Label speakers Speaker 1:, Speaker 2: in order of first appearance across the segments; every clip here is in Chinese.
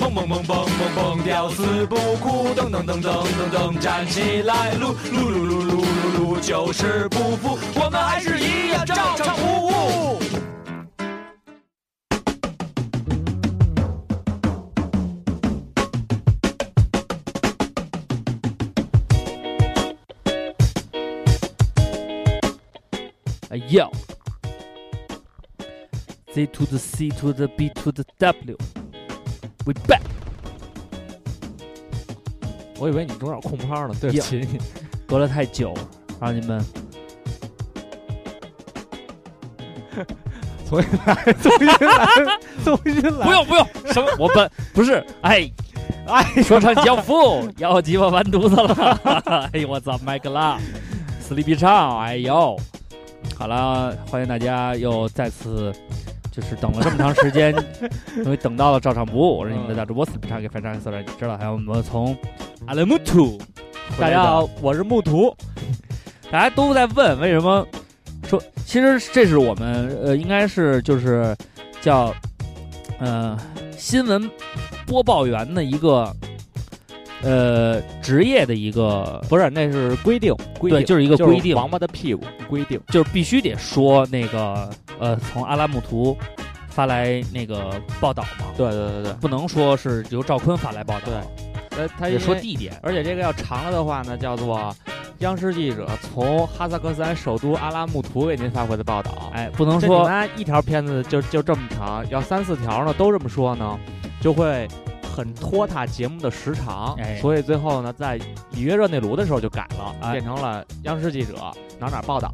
Speaker 1: 蹦蹦蹦蹦蹦蹦，吊死不哭，噔噔噔噔噔噔，站起来，撸撸撸撸撸撸撸，就是不服，我们还是一样照常服务。
Speaker 2: 哎呦，Z to the C to the B to the W，we back。
Speaker 3: 我以为你中间有空拍呢，对不 起你。
Speaker 2: 隔了太久，让你们
Speaker 3: 重新来，重新来，重新来。
Speaker 2: 不用不用，什么我 本不是，哎
Speaker 3: 哎，
Speaker 2: 说唱教父，要鸡巴完犊子了，哎呦我操，麦克拉，死力必唱，哎呦，好了，欢迎大家又再次。就是等了这么长时间，终于等到了照常不误。我是你们的大主播死力必唱给翻唱一次了，你知道？还有我们从阿雷木图，
Speaker 3: 大家好，我是木图。
Speaker 2: 大家都在问为什么说，其实这是我们呃，应该是就是叫呃新闻播报员的一个呃职业的一个
Speaker 3: 不是，那是规定，规
Speaker 2: 对，
Speaker 3: 定
Speaker 2: 就是一个
Speaker 3: 是
Speaker 2: 规定，
Speaker 3: 王八的屁股规定。
Speaker 2: 就是必须得说那个呃，从阿拉木图发来那个报道嘛，
Speaker 3: 对对对对
Speaker 2: 不能说是由赵坤发来报道，
Speaker 3: 对，呃，他
Speaker 2: 得
Speaker 3: 也
Speaker 2: 说地点。
Speaker 3: 而且这个要长了的话呢，叫做央视记者从哈萨克斯坦首都阿拉木图为您发回的报道。
Speaker 2: 哎，不能
Speaker 3: 这你
Speaker 2: 说
Speaker 3: 妈一条片子就就这么长，要三四条呢都这么说呢，就会很拖沓节目的时长。
Speaker 2: 哎
Speaker 3: 所以最后呢，在里约热内卢的时候就改了，
Speaker 2: 哎
Speaker 3: 变成了央视记者哪哪报道，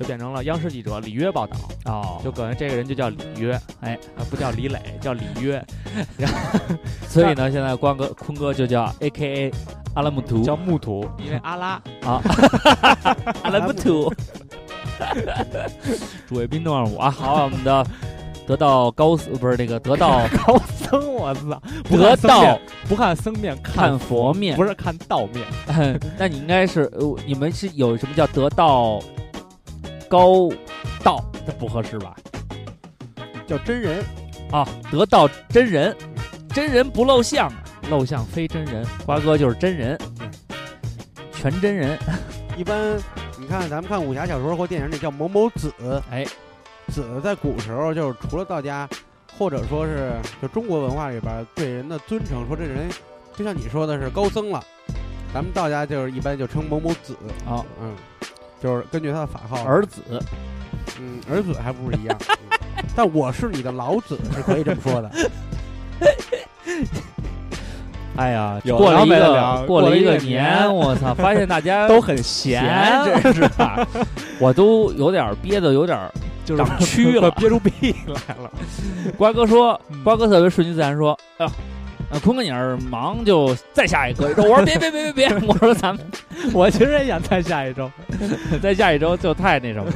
Speaker 3: 就变成了央视记者里约报道，
Speaker 2: 哦，
Speaker 3: 就可能这个人就叫里约，
Speaker 2: 哎
Speaker 3: 啊，不叫李磊，叫里约，
Speaker 2: 所以呢，现在光哥坤哥就叫 A K A 阿拉木图，
Speaker 3: 叫木图，因为阿拉
Speaker 2: 阿拉木 图。诸位宾弄上我啊，好，我们的得到高僧不是那个得 到
Speaker 3: 高僧，我操，不
Speaker 2: 得
Speaker 3: 看僧
Speaker 2: 到
Speaker 3: 面不看僧面看
Speaker 2: 看佛面，
Speaker 3: 不是看道面，
Speaker 2: 是？ 那你应该是呃，你们是有什么叫得到高道？这不合适吧？
Speaker 4: 叫真人，
Speaker 2: 啊，得到真人，真人不露相，啊露相非真人。瓜哥就是真人，全真人。
Speaker 4: 一般你看咱们看武侠小说或电影里叫某某子，
Speaker 2: 哎，
Speaker 4: 子在古时候就是除了道家，或者说是就中国文化里边儿对人的尊称，说这人就像你说的是高僧了，咱们道家就是一般就称某某子，
Speaker 2: 啊，
Speaker 4: 嗯，就是根据他的法号，
Speaker 2: 儿子
Speaker 4: 嗯儿子还不是一样。 嗯但我是你的老子是可以这么 说的，
Speaker 2: 哎呀，
Speaker 3: 有
Speaker 2: 过了
Speaker 3: 聊
Speaker 2: 一
Speaker 3: 没得
Speaker 2: 个
Speaker 3: 聊
Speaker 2: 过
Speaker 3: 过
Speaker 2: 了
Speaker 3: 了
Speaker 2: 一
Speaker 3: 一
Speaker 2: 个
Speaker 3: 个
Speaker 2: 年，
Speaker 3: 年
Speaker 2: 我操，发现大家
Speaker 3: 都很
Speaker 2: 闲
Speaker 3: 闲，
Speaker 2: 真是 的，我都有点憋的有点儿
Speaker 3: 就是。
Speaker 2: 长蛆了
Speaker 3: 憋出屁来了。
Speaker 2: 瓜哥说，
Speaker 3: 嗯
Speaker 2: 瓜哥特别顺其自然说，哎呀。呃，坤哥，你要是忙就再下一个。我说别别别别别，我说咱们
Speaker 3: 我其实也想再下一 周，
Speaker 2: 在下一周就太那什么了，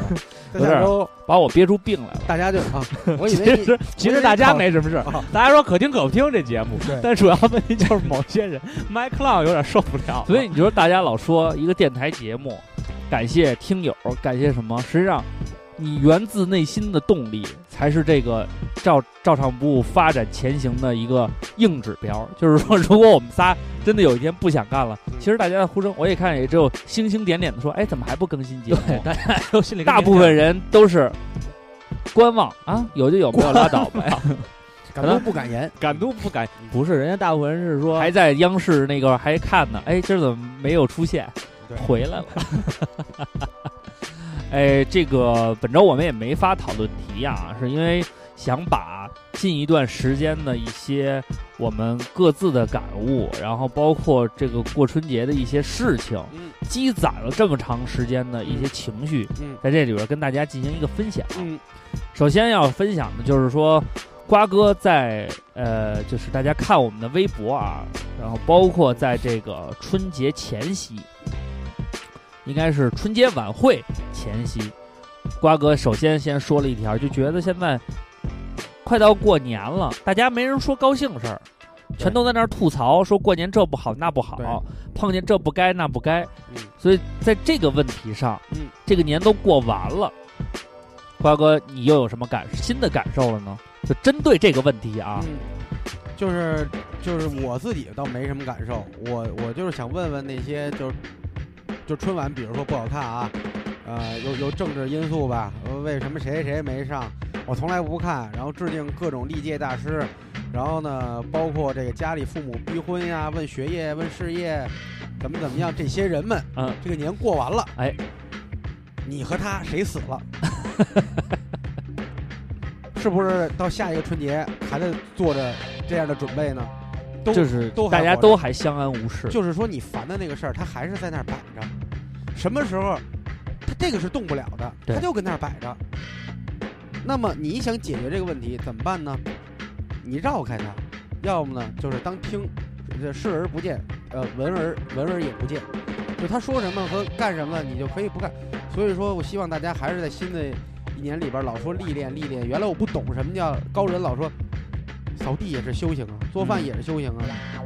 Speaker 4: 在
Speaker 2: 有点
Speaker 4: 下
Speaker 2: 儿
Speaker 4: 周
Speaker 2: 把我憋出病 来了。
Speaker 4: 大家就啊，我以为
Speaker 3: 其
Speaker 4: 你
Speaker 3: 实其实大家没什么事儿
Speaker 4: 啊，
Speaker 3: 大家说可听可不听这节目
Speaker 4: 对，
Speaker 3: 但主要问题 就是某些人 Mike Long 有点受不了，
Speaker 2: 所以你说大家老说一个电台节目，感谢听友，感谢什么？实际上，你源自内心的动力才是这个照照常不误发展前行的一个硬指标。 就是说，如果我们仨真的有一天不想干了，
Speaker 3: 嗯
Speaker 2: 其实大家的呼声，我也看也只有星星点点的说，哎，怎么还不更新节目？
Speaker 3: 对大家都心里
Speaker 2: 大部分人都是观望啊，有就有，没有拉倒呗。
Speaker 4: 敢怒不敢言，
Speaker 3: 敢怒不敢，不是人家大部分人是说
Speaker 2: 还在央视那个还看呢，哎，今儿怎么没有出现？
Speaker 4: 对
Speaker 2: 回来了。 哎，这个本周我们也没法讨论题啊，是因为想把近一段时间的一些我们各自的感悟，然后包括这个过春节的一些事情，
Speaker 4: 嗯
Speaker 2: 积攒了这么长时间的一些情绪，
Speaker 4: 嗯
Speaker 2: 在这里边跟大家进行一个分享。啊
Speaker 4: 嗯
Speaker 2: 首先要分享的就是说，瓜哥在呃，就是大家看我们的微博啊，然后包括在这个春节前夕，应该是春节晚会前夕，瓜哥首先先说了一条，就觉得现在快到过年了，大家没人说高兴事儿。全都在那儿吐槽，说过年这不好那不
Speaker 4: 对
Speaker 2: 好，碰见这不该那不该，
Speaker 4: 嗯
Speaker 2: 所以在这个问题上，
Speaker 4: 嗯，
Speaker 2: 这个年都过完了，瓜哥，你又有什么感新的感受了呢？就针对这个问题啊，
Speaker 4: 嗯，就是就是我自己倒没什么感受，我我就是想问问那些就是就春晚，比如说不好看啊，呃，有有政治因素吧，呃为什么谁谁谁没上？我从来不看，然后致敬各种历届大师，然后呢，包括这个家里父母逼婚呀、问学业、问事业，怎么怎么样，这些人们，
Speaker 2: 嗯，
Speaker 4: 这个年过完了，
Speaker 2: 哎，
Speaker 4: 你和他谁死了？ 是不是到下一个春节还得做着这样的准备呢？都
Speaker 2: 就是
Speaker 4: 都还
Speaker 2: 大家
Speaker 4: 活着
Speaker 2: 都还相安无事，
Speaker 4: 就是说你烦的那个事儿，它还是在那儿摆着。什么时候，它这个是动不了的，
Speaker 2: 对
Speaker 4: 它就跟那儿摆着。那么你想解决这个问题怎么办呢？你绕开它，要么呢就是当听，这视而不见，呃，闻而闻而也不见。就他说什么和干什么，你就可以不干。所以说我希望大家还是在新的一年里边儿老说历练历练。原来我不懂什么叫高人老说，扫地也是修行啊，做饭也是修行啊，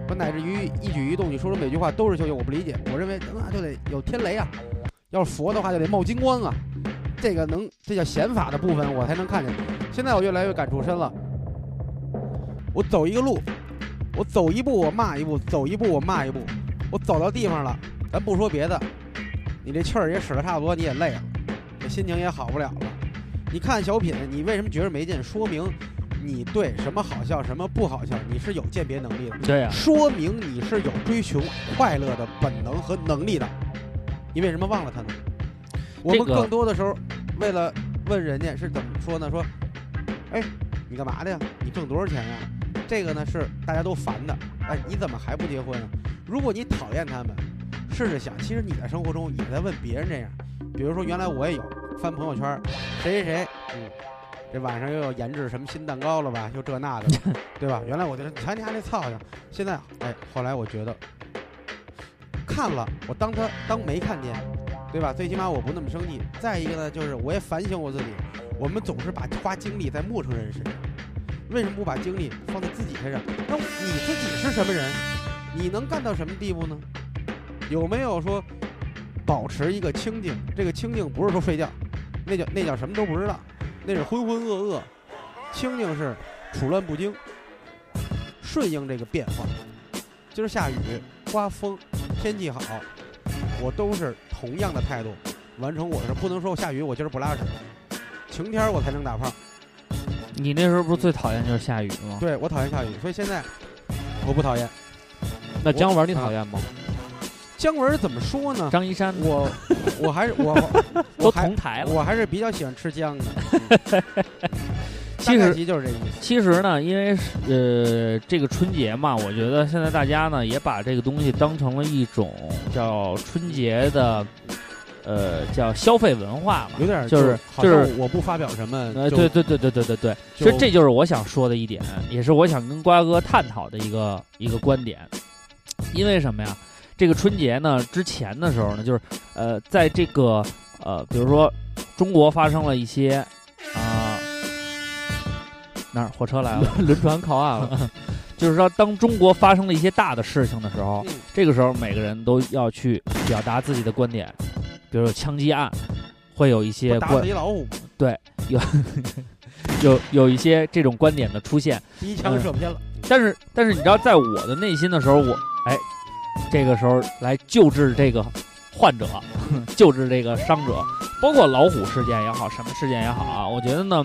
Speaker 4: 我乃至于一举一动，你说出每句话都是修行。我不理解，我认为那就得有天雷啊，要是佛的话就得冒金光啊，这个能这叫显法的部分我才能看见。现在我越来越感触深了，我走一个路，我走一步我骂一步，走一步我骂一步，我走到地方了，咱不说别的，你这气儿也使得差不多，你也累了，这心情也好不了了。你看小品，你为什么觉得没劲？说明你对什么好笑、什么不好笑，你是有鉴别能力的。
Speaker 2: 对呀、啊
Speaker 4: 说明你是有追求快乐的本能和能力的。你为什么忘了他呢？我
Speaker 2: 这
Speaker 4: 们
Speaker 2: 个
Speaker 4: 更多的时候为了问人家是怎么说呢？说，哎，你干嘛的呀？你挣多少钱呀？这个呢是大家都烦的。哎，你怎么还不结婚啊？如果你讨厌他们，试着想，其实你在生活中也在问别人这样。比如说，原来我也有翻朋友圈，谁谁谁，嗯，这晚上又要研制什么新蛋糕了吧？又这那的 了，对吧？原来我就你瞧你还那操性，现在哎，后来我觉得看了，我当他当没看见，对吧？最起码我不那么生气。再一个呢，就是我也反省我自己，我们总是把花精力在陌生人身上，为什么不把精力放在自己身上？那你自己是什么人？你能干到什么地步呢？有没有说保持一个清静？这个清静不是说睡觉，那叫那叫什么都不知道，那是浑浑噩噩。清静是处乱不惊，顺应这个变化。今儿下雨，刮风，天气好，我都是同样的态度完成我的事。不能说我下雨我今儿不拉屎，晴天儿我才能打炮。
Speaker 2: 你那时候不是最讨厌就是下雨吗？
Speaker 4: 对我讨厌下雨，所以现在我不讨厌。
Speaker 3: 那姜文你讨厌吗？
Speaker 4: 姜文儿怎么说呢？
Speaker 2: 张一山
Speaker 4: 啊我我还是我
Speaker 2: 都
Speaker 4: 我还
Speaker 2: 同台了。
Speaker 4: 我还是比较喜欢吃姜的。
Speaker 2: 其
Speaker 4: 大概
Speaker 2: 实
Speaker 4: 其就是这意思。
Speaker 2: 其实呢，因为是呃这个春节嘛，我觉得现在大家呢也把这个东西当成了一种叫春节的呃叫消费文化嘛，
Speaker 4: 有点儿
Speaker 2: 就是
Speaker 4: 好
Speaker 2: 就
Speaker 4: 像
Speaker 2: 是
Speaker 4: 我不发表什么，
Speaker 2: 呃，
Speaker 4: 就
Speaker 2: 对对对对对对对，其
Speaker 4: 就
Speaker 2: 实这就是我想说的一点，也是我想跟瓜哥探讨的一个一个观点。因为什么呀？这个春节呢，之前的时候呢，就是呃，在这个呃，比如说中国发生了一些啊、哪儿火车来了，
Speaker 3: 轮船靠岸了，
Speaker 2: 就是说当中国发生了一些大的事情的时候，
Speaker 4: 嗯
Speaker 2: 这个时候每个人都要去表达自己的观点，比如有枪击案，会有一些
Speaker 4: 我打
Speaker 2: 观
Speaker 4: 死一老虎，
Speaker 2: 有有一些这种观点的出现。
Speaker 4: 第一枪射偏了。
Speaker 2: 但是但是你知道，在我的内心的时候，我哎，这个时候来救治这个患者，救治这个伤者，包括老虎事件也好，什么事件也好啊，我觉得呢，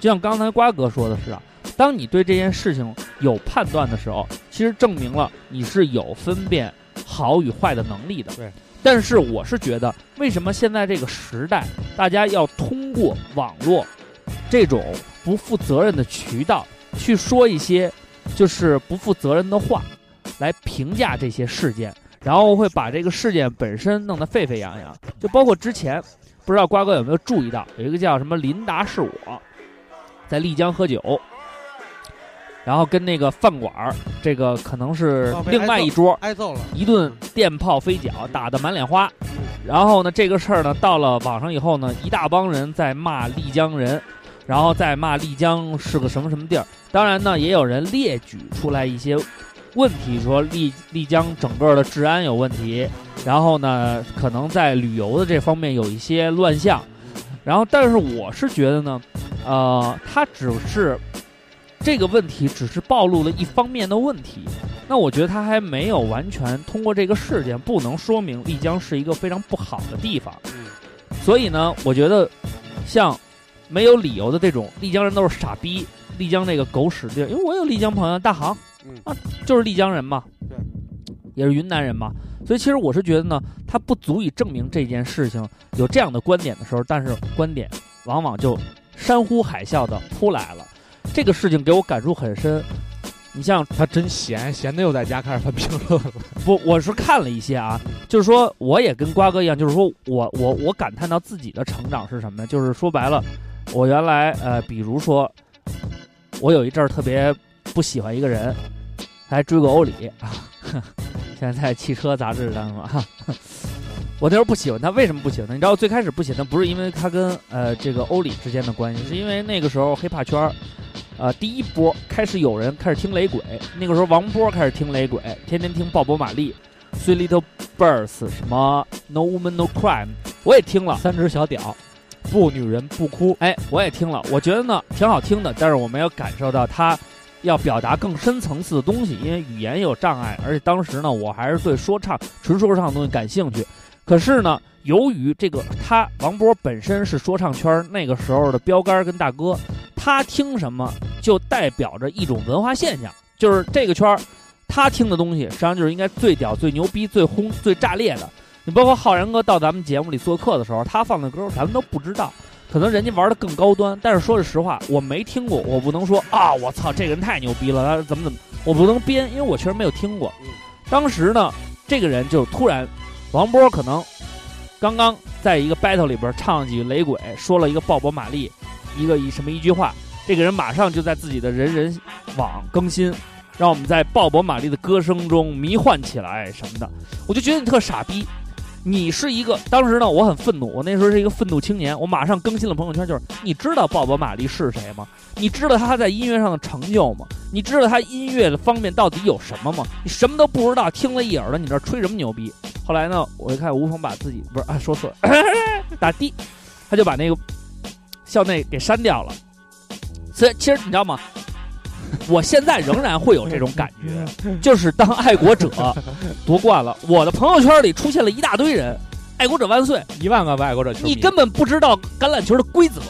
Speaker 2: 就像刚才瓜哥说的是啊，当你对这件事情有判断的时候，其实证明了你是有分辨好与坏的能力的。
Speaker 4: 对。
Speaker 2: 但是我是觉得，为什么现在这个时代，大家要通过网络这种不负责任的渠道去说一些就是不负责任的话来评价这些事件，然后会把这个事件本身弄得沸沸扬扬。就包括之前，不知道瓜哥有没有注意到，有一个叫什么林达是我，在丽江喝酒，
Speaker 4: 哦
Speaker 2: 然后跟那个饭馆儿，这个可能是
Speaker 4: 哦被挨
Speaker 2: 另外一
Speaker 4: 揍
Speaker 2: 桌
Speaker 4: 挨揍了，
Speaker 2: 一顿电炮飞脚，打得满脸花。然后呢，这个事儿呢，到了网上以后呢，一大帮人在骂丽江人，然后再骂丽江是个什么什么地儿。当然呢，也有人列举出来一些问题，说丽丽江整个的治安有问题，然后呢，可能在旅游的这方面有一些乱象。然后，但是我是觉得呢，呃，他只是这个问题只是暴露了一方面的问题。那我觉得他还没有完全通过这个事件，不能说明丽江是一个非常不好的地方。
Speaker 4: 嗯
Speaker 2: 所以呢，我觉得像没有理由的这种丽江人都是傻逼，丽江那个狗屎地儿，因为我有丽江朋友，大航
Speaker 4: 嗯
Speaker 2: 啊，就是丽江人嘛，
Speaker 4: 对，
Speaker 2: 也是云南人嘛，所以其实我是觉得呢，它不足以证明这件事情有这样的观点的时候，但是观点往往就山呼海啸的扑来了，这个事情给我感触很深。你像
Speaker 3: 他真闲，闲的又在家开始翻评论了。
Speaker 2: 不，我是看了一些啊，就是说我也跟瓜哥一样，就是说我我我感叹到自己的成长是什么呢？就是说白了，我原来呃，比如说我有一阵儿特别不喜欢一个人，还追过欧里 啊，现在在汽车杂志当中啊。 我那时候不喜欢他，为什么不喜欢他？你知道，最开始不喜欢他不是因为他跟呃这个欧里之间的关系，是因为那个时候黑怕圈儿呃，第一波开始有人开始听雷鬼，那个时候王波开始听雷鬼，天天听鲍勃·马利、Three Little Birds，什么 No Woman No Crime，我也听了，
Speaker 3: 三只小屌，不女人不哭，
Speaker 2: 哎，我也听了，我觉得呢挺好听的，但是我没有感受到他要表达更深层次的东西，因为语言有障碍，而且当时呢我还是对说唱纯说唱的东西感兴趣。可是呢，由于这个他王波本身是说唱圈儿那个时候的标杆儿跟大哥，他听什么就代表着一种文化现象，就是这个圈儿他听的东西，实际上就是应该最屌、最牛逼、最轰、最炸裂的。你包括浩然哥到咱们节目里做客的时候，他放的歌咱们都不知道，可能人家玩的更高端。但是说句实话，我没听过，我不能说啊，我操，这个人太牛逼了，他怎么怎么，我不能编，因为我确实没有听过
Speaker 4: 嗯。
Speaker 2: 当时呢，这个人就突然，王波可能刚刚在一个 battle 里边唱了几句雷鬼，说了一个鲍勃·马利，一个以什么一句话，这个人马上就在自己的人人网更新，让我们在鲍勃·马利的歌声中迷幻起来什么的，我就觉得你特傻逼。你是一个，当时呢，我很愤怒，我那时候是一个愤怒青年，我马上更新了朋友圈，就是你知道鲍勃·马利是谁吗？你知道他在音乐上的成就吗？你知道他音乐的方面到底有什么吗？你什么都不知道，听了一耳朵，你这吹什么牛逼？后来呢，我一看吴鹏把自己不是啊说错了， 打的，他就把那个校内给删掉了。所以其实你知道吗？我现在仍然会有这种感
Speaker 3: 嗯
Speaker 2: 觉，就是当爱国 者夺冠了，我的朋友圈里出现了一大堆人，爱国者万岁，
Speaker 3: 一万个爱国者球迷。
Speaker 2: 你根本不知道橄榄球的规则，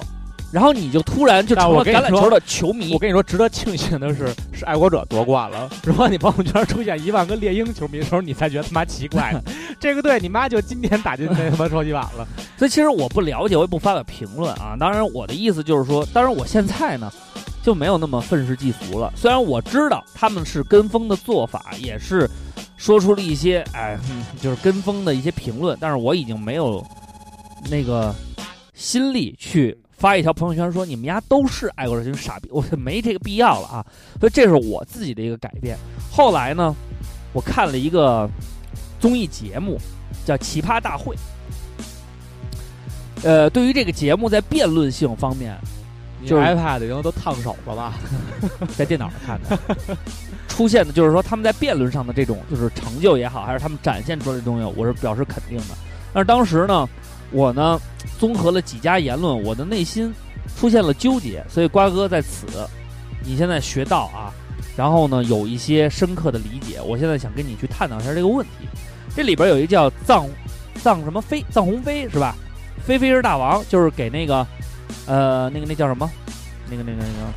Speaker 2: 然后你就突然就成
Speaker 3: 但
Speaker 2: 了
Speaker 3: 我跟你
Speaker 2: 橄榄球的球迷
Speaker 3: 我。跟你说，值得庆幸的是，是爱国者夺冠了。如果你朋友圈出现一万个猎鹰球迷的时候，你才觉得他妈奇怪 呢。这个队你妈就今天打进那他妈超级碗 了。
Speaker 2: 所以其实我不了解，我也不发表评论啊。当然，我的意思就是说，当然我现在呢就没有那么愤世嫉俗了。虽然我知道他们是跟风的做法，也是说出了一些哎，嗯就是跟风的一些评论，但是我已经没有那个心力去发一条朋友圈说你们家都是爱国者，就是傻逼，我就没这个必要了啊。所以这是我自己的一个改变。后来呢，我看了一个综艺节目，叫《奇葩大会》。呃，对于这个节目在辩论性方面，
Speaker 3: 你
Speaker 2: 就是
Speaker 3: iPad 已经都烫手了吧？
Speaker 2: 在电脑上看的， 出现的就是说他们在辩论上的这种就是成就也好，还是他们展现出来的东西，我是表示肯定的。但是当时呢，我呢综合了几家言论，我的内心出现了纠结，所以瓜哥在此，你现在学到啊，然后呢有一些深刻的理解，我现在想跟你去探讨一下这个问题。这里边有一个叫藏藏什么飞藏鸿飞是吧？飞飞是大王，就是给那个呃那个那叫什么？那个那个那个，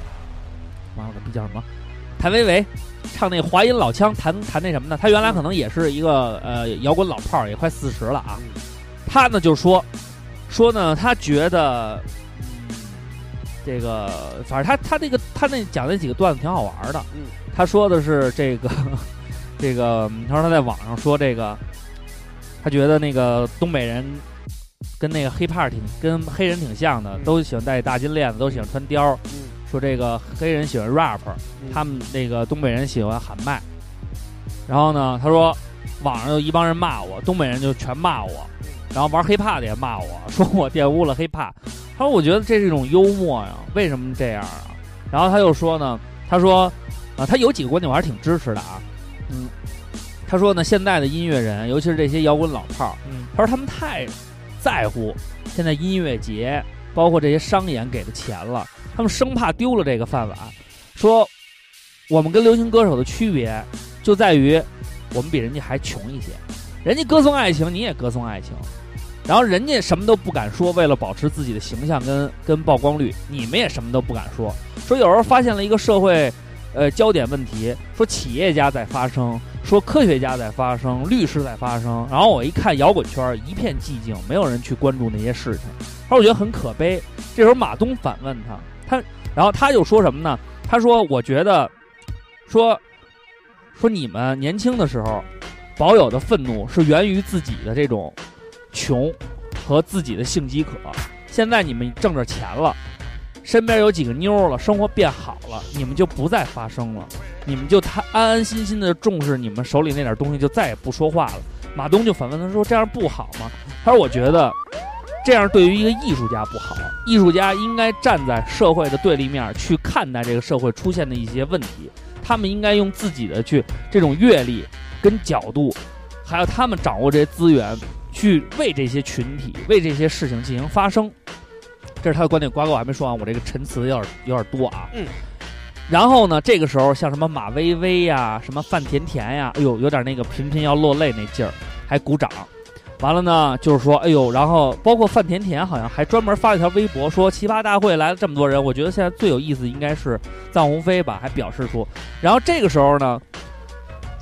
Speaker 2: 妈了个逼叫什么？谭维维唱那华阴老腔，弹弹那什么呢？他原来可能也是一个呃摇滚老炮儿，也快四十了啊。
Speaker 4: 嗯
Speaker 2: 他呢就说说呢，他觉得、嗯、这个，反正他他那个他那讲那几个段子挺好玩的。
Speaker 4: 嗯
Speaker 2: 他说的是这个这个，他说他在网上说这个，他觉得那个东北人跟那个黑怕挺跟黑人挺像的，
Speaker 4: 嗯
Speaker 2: 都喜欢戴大金链子，都喜欢穿貂儿。
Speaker 4: 嗯
Speaker 2: 说这个黑人喜欢 rap，
Speaker 4: 嗯
Speaker 2: 他们那个东北人喜欢喊麦。然后呢，他说网上有一帮人骂我，东北人就全骂我，然后玩 hiphop 的也骂我， 说我玷污了 hiphop。他说我觉得这是一种幽默呀、为什么这样啊？然后他又说呢，他说啊、他有几个观点我还是挺支持的啊，嗯，他说呢，现在的音乐人，尤其是这些摇滚老炮儿，
Speaker 3: 嗯，
Speaker 2: 他说他们太在乎现在音乐节，包括这些商演给的钱了，他们生怕丢了这个饭碗。说我们跟流行歌手的区别就在于我们比人家还穷一些，人家歌颂爱情，你也歌颂爱情，然后人家什么都不敢说，为了保持自己的形象跟跟曝光率，你们也什么都不敢说。说有时候发现了一个社会呃焦点问题，说企业家在发生，说科学家在发生，律师在发生，然后我一看摇滚圈一片寂静，没有人去关注那些事情，而我觉得很可悲。这时候马东反问他，他然后他就说什么呢？他说：“我觉得，说说你们年轻的时候，保有的愤怒是源于自己的这种穷和自己的性饥渴。现在你们挣着钱了，身边有几个妞儿了，生活变好了，你们就不再发声了，你们就他安安心心的重视你们手里那点东西，就再也不说话了。”马东就反问他说：“这样不好吗？”他说：“我觉得。”这样对于一个艺术家不好。艺术家应该站在社会的对立面去看待这个社会出现的一些问题，他们应该用自己的去这种阅历跟角度，还有他们掌握这些资源，去为这些群体、为这些事情进行发声。这是他的观点。瓜哥，我还没说完，我这个陈词有点有点多啊。
Speaker 4: 嗯。
Speaker 2: 然后呢，这个时候像什么马薇薇呀、什么范甜甜呀，哎呦，有点那个频频要落泪那劲儿，还鼓掌。完了呢，就是说，哎呦，然后包括范甜甜好像还专门发了一条微博说，奇葩大会来了这么多人，我觉得现在最有意思应该是臧鸿飞吧，还表示出。然后这个时候呢，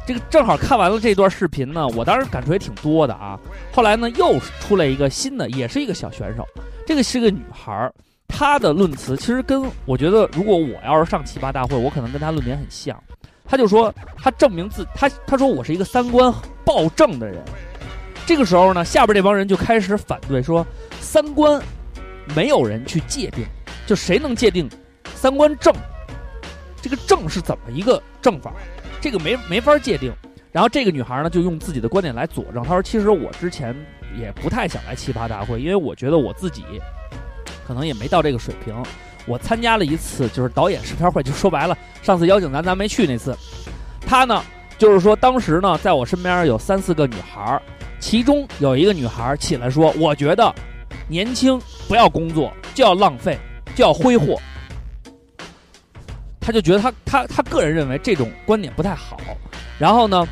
Speaker 2: 这个正好看完了这段视频呢，我当时感触也挺多的啊。后来呢，又出来一个新的，也是一个小选手，这个是个女孩儿，她的论词其实跟我觉得，如果我要是上奇葩大会，我可能跟她论点很像。她就说，她证明自她，她说我是一个三观暴正的人。这个时候呢，下边这帮人就开始反对说，三观没有人去界定，就谁能界定三观正？这个正是怎么一个正法？这个没没法界定。然后这个女孩呢，就用自己的观点来佐证，她说：“其实我之前也不太想来奇葩大会，因为我觉得我自己可能也没到这个水平。我参加了一次，就是导演试片会，就说白了，上次邀请咱咱没去那次。她呢，就是说当时呢，在我身边有三四个女孩儿，其中有一个女孩起来说：“我觉得年轻不要工作，就要浪费，就要挥霍。”她就觉得她她她个人认为这种观点不太好。然后呢，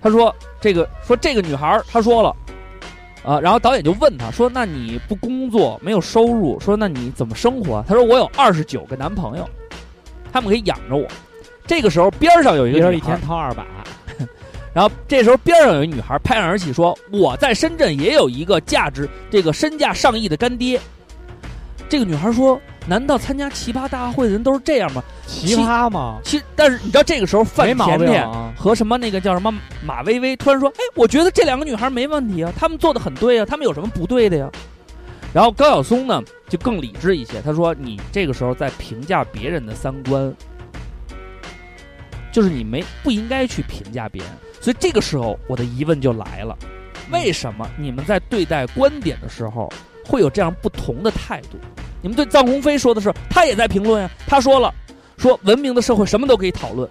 Speaker 2: 她说这个说这个女孩她说了，啊、然后导演就问她说：“那你不工作没有收入，说那你怎么生活啊？”她说：“我有二十九个男朋友，他们可以养着我。”这个时候边儿上有一
Speaker 3: 一
Speaker 2: 个
Speaker 3: 人
Speaker 2: 女
Speaker 3: 一
Speaker 2: 孩
Speaker 3: 天掏二百，
Speaker 2: 然后这时候边上有一女孩拍案而起说：“我在深圳也有一个价值这个身价上亿的干爹。”这个女孩说：“难道参加奇葩大会的人都是这样吗
Speaker 3: 奇葩吗？”？
Speaker 2: 其实，但是你知道这个时候范
Speaker 3: 没毛
Speaker 2: 甜
Speaker 3: 病
Speaker 2: 甜
Speaker 3: 啊！
Speaker 2: 和什么那个叫什么马薇薇突然说：“哎，我觉得这两个女孩没问题啊，她们做的很对啊，她们有什么不对的呀？”然后高晓松呢就更理智一些，他说：“你这个时候在评价别人的三观，就是你没不应该去评价别人。”所以这个时候我的疑问就来了：为什么你们在对待观点的时候会有这样不同的态度？你们对臧鸿飞说的是，他也在评论呀、啊他说了，说文明的社会什么都可以讨论，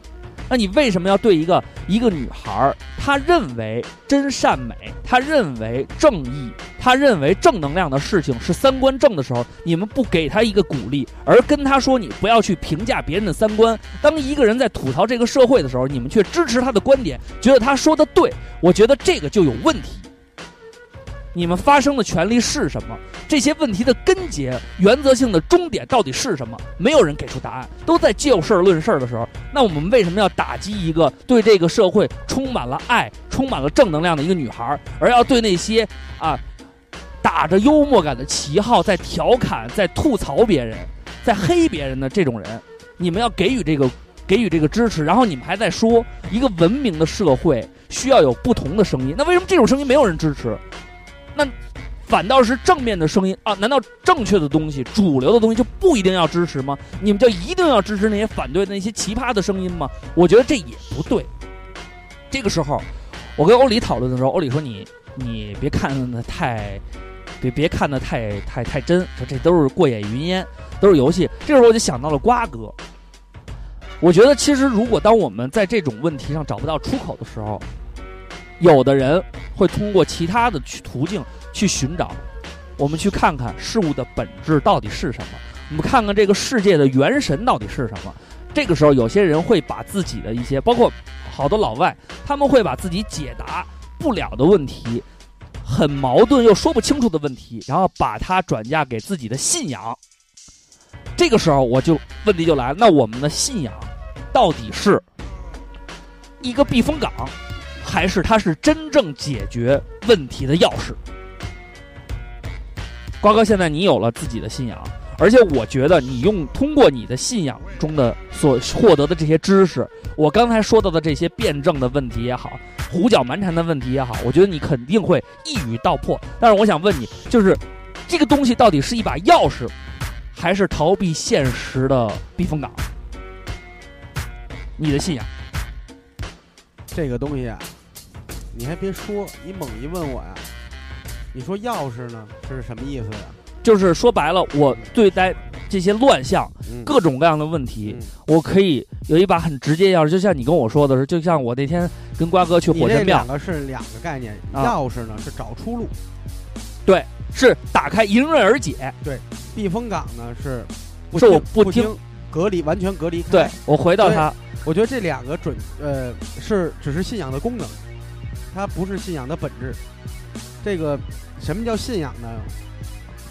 Speaker 2: 那你为什么要对一个一个女孩儿，她认为真善美，她认为正义，她认为正能量的事情是三观正的时候，你们不给她一个鼓励，而跟她说你不要去评价别人的三观？当一个人在吐槽这个社会的时候，你们却支持他的观点，觉得他说的对，我觉得这个就有问题。你们发声的权利是什么？这些问题的根结、原则性的终点到底是什么？没有人给出答案，都在就事儿论事儿的时候，那我们为什么要打击一个对这个社会充满了爱、充满了正能量的一个女孩儿，而要对那些啊打着幽默感的旗号在调侃、在吐槽别人、在黑别人的这种人，你们要给予这个给予这个支持，然后你们还在说一个文明的社会需要有不同的声音，那为什么这种声音没有人支持？那反倒是正面的声音啊？难道正确的东西、主流的东西就不一定要支持吗？你们就一定要支持那些反对的那些奇葩的声音吗？我觉得这也不对。这个时候，我跟欧里讨论的时候，欧里说你你别看的太，别别看的太太太真，说这都是过眼云烟，都是游戏。这时候我就想到了瓜哥。我觉得其实如果当我们在这种问题上找不到出口的时候，有的人会通过其他的去途径去寻找，我们去看看事物的本质到底是什么，我们看看这个世界的元神到底是什么。这个时候有些人会把自己的一些，包括好多老外，他们会把自己解答不了的问题，很矛盾又说不清楚的问题，然后把它转嫁给自己的信仰。这个时候我就问题就来了，那我们的信仰到底是一个避风港，还是它是真正解决问题的钥匙？瓜哥，现在你有了自己的信仰，而且我觉得你用通过你的信仰中的所获得的这些知识，我刚才说到的这些辩证的问题也好，胡搅蛮缠的问题也好，我觉得你肯定会一语道破。但是我想问你，就是这个东西到底是一把钥匙，还是逃避现实的避风港？你的信仰，
Speaker 4: 这个东西啊，你还别说，你猛一问我呀、你说钥匙呢，这是什么意思呀、
Speaker 2: 就是说白了，我对待这些乱象、
Speaker 4: 嗯，
Speaker 2: 各种各样的问题，我可以有一把很直接的钥匙，就像你跟我说的是，就像我那天跟瓜哥去
Speaker 4: 你
Speaker 2: 火
Speaker 4: 这
Speaker 2: 神庙
Speaker 4: 两，个是两个概念，
Speaker 2: 啊
Speaker 4: 钥匙呢是找出路，
Speaker 2: 是打开迎刃而解，
Speaker 4: 避风港呢是不
Speaker 2: 是我不
Speaker 4: 不
Speaker 2: 听
Speaker 4: 听隔离，完全隔离开。
Speaker 2: 对，我回到他，
Speaker 4: 我觉得这两个准呃是只是信仰的功能，它不是信仰的本质。这个什么叫信仰呢？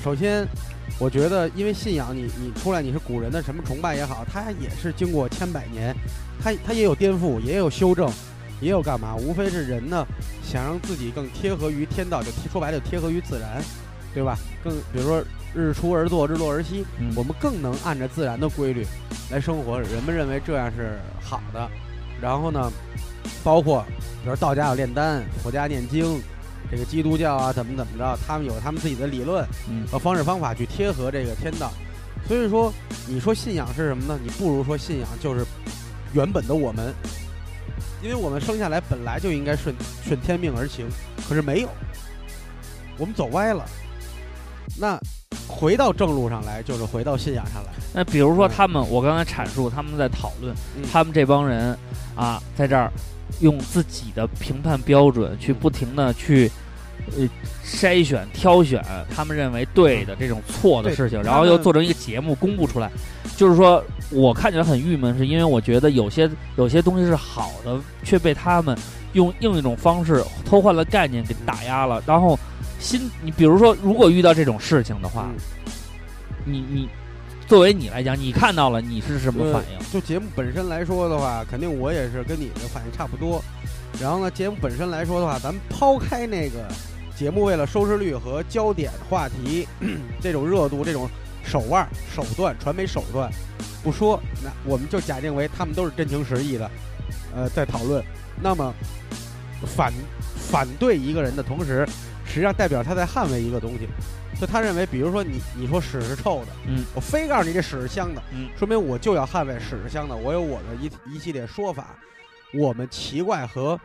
Speaker 4: 首先，我觉得因为信仰你，你出来你是古人的什么崇拜也好，它也是经过千百年，它它也有颠覆，也有修正，也有干嘛，无非是人呢想让自己更贴合于天道，就贴说白了就贴合于自然，对吧？更比如说日出而作，日落而息，
Speaker 2: 嗯
Speaker 4: 我们更能按照自然的规律来生活，人们认为这样是好的。然后呢，包括比如道家有炼丹，佛家念经，这个基督教啊怎么怎么着，他们有他们自己的理论
Speaker 2: 嗯
Speaker 4: 和方式方法去贴合这个天道。所以说，你说信仰是什么呢？你不如说信仰就是原本的我们，因为我们生下来本来就应该顺顺天命而行，可是没有，我们走歪了。那回到正路上来，就是回到信仰上来。
Speaker 2: 那比如说他们，我刚才阐述他们在讨论
Speaker 4: 嗯
Speaker 2: 他们这帮人啊，在这儿用自己的评判标准
Speaker 4: 嗯
Speaker 2: 去不停的去。呃，筛选、挑选他们认为对的这种错的
Speaker 4: 嗯对
Speaker 2: 事情，
Speaker 4: 他
Speaker 2: 然后又
Speaker 4: 们
Speaker 2: 做成一个节目公布出来。就是说，我看起来很郁闷，是因为我觉得有些有些东西是好的，却被他们用另一种方式偷换了概念给打压了。然后心，你比如说，如果遇到这种事情的话，
Speaker 4: 嗯
Speaker 2: 你你作为你来讲，你看到了，你是什么反应？
Speaker 4: 就节目本身来说的话，肯定我也是跟你的反应差不多。然后呢，节目本身来说的话，咱们抛开那个节目为了收视率和焦点话题 这种热度、这种手腕、手段、传媒手段不说，那我们就假定为他们都是真情实意的，呃，在讨论。那么反反对一个人的同时，实际上代表他在捍卫一个东西。就他认为，比如说你你说屎是臭的，
Speaker 2: 嗯，
Speaker 4: 我非告诉你这屎是香的，
Speaker 2: 嗯，
Speaker 4: 说明我就要捍卫屎是香的，我有我的一一系列说法。我们奇怪和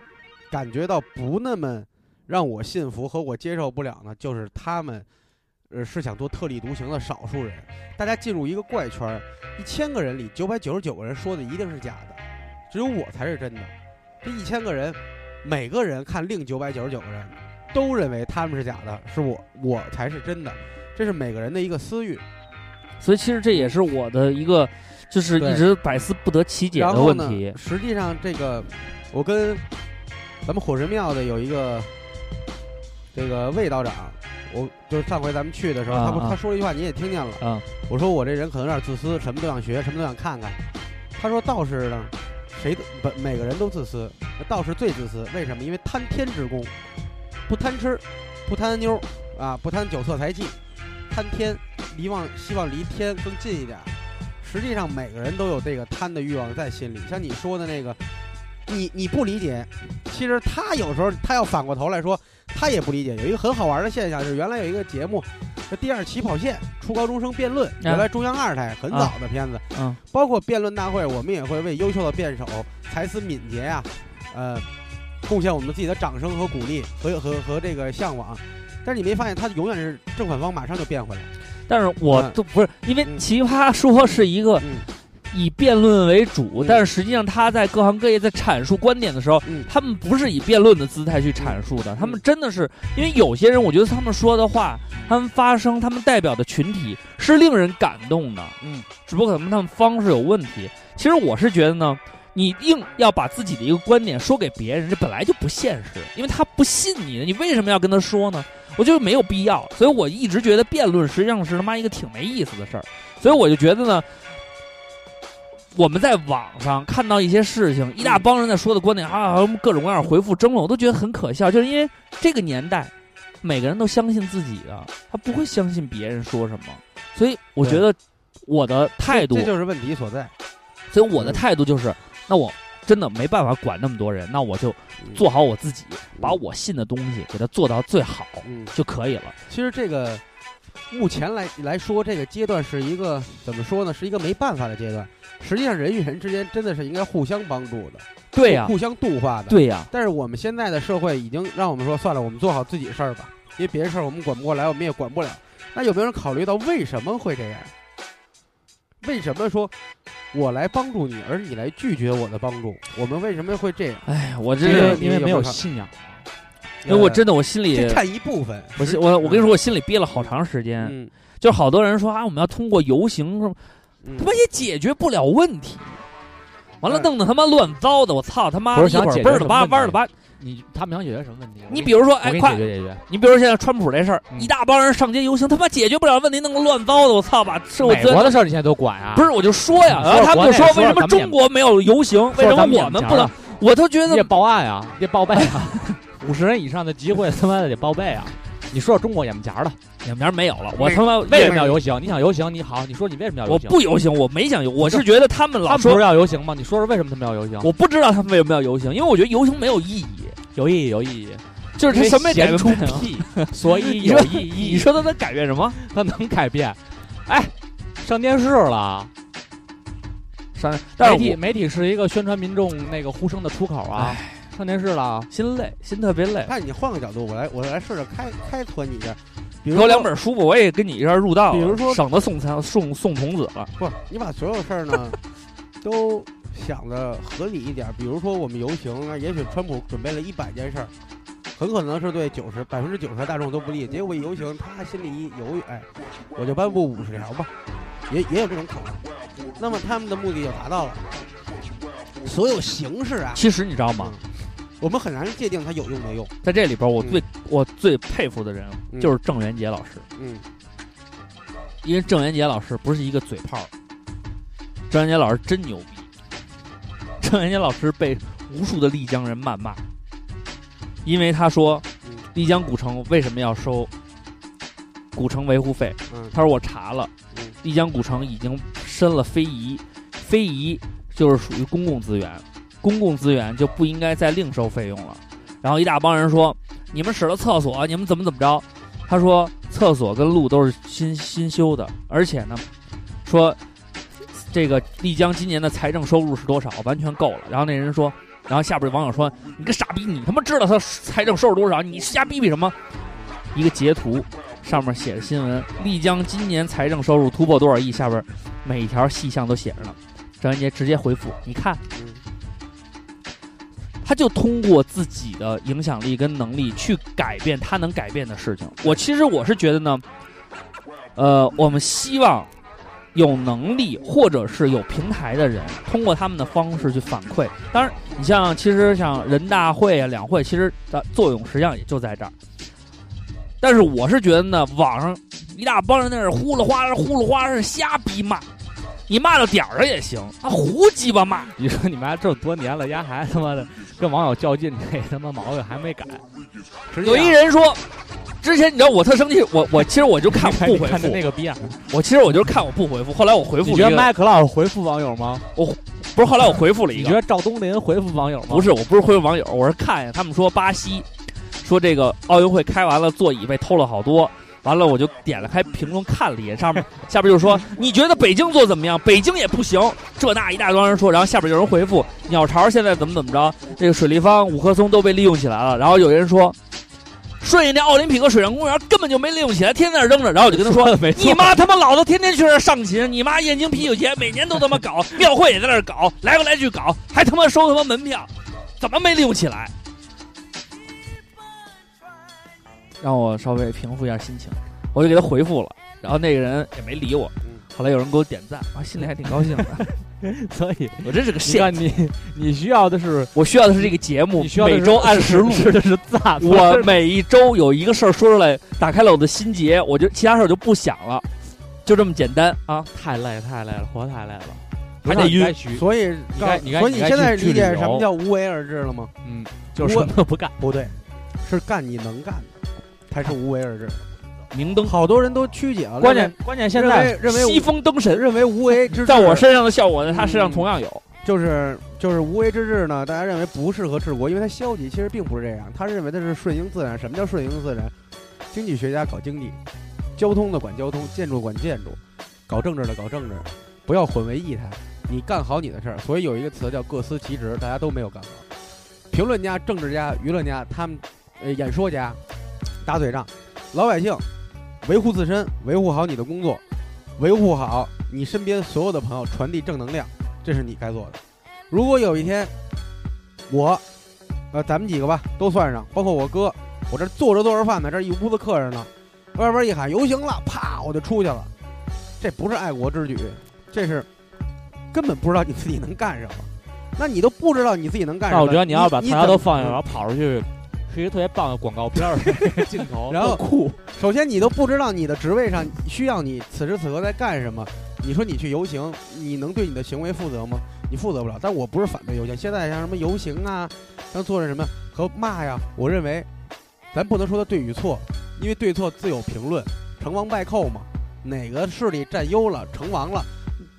Speaker 4: 感觉到不那么让我信服和我接受不了呢，就是他们呃是想做特立独行的少数人。大家进入一个怪圈儿，一千个人里九百九十九个人说的一定是假的，只有我才是真的。这一千个人，每个人看另九百九十九个人，都认为他们是假的，是我我才是真的。这是每个人的一个私欲。
Speaker 2: 所以其实这也是我的一个，就是
Speaker 4: 对
Speaker 2: 一直百思不得其解
Speaker 4: 然
Speaker 2: 的
Speaker 4: 后
Speaker 2: 问
Speaker 4: 呢，
Speaker 2: 题。
Speaker 4: 实际上，这个我跟咱们火神庙的有一个这个魏道长，我就是上回咱们去的时候，
Speaker 2: 啊
Speaker 4: 他不
Speaker 2: 啊
Speaker 4: 他说了一句话，你也听见了。
Speaker 2: 嗯
Speaker 4: 我说我这人可能有点自私，什么都想学，什么都想看看。他说道士呢，谁都不每个人都自私，道士最自私，为什么？因为贪天之功，不贪吃，不贪妞儿啊，不贪酒色财气，贪天，离望希望离天更近一点儿。实际上每个人都有这个贪的欲望在心里，像你说的那个，你你不理解，其实他有时候他要反过头来说，他也不理解。有一个很好玩的现象是，原来有一个节目，这第二起跑线初高中生辩论，原来中央二台很早的片子，
Speaker 2: 嗯，
Speaker 4: 包括辩论大会，我们也会为优秀的辩手才思敏捷呀、呃，贡献我们自己的掌声和鼓励和和和这个向往。但是你没发现，他永远是正反方，马上就变回来。
Speaker 2: 但是我
Speaker 4: 嗯
Speaker 2: 都不是因为
Speaker 4: 嗯
Speaker 2: 奇葩说是一个
Speaker 4: 嗯，
Speaker 2: 以辩论为主，
Speaker 4: 嗯
Speaker 2: 但是实际上他在各行各业在阐述观点的时候，
Speaker 4: 嗯
Speaker 2: 他们不是以辩论的姿态去阐述的，他们真的是因为有些人，我觉得他们说的话，他们发声，他们代表的群体是令人感动的，
Speaker 3: 嗯，
Speaker 2: 只不过可能他们方式有问题。其实我是觉得呢，你硬要把自己的一个观点说给别人，这本来就不现实，因为他不信你的，你为什么要跟他说呢？我觉得没有必要，所以我一直觉得辩论实际上是他妈一个挺没意思的事儿，所以我就觉得呢，我们在网上看到一些事情，一大帮人在说的观点啊，什么各种各样的回复争论，我都觉得很可笑，就是因为这个年代，每个人都相信自己的，他不会相信别人说什么，所以我觉得我的态度
Speaker 4: 这，就是嗯问题所在。
Speaker 2: 所以我的态度就是，那我真的没办法管那么多人，那我就
Speaker 4: 嗯
Speaker 2: 做好我自己，把我信的东西给它做到最好
Speaker 4: 嗯，
Speaker 2: 就可以了。
Speaker 4: 其实这个目前来来说，这个阶段是一个怎么说呢？是一个没办法的阶段。实际上，人与人之间真的是应该互相帮助的，
Speaker 2: 对呀、
Speaker 4: 互相度化的。。
Speaker 2: 对呀、
Speaker 4: 但是我们现在的社会已经让我们说，算了，我们做好自己事儿吧，因为别的事儿我们管不过来，我们也管不了。那有没有人考虑到为什么会这样？为什么说我来帮助你，而你来拒绝我的帮助？我们为什么会这样？
Speaker 2: 哎，我
Speaker 3: 因
Speaker 2: 这
Speaker 3: 为
Speaker 2: 个
Speaker 4: 这，
Speaker 3: 因为没有
Speaker 4: 你有没有
Speaker 3: 信仰，
Speaker 2: 因哎为我真的我心里
Speaker 4: 这，呃占一部分。
Speaker 2: 我心我我跟你说，我心里憋了好长时间。
Speaker 4: 嗯，
Speaker 2: 就好多人说啊，我们要通过游行什么，
Speaker 4: 嗯
Speaker 2: 他妈也解决不了问题。完了，
Speaker 4: 嗯
Speaker 2: 弄得他妈乱糟的，我操他妈！
Speaker 3: 不是
Speaker 2: 一
Speaker 3: 想
Speaker 2: 会儿
Speaker 3: 解决
Speaker 2: 倍儿
Speaker 3: 什
Speaker 2: 的
Speaker 3: 么
Speaker 2: 吧，
Speaker 3: 问
Speaker 2: 弯儿的
Speaker 3: 题
Speaker 2: 吧。
Speaker 3: 你他们想解决什么问题？
Speaker 2: 你比如说，
Speaker 3: 我
Speaker 2: 哎，
Speaker 3: 给你
Speaker 2: 快
Speaker 3: 解，决解决，
Speaker 2: 你比如说现在川普这事儿，
Speaker 3: 嗯
Speaker 2: 一大帮人上街游行，他妈解决不了问题，弄得乱糟的，我操！把社会
Speaker 3: 美
Speaker 2: 资源
Speaker 3: 国的事儿你现在都管啊？
Speaker 2: 不是，我就说呀，
Speaker 3: 你说
Speaker 2: 然后他们就
Speaker 3: 国内
Speaker 2: 为什
Speaker 3: 说
Speaker 2: 么
Speaker 3: 咱们也
Speaker 2: 中国没有游行，为什
Speaker 3: 说咱
Speaker 2: 么
Speaker 3: 们
Speaker 2: 我
Speaker 3: 眼
Speaker 2: 们
Speaker 3: 前
Speaker 2: 不能
Speaker 3: 了？
Speaker 2: 我都觉
Speaker 3: 你
Speaker 2: 得
Speaker 3: 得报案啊，你得报备啊，五十人以上的集会他妈的得报备啊！你说说中国眼巴前的，
Speaker 2: 你们家没有了，我他妈
Speaker 3: 为什么要游行？你想游行，你好，你说你为什么要
Speaker 2: 我
Speaker 3: 游行？
Speaker 2: 不游行，我没想游，我是觉得他们
Speaker 3: 他
Speaker 2: 老
Speaker 3: 们不是
Speaker 2: 说，
Speaker 3: 要游行吗？你说说为什么他们要游行？
Speaker 2: 我不知道他们为什么要游行，因为我觉得游行没有意义，
Speaker 3: 有意义，有意义，
Speaker 2: 就是他什么也改
Speaker 3: 闲
Speaker 2: 变
Speaker 3: 出
Speaker 2: 不了。
Speaker 3: 屁，所以有意义。
Speaker 2: 你说他能改变什么？
Speaker 3: 他能改变？哎，上电视了。
Speaker 2: 上，但
Speaker 3: 媒
Speaker 2: 是
Speaker 3: 体
Speaker 2: 我
Speaker 3: 媒体是一个宣传民众那个呼声的出口啊，
Speaker 2: 哎
Speaker 3: 上电视了，
Speaker 2: 心累，心特别累。
Speaker 4: 看你换个角度，我来我来试试开开拓你一下，比
Speaker 2: 给
Speaker 4: 如
Speaker 2: 我
Speaker 4: 说
Speaker 2: 两，本书吧，我也跟你一样入道了，
Speaker 4: 比如说
Speaker 2: 省得送餐送送童子了。
Speaker 4: 不，你把所有事儿呢都想的合理一点。比如说我们游行啊，也许川普准备了一百件事儿，很可能是对九十百分之九十的大众都不利，结果一游行他心里一犹豫，哎，我就颁布五十条吧，也也有这种可能。那么他们的目的就达到了。所有形式啊，
Speaker 2: 其实你知道吗？
Speaker 4: 我们很难界定它有用没用。
Speaker 2: 在这里边，我最我最佩服的人啊
Speaker 4: 嗯
Speaker 2: 就是郑渊洁老师。
Speaker 4: 嗯
Speaker 2: 因为郑渊洁老师不是一个嘴炮儿，郑渊洁老师真牛逼。郑渊洁老师被无数的丽江人谩骂，因为他说
Speaker 4: 嗯
Speaker 2: 丽江古城为什么要收古城维护费？
Speaker 4: 嗯
Speaker 2: 他说我查了，
Speaker 4: 嗯
Speaker 2: 丽江古城已经申了非遗，非遗就是属于公共资源，公共资源就不应该再另收费用了。然后一大帮人说，你们使了厕所，你们怎么怎么着？他说厕所跟路都是新新修的，而且呢，说这个丽江今年的财政收入是多少，完全够了。然后那人说，然后下边网友说，你个傻逼，你他妈知道他财政收入多少？你瞎逼逼什么？一个截图，上面写着新闻：丽江今年财政收入突破多少亿？下边每一条细项都写着呢。张文杰直接回复：“你看，
Speaker 4: 嗯
Speaker 2: 他就通过自己的影响力跟能力去改变他能改变的事情。我其实我是觉得呢，呃，我们希望有能力或者是有平台的人，通过他们的方式去反馈。当然，你像其实像人大会啊、两会，其实的作用实际上也就在这儿。但是我是觉得呢，网上一大帮人在那儿呼噜哗啦、呼噜哗啦瞎逼骂，你骂到点儿上也行，啊，胡鸡巴骂。
Speaker 3: 你说你妈这么多年了，丫还他妈的跟网友较劲，这他妈毛病还没改。
Speaker 4: 实际
Speaker 2: 有一
Speaker 4: 上
Speaker 2: 人说，之前你知道我特生气，我我其实我就看我
Speaker 3: 看
Speaker 2: 不
Speaker 3: 你
Speaker 2: 回
Speaker 3: 看他
Speaker 2: 复，
Speaker 3: 那个逼样，
Speaker 2: 我其实我就是看我不回复。后来我回复
Speaker 3: 你
Speaker 2: 一
Speaker 3: 觉得
Speaker 2: 个，
Speaker 3: 麦克老师回复网友吗？
Speaker 2: 不是后来我回复了一
Speaker 3: 你
Speaker 2: 个
Speaker 3: 觉，得赵东林回复网友吗？
Speaker 2: 不是，我不是回复网友，我是看见他们说巴西，说这个奥运会开完了，座椅被偷了好多。完了，我就点了开评论看了一眼，上面下边就说你觉得北京做怎么样？北京也不行，这那一大帮人说，然后下边有人回复鸟巢现在怎么怎么着，这个水立方、五棵松都被利用起来了。然后有人说，顺义那奥林匹克水上公园根本就没利用起来，天天在那儿扔着。然后我就跟他说：“
Speaker 3: 没错
Speaker 2: 你妈他妈老子天天去那儿上琴，你妈燕京啤酒节每年都他妈搞，庙会也在那儿搞，来回来去搞，还他妈收他妈门票，怎么没利用起来？”让我稍微平复一下心情，我就给他回复了，然后那个人也没理我
Speaker 4: 嗯。
Speaker 2: 后来有人给我点赞，我心里还挺高兴 的。
Speaker 3: 所以
Speaker 2: 我真是个
Speaker 3: 你
Speaker 2: 线，
Speaker 3: 看你你需要的是
Speaker 2: 我需要的是这个节目
Speaker 3: 你需要的
Speaker 2: 每
Speaker 3: 是
Speaker 2: 周按时录。
Speaker 3: 是的是赞，
Speaker 2: 我每一周有一个事儿说出来，打开了我的心结，我就其他事儿我就不想了，就这么简单啊！
Speaker 3: 太累太累了，活太累了，
Speaker 2: 还得晕
Speaker 3: 不让你该虚
Speaker 4: 所以告，
Speaker 3: 该你该
Speaker 4: 所以
Speaker 3: 你
Speaker 4: 你
Speaker 3: 该
Speaker 4: 现
Speaker 3: 去
Speaker 4: 在
Speaker 3: 去
Speaker 4: 理
Speaker 3: 旅
Speaker 4: 解什
Speaker 3: 游
Speaker 4: 么叫无为而治了吗？
Speaker 3: 嗯，就是
Speaker 4: 我
Speaker 3: 什么都不干。
Speaker 4: 不对，是干你能干的，才是无为而治。
Speaker 2: 明灯
Speaker 4: 好多人都曲解了，
Speaker 3: 关键关键现
Speaker 4: 认
Speaker 3: 在
Speaker 4: 为认为认
Speaker 2: 西
Speaker 4: 为
Speaker 2: 风灯
Speaker 4: 无
Speaker 2: 神，
Speaker 4: 认为无为之治，
Speaker 2: 在我身上的效果呢，他身上
Speaker 4: 嗯
Speaker 2: 同样有。
Speaker 4: 就是就是无为之治呢，大家认为不适合治国，因为它消极，其实并不是这样。他认为的是顺应自然。什么叫顺应自然？经济学家搞经济，交通的管交通，建筑管建筑，搞政治的搞政治，不要混为一谈。你干好你的事儿，所以有一个词叫各司其职，大家都没有干好。评论家、政治家、舆论家，他们呃演说家打嘴仗，老百姓维护自身，维护好你的工作，维护好你身边所有的朋友，传递正能量，这是你该做的。如果有一天，我，呃，咱们几个吧，都算上，包括我哥，我这做着做着饭呢，这一屋子客人呢，外边一喊游行了，啪，我就出去了。这不是爱国之举，这是根本不知道你自己能干什么。那你都不知道你自己能干什
Speaker 3: 那
Speaker 4: 么？
Speaker 3: 我觉得你要是把
Speaker 4: 你
Speaker 3: 大家都
Speaker 4: 怎么
Speaker 3: 放下，然后跑出去，是一个特别棒的广 告片儿的镜头，
Speaker 4: 然后
Speaker 3: 特酷。
Speaker 4: 首先，你都不知道你的职位上需要你此时此刻在干什么。你说你去游行，你能对你的行为负责吗？你负责不了。但我不是反对游行，现在像什么游行啊，像做着什么和骂呀，我认为咱不能说它对与错，因为对错自有评论，成王败寇嘛。哪个势力占优了，成王了，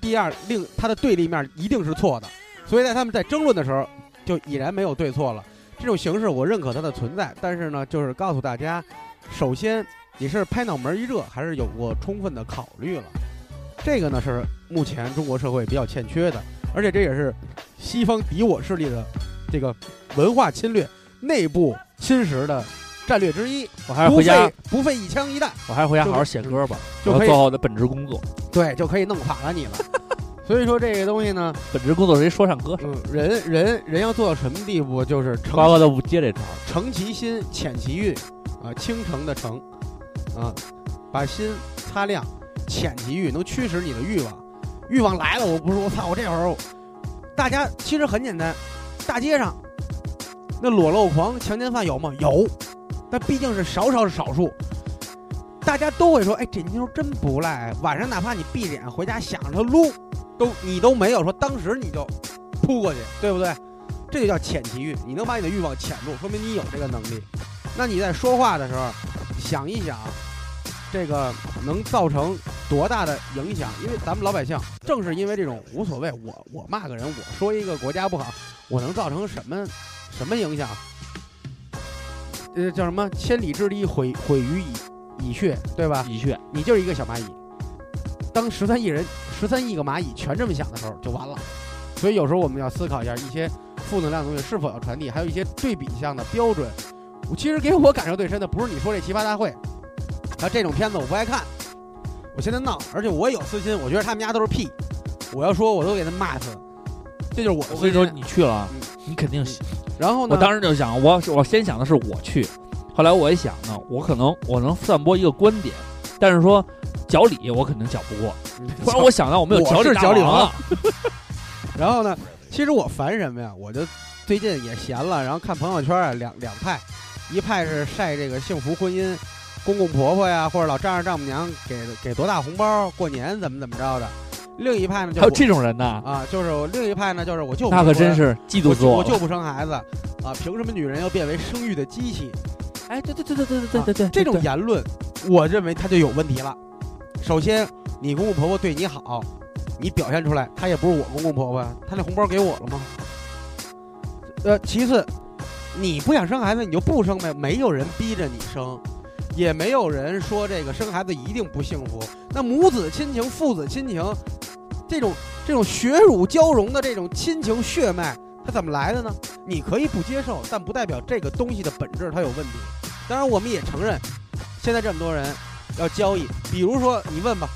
Speaker 4: 第二另他的对立面一定是错的。所以在他们在争论的时候，就已然没有对错了。这种形式我认可它的存在，但是呢，就是告诉大家，首先你是拍脑门一热，还是有过充分的考虑了？这个呢是目前中国社会比较欠缺的，而且这也是西方敌我势力的这个文化侵略、内部侵蚀的战略之一。
Speaker 2: 我还是
Speaker 4: 不
Speaker 2: 回家
Speaker 4: 费，不费一枪一弹，
Speaker 2: 我还是回家好好写歌吧，我要
Speaker 4: 就可以
Speaker 2: 做好我的本职工作。
Speaker 4: 对，就可以弄垮了你了。 所以说这个东西呢，
Speaker 2: 本职工作是一说唱歌手。
Speaker 4: 嗯，人人人要做到什么地步，就是成
Speaker 3: 瓜哥都不接这招，
Speaker 4: 诚其心，潜其运，啊，倾城的城，啊，把心擦亮，潜其欲，能驱使你的欲望。欲望来了，我不是我操，我这会儿我，大家其实很简单，大街上那裸露狂、强奸犯有吗？有，但毕竟是少少少数。大家都会说，哎，这妞真不赖。晚上哪怕你闭着眼回家想着她撸，都你都没有说当时你就扑过去，对不对？这就叫潜其欲，你能把你的欲望潜住，说明你有这个能力。那你在说话的时候，想一想，这个能造成多大的影响？因为咱们老百姓正是因为这种无所谓，我我骂个人，我说一个国家不好，我能造成什么什么影响？呃，叫什么？千里之堤毁毁于蚁蚁穴，对
Speaker 2: 啊
Speaker 4: 吧？
Speaker 3: 的确，
Speaker 4: 你就是一个小蚂蚁。当十三亿人、十三亿个蚂蚁全这么想的时候，就完了。所以有时候我们要思考一下，一些负能量的东西是否要传递，还有一些对比项的标准。我其实给我感受最深的，不是你说这奇葩大会，啊，这种片子我不爱看，我现在闹，而且我有私心，我觉得他们家都是屁，我要说我都给他们骂死，这就是我的
Speaker 2: 我
Speaker 4: 私
Speaker 2: 跟你说，
Speaker 4: 心。
Speaker 2: 你去了啊
Speaker 4: 嗯，
Speaker 2: 你肯定喜。
Speaker 4: 然后呢？
Speaker 2: 我当时就想，我我先想的是我去，后来我一想呢，我可能我能散播一个观点，但是说脚理我肯定搅不过，突然我想到我们有
Speaker 4: 我
Speaker 2: 脚理
Speaker 4: 是
Speaker 2: 大
Speaker 4: 脚理
Speaker 2: 王啊
Speaker 4: 王
Speaker 2: 了，
Speaker 4: 然后呢，其实我烦什么呀？我就最近也闲了，然后看朋友圈啊，两两派，一派是晒这个幸福婚姻，公公婆婆呀，或者老丈人丈母娘给给多大红包，过年怎么怎么着的；另一派呢，就
Speaker 2: 还有
Speaker 4: 我
Speaker 2: 这种人呢，
Speaker 4: 啊，就是我另一派呢，就是我就不
Speaker 2: 那可
Speaker 4: 结
Speaker 2: 真
Speaker 4: 婚
Speaker 2: 是嫉妒
Speaker 4: 我
Speaker 2: 死
Speaker 4: 就我
Speaker 2: 了
Speaker 4: 就。不生孩子啊，凭什么女人要变为生育的机器？
Speaker 2: 哎，对对对对对对对对，
Speaker 4: 这种
Speaker 2: 对
Speaker 4: 言论，我认为他就有问题了。首先，你公公婆婆对你好，你表现出来，他也不是我公公婆婆，他那红包给我了吗？呃，其次，你不想生孩子，你就不生呗，没有人逼着你生，也没有人说这个生孩子一定不幸福。那母子亲情、父子亲情，这种这种血乳交融的这种亲情血脉，它怎么来的呢？你可以不接受，但不代表这个东西的本质它有问题。当然，我们也承认，现在这么多人要交易，比如说你问吧，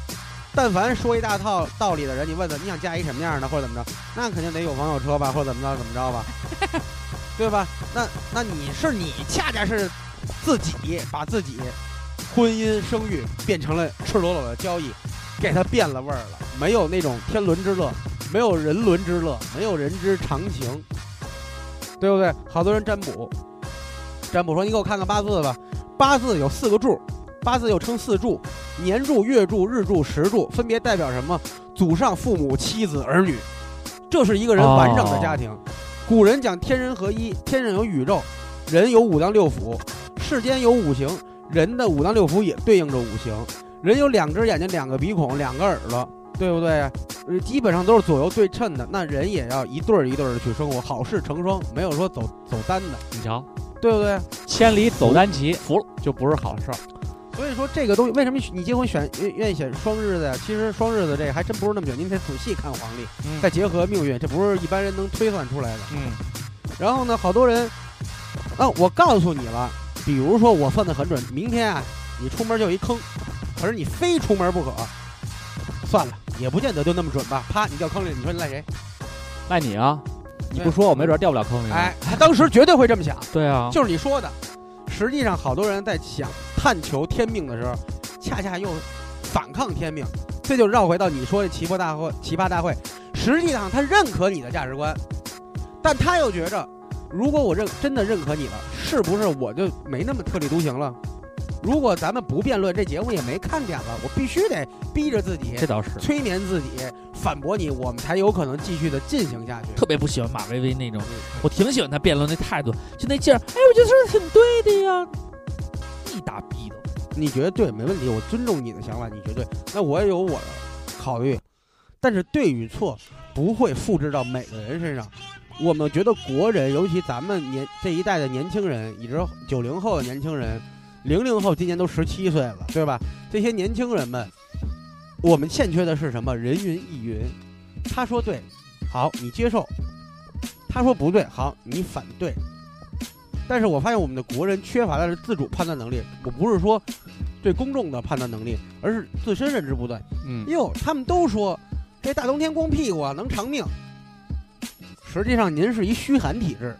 Speaker 4: 但凡说一大套道理的人，你问他你想嫁一什么样的或者怎么着，那肯定得有房有车吧，或者怎么着怎么着吧，对吧？那那你是你恰恰是自己把自己婚姻生育变成了赤裸裸的交易，给它变了味儿了，没有那种天伦之乐，没有人伦之乐，没有人之常情，对不对？好多人占卜，占卜说你给我看看八字吧，八字有四个柱，八字又称四柱，年柱、月柱、日柱、时柱，分别代表什么？祖上、父母、妻子、儿女，这是一个人完整的家庭。古人讲天人合一，天上有宇宙，人有五脏六腑，世间有五行，人的五脏六腑也对应着五行。人有两只眼睛、两个鼻孔、两个耳朵，对不对？呃基本上都是左右对称的。那人也要一对儿一对儿的去生活，好事成双，没有说走走单的，
Speaker 3: 你瞧，
Speaker 4: 对不对？
Speaker 3: 千里走单骑，
Speaker 2: 服了，
Speaker 3: 就不是好事儿。
Speaker 4: 所以说这个东西，为什么你结婚选愿愿意选双日子呀？其实双日子这个还真不是那么准，您得仔细看黄历，
Speaker 3: 嗯
Speaker 4: 再结合命运，这不是一般人能推算出来的。
Speaker 3: 嗯，
Speaker 4: 然后呢，好多人，啊，我告诉你了，比如说我算的很准，明天啊，你出门就有一坑，可是你非出门不可，算了，也不见得就那么准吧。啪，你掉坑里，你说你赖谁？
Speaker 3: 赖你啊！你
Speaker 4: 对
Speaker 3: 不说，我没准儿掉不了坑里。
Speaker 4: 哎，，他当时绝对会这么想。
Speaker 3: 对啊，
Speaker 4: 就是你说的，实际上好多人在想探求天命的时候，恰恰又反抗天命，这就绕回到你说的奇葩大会。奇葩大会，实际上他认可你的价值观，但他又觉着，如果我认真的认可你了，是不是我就没那么特立独行了？如果咱们不辩论，这节目也没看点了，我必须得逼着自己
Speaker 2: 这，倒是
Speaker 4: 催眠自己，反驳你，我们才有可能继续的进行下去。
Speaker 2: 特别不喜欢马薇薇那种，我挺喜欢她辩论那态度，就那劲儿，哎，我觉得说的挺对的呀，一大逼的。
Speaker 4: 你觉得对没问题，我尊重你的想法，你绝对。那我也有我的考虑，但是对与错不会复制到每个人身上。我们觉得国人，尤其咱们年这一代的年轻人，以及九零后的年轻人，零零后今年都十七岁了，对吧？这些年轻人们，我们欠缺的是什么？人云亦云。他说对，好，你接受；他说不对，好，你反对。但是我发现我们的国人缺乏的是自主判断能力。我不是说对公众的判断能力，而是自身认知不对。
Speaker 3: 嗯，
Speaker 4: 哟，他们都说这大冬天光屁股啊能长命，实际上您是一虚寒体质，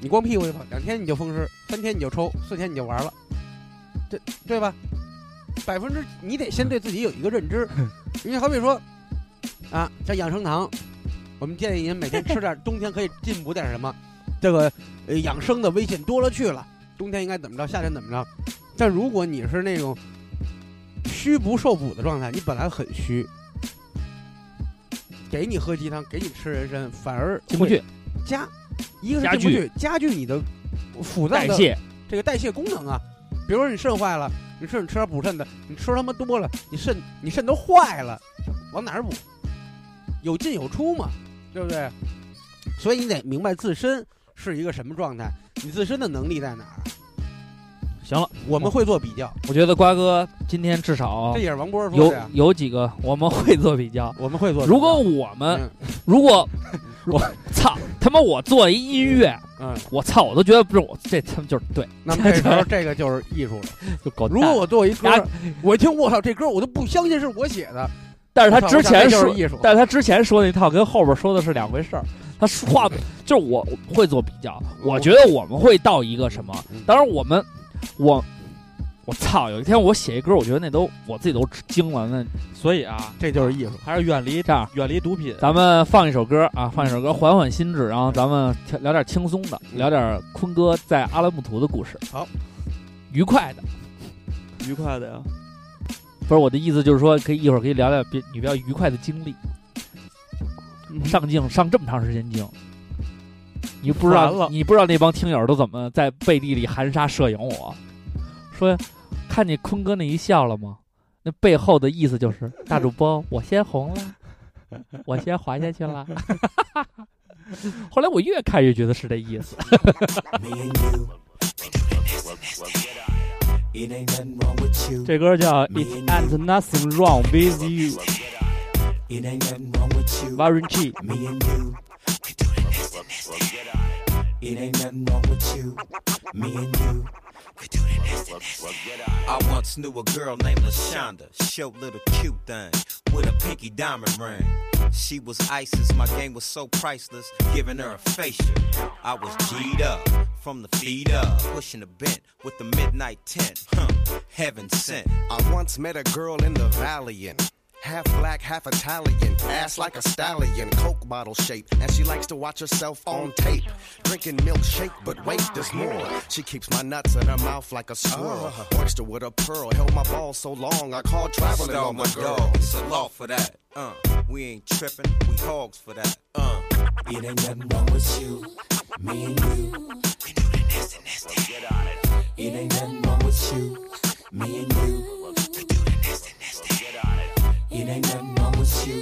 Speaker 4: 你光屁股就跑，两天你就风湿，三天你就抽，四天你就玩了，这对吧？百分之你得先对自己有一个认知，你好比说啊，像养生堂，我们建议您每天吃点，冬天可以进补点什么，这个呃养生的微信多了去了，冬天应该怎么着，夏天怎么着。但如果你是那种虚不受补的状态，你本来很虚，给你喝鸡汤，给你吃人参，反而
Speaker 2: 进不
Speaker 4: 会
Speaker 2: 去，
Speaker 4: 加，一个
Speaker 2: 加
Speaker 4: 是进不
Speaker 2: 剧
Speaker 4: 去，加剧你的腹
Speaker 2: 代
Speaker 4: 脏的
Speaker 2: 谢
Speaker 4: 这个代谢功能啊。比如说你肾坏了，你吃你吃点补肾的，你吃他妈多了，你肾你肾都坏了，往哪儿补？有进有出嘛，对不对？所以你得明白自身是一个什么状态，你自身的能力在哪儿。啊
Speaker 2: 行了，
Speaker 4: 我们会做比较，
Speaker 2: 我觉得瓜哥今天至少
Speaker 4: 这也是王波说
Speaker 2: 有
Speaker 4: 的呀。
Speaker 2: 有几个我们会做比较。
Speaker 4: 我们会做比较。
Speaker 2: 如果我们
Speaker 4: 嗯
Speaker 2: 如果我操他妈我做一音乐，
Speaker 4: 嗯，
Speaker 2: 我操我都觉得不是我这他妈就是对，
Speaker 4: 那么这时候这个就是艺术了。
Speaker 2: 就狗蛋。
Speaker 4: 如果我做一歌
Speaker 2: 然后，
Speaker 4: 我一听我操这歌我都不相信是我写的，
Speaker 2: 但是他之前
Speaker 4: 我操我想这
Speaker 2: 说
Speaker 4: 就是艺术，
Speaker 2: 但是他之前说那套跟后边说的是两回事儿。他说话就是我我会做比较，我觉得我们会到一个什么？
Speaker 4: 嗯
Speaker 2: 当然我们我我操，有一天我写一歌，我觉得那都我自己都惊了。那
Speaker 3: 所以啊，
Speaker 4: 这就是艺术。
Speaker 3: 还是远离
Speaker 2: 这样，
Speaker 3: 远离毒品。
Speaker 2: 咱们放一首歌啊，放一首歌缓缓心智，然后咱们聊聊点轻松的，聊点坤哥在阿拉木图的故事。
Speaker 4: 好，
Speaker 2: 愉快的，
Speaker 5: 愉快的呀。
Speaker 2: 不是我的意思，就是说可以一会儿可以聊聊别你比较愉快的经历。
Speaker 3: 嗯
Speaker 2: 上镜上这么长时间镜，你不知
Speaker 3: 烦了
Speaker 2: 道你不知道那帮听友都怎么在背地里含沙射影我，说看见坤哥那一笑了吗？那背后的意思就是 大主播我先红了，我先滑下去了。 后来我越看越觉得是这意思。
Speaker 6: Me and you. It ain't nothing wrong with you.
Speaker 3: 这歌叫《It Ain't Nothing Wrong with You》
Speaker 6: It ain't nothing wrong with you.
Speaker 3: ，Warren G。
Speaker 6: Me and you. It ain't nothing wrong with you. Me and you. We do the this and this.
Speaker 7: I once knew a girl named LaShonda, short little cute thing, with a pinky diamond ring. She was ISIS, my game was so priceless, giving her a facial. I was G'd up, from the feet up, pushing a bent with the midnight tent, huh, heaven sent.
Speaker 8: I once met a girl in the valley and half black, half Italian, ass like a stallion, coke bottle shape, and she likes to watch herself on tape, drinking milkshake. But wait, there's more. She keeps my nuts in her mouth like a squirrel, oyster with a pearl. Held my ball so long, I called traveling
Speaker 7: Star
Speaker 8: on
Speaker 7: my
Speaker 8: the
Speaker 7: dog,
Speaker 8: girl.
Speaker 7: it's a law for that, uh, we ain't tripping, we hogs for that, uh.
Speaker 6: It ain't nothing wrong with you. Me and you. We do the this and this. Get on it. It ain't nothing wrong with you. Me and you. We do the this and this. Get on it. It ain't nothing wrong with you.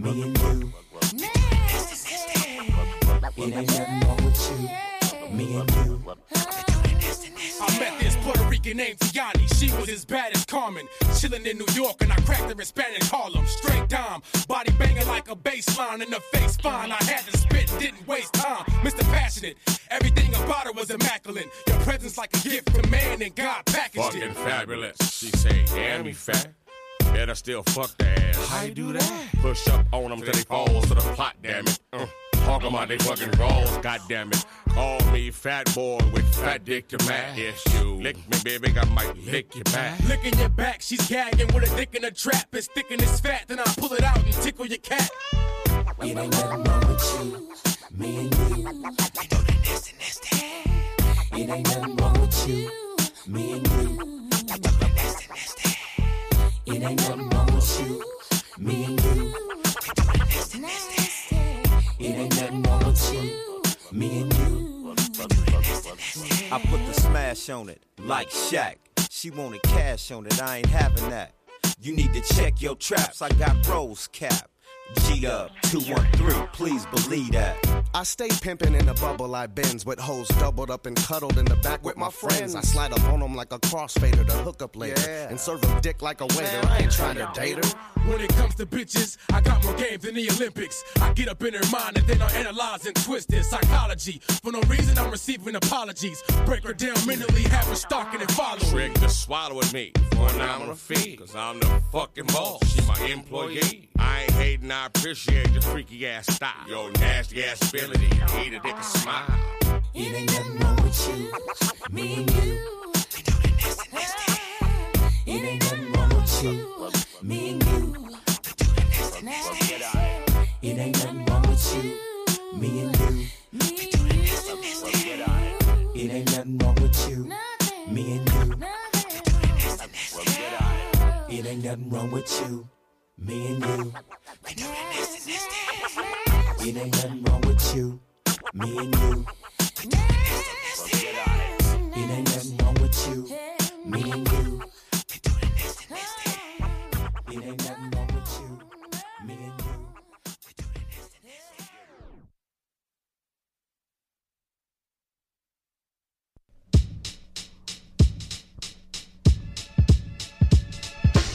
Speaker 6: Me and you. We do the this and this. It ain't nothing wrong with you. Me and you. We do the this and this.
Speaker 9: I met this Puerto Rican named Tiani. She was as bad as Carmen. Chillin' in New York, and I cracked her in Spanish Harlem. Straight dime, body banging like a baseline in the face fine. I had to spit, didn't waste time. Mr. Passionate, everything about her was immaculate. Your presence like a gift to man, and God packaged
Speaker 10: Fucking
Speaker 9: it.
Speaker 10: fabulous. She say, damn, he fat. Better still fuck the ass. How you do that? Push up on them till they fall to the plot, damn it. Uh, talk about they fucking balls, god damn it. Call me fat boy with fat dick to match. Yes, you. Lick me, baby, I might lick your back.
Speaker 9: Licking your back, she's gagging with a dick in a trap. It's thick and it's fat, then I pull it out and tickle your cat.
Speaker 6: It ain't nothing wrong with you, me and you. We do the this and this thing. It ain't nothing wrong with you, me and you. We do the this and this thing. It ain't nothing wrong with you, me and you. We do the this and this thing. It ain't nothing wrong with you, me and you. We do the this and this thing.
Speaker 7: I put the smash on it, like Shaq. She wanted cash on it, I ain't having that. You need to check your traps, I got Rose Cap. G up 213, please believe that.
Speaker 8: I stay pimping in the bubble. I bends with hoes doubled up and cuddled in the back with my friends. I slide up on them like a crossfader to hook up later and serve them dick like a waiter. I ain't trying to date her.
Speaker 9: When it comes to bitches, I got more games than the Olympics. I get up in her mind and then I analyze and twist it. Psychology. For no reason, I'm receiving apologies. Break her down mentally, have her stalking and following.
Speaker 10: Trick to swallow with me for an hour of fee. Cause I'm the fucking boss. She my employee. I ain't hating, I appreciate your freaky ass style. Your nasty ass ability. Eat a dick and smile.
Speaker 6: It ain't nothing wrong with you, me and you. We do the this and this thing. It ain't nothing wrong with you, me and you. We do the this and this thing. It ain't nothing wrong with you, me and you. We do the this and this thing.
Speaker 7: It
Speaker 6: It
Speaker 7: ain't nothing wrong with you,
Speaker 6: ain't me
Speaker 7: me and you.
Speaker 6: We do the this and this thing.
Speaker 7: It ain't nothing wrong with you, me and you.
Speaker 6: We do the this and this thing.
Speaker 7: It ain't nothing wrong with you, me and you.
Speaker 6: We do the this and this thing.
Speaker 7: It ain't nothing wrong with you, me and you.
Speaker 6: We do the this and this thing. We do
Speaker 7: It ain't nothing wrong with you, me and you.
Speaker 6: the this and this thing.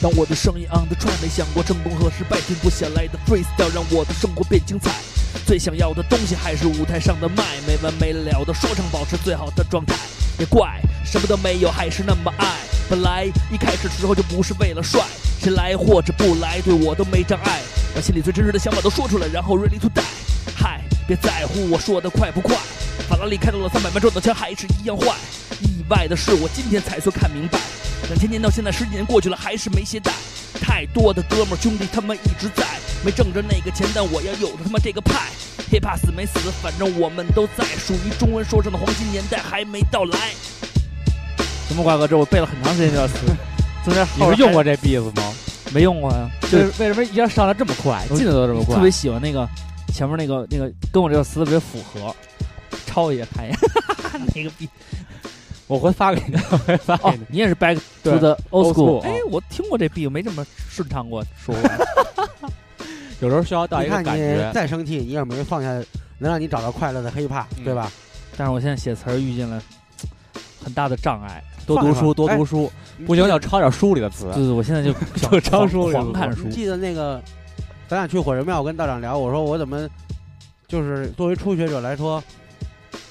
Speaker 2: 当我的声音 on the track，没想过成功和失败，停不下来的 freestyle 让我的生活变精彩。最想要的东西还是舞台上的麦，没完没了的说唱，保持最好的状态。也怪什么都没有，还是那么爱。本来一开始时候就不是为了帅，谁来或者不来，对我都没障碍。把心里最真实的想法都说出来，然后 ready to die。嗨，别在乎我说的快不快。法拉利开到了三百迈，撞到墙还是一样坏。意外的是，我今天才算看明白，两千年到现在十几年过去了，还是没懈怠。太多的哥们儿兄弟他们一直在，没挣着那个钱，但我要有着他妈这个派。hiphop 死没死，反正我们都在，属于中文说唱的黄金年代还没到来。
Speaker 3: 什么瓜哥？这我背了很长时间这 个词，
Speaker 2: 中间
Speaker 3: 你
Speaker 2: 后
Speaker 3: 是
Speaker 2: 边
Speaker 3: 用过这 b e a 吗？
Speaker 2: 没用过啊呀？
Speaker 3: 为为什么一下上来这么快，
Speaker 2: 我
Speaker 3: 进的都这么快？
Speaker 2: 特别喜欢那个前面那个那个跟我这个词特别符合，抄一下看一下， 那个逼
Speaker 3: 我会发给你，我会发
Speaker 2: 哦
Speaker 3: 给你。，
Speaker 2: 你也是 back to
Speaker 3: 对
Speaker 2: the old school？
Speaker 3: old school，
Speaker 2: 哎
Speaker 3: 啊，
Speaker 2: 我听过这 B，没这么顺畅过说过。
Speaker 3: 有时候需要到
Speaker 4: 你
Speaker 3: 一个
Speaker 4: 看
Speaker 3: 感
Speaker 4: 你
Speaker 3: 觉，
Speaker 4: 再生气，你也没放下能让你找到快乐的黑怕，
Speaker 3: 嗯
Speaker 4: 对吧？
Speaker 2: 但是我现在写词儿遇见了很大的障碍，
Speaker 3: 多读书，
Speaker 4: 放
Speaker 3: 多
Speaker 4: 下
Speaker 3: 读书，嗯不行就抄点书里的词
Speaker 2: 就。是我现 在就想
Speaker 3: 就抄书里
Speaker 2: 狂
Speaker 3: 了
Speaker 2: 看书
Speaker 4: 你，记得那个，咱俩去火神庙，我跟道长聊，我说我怎么就是作为初学者来说，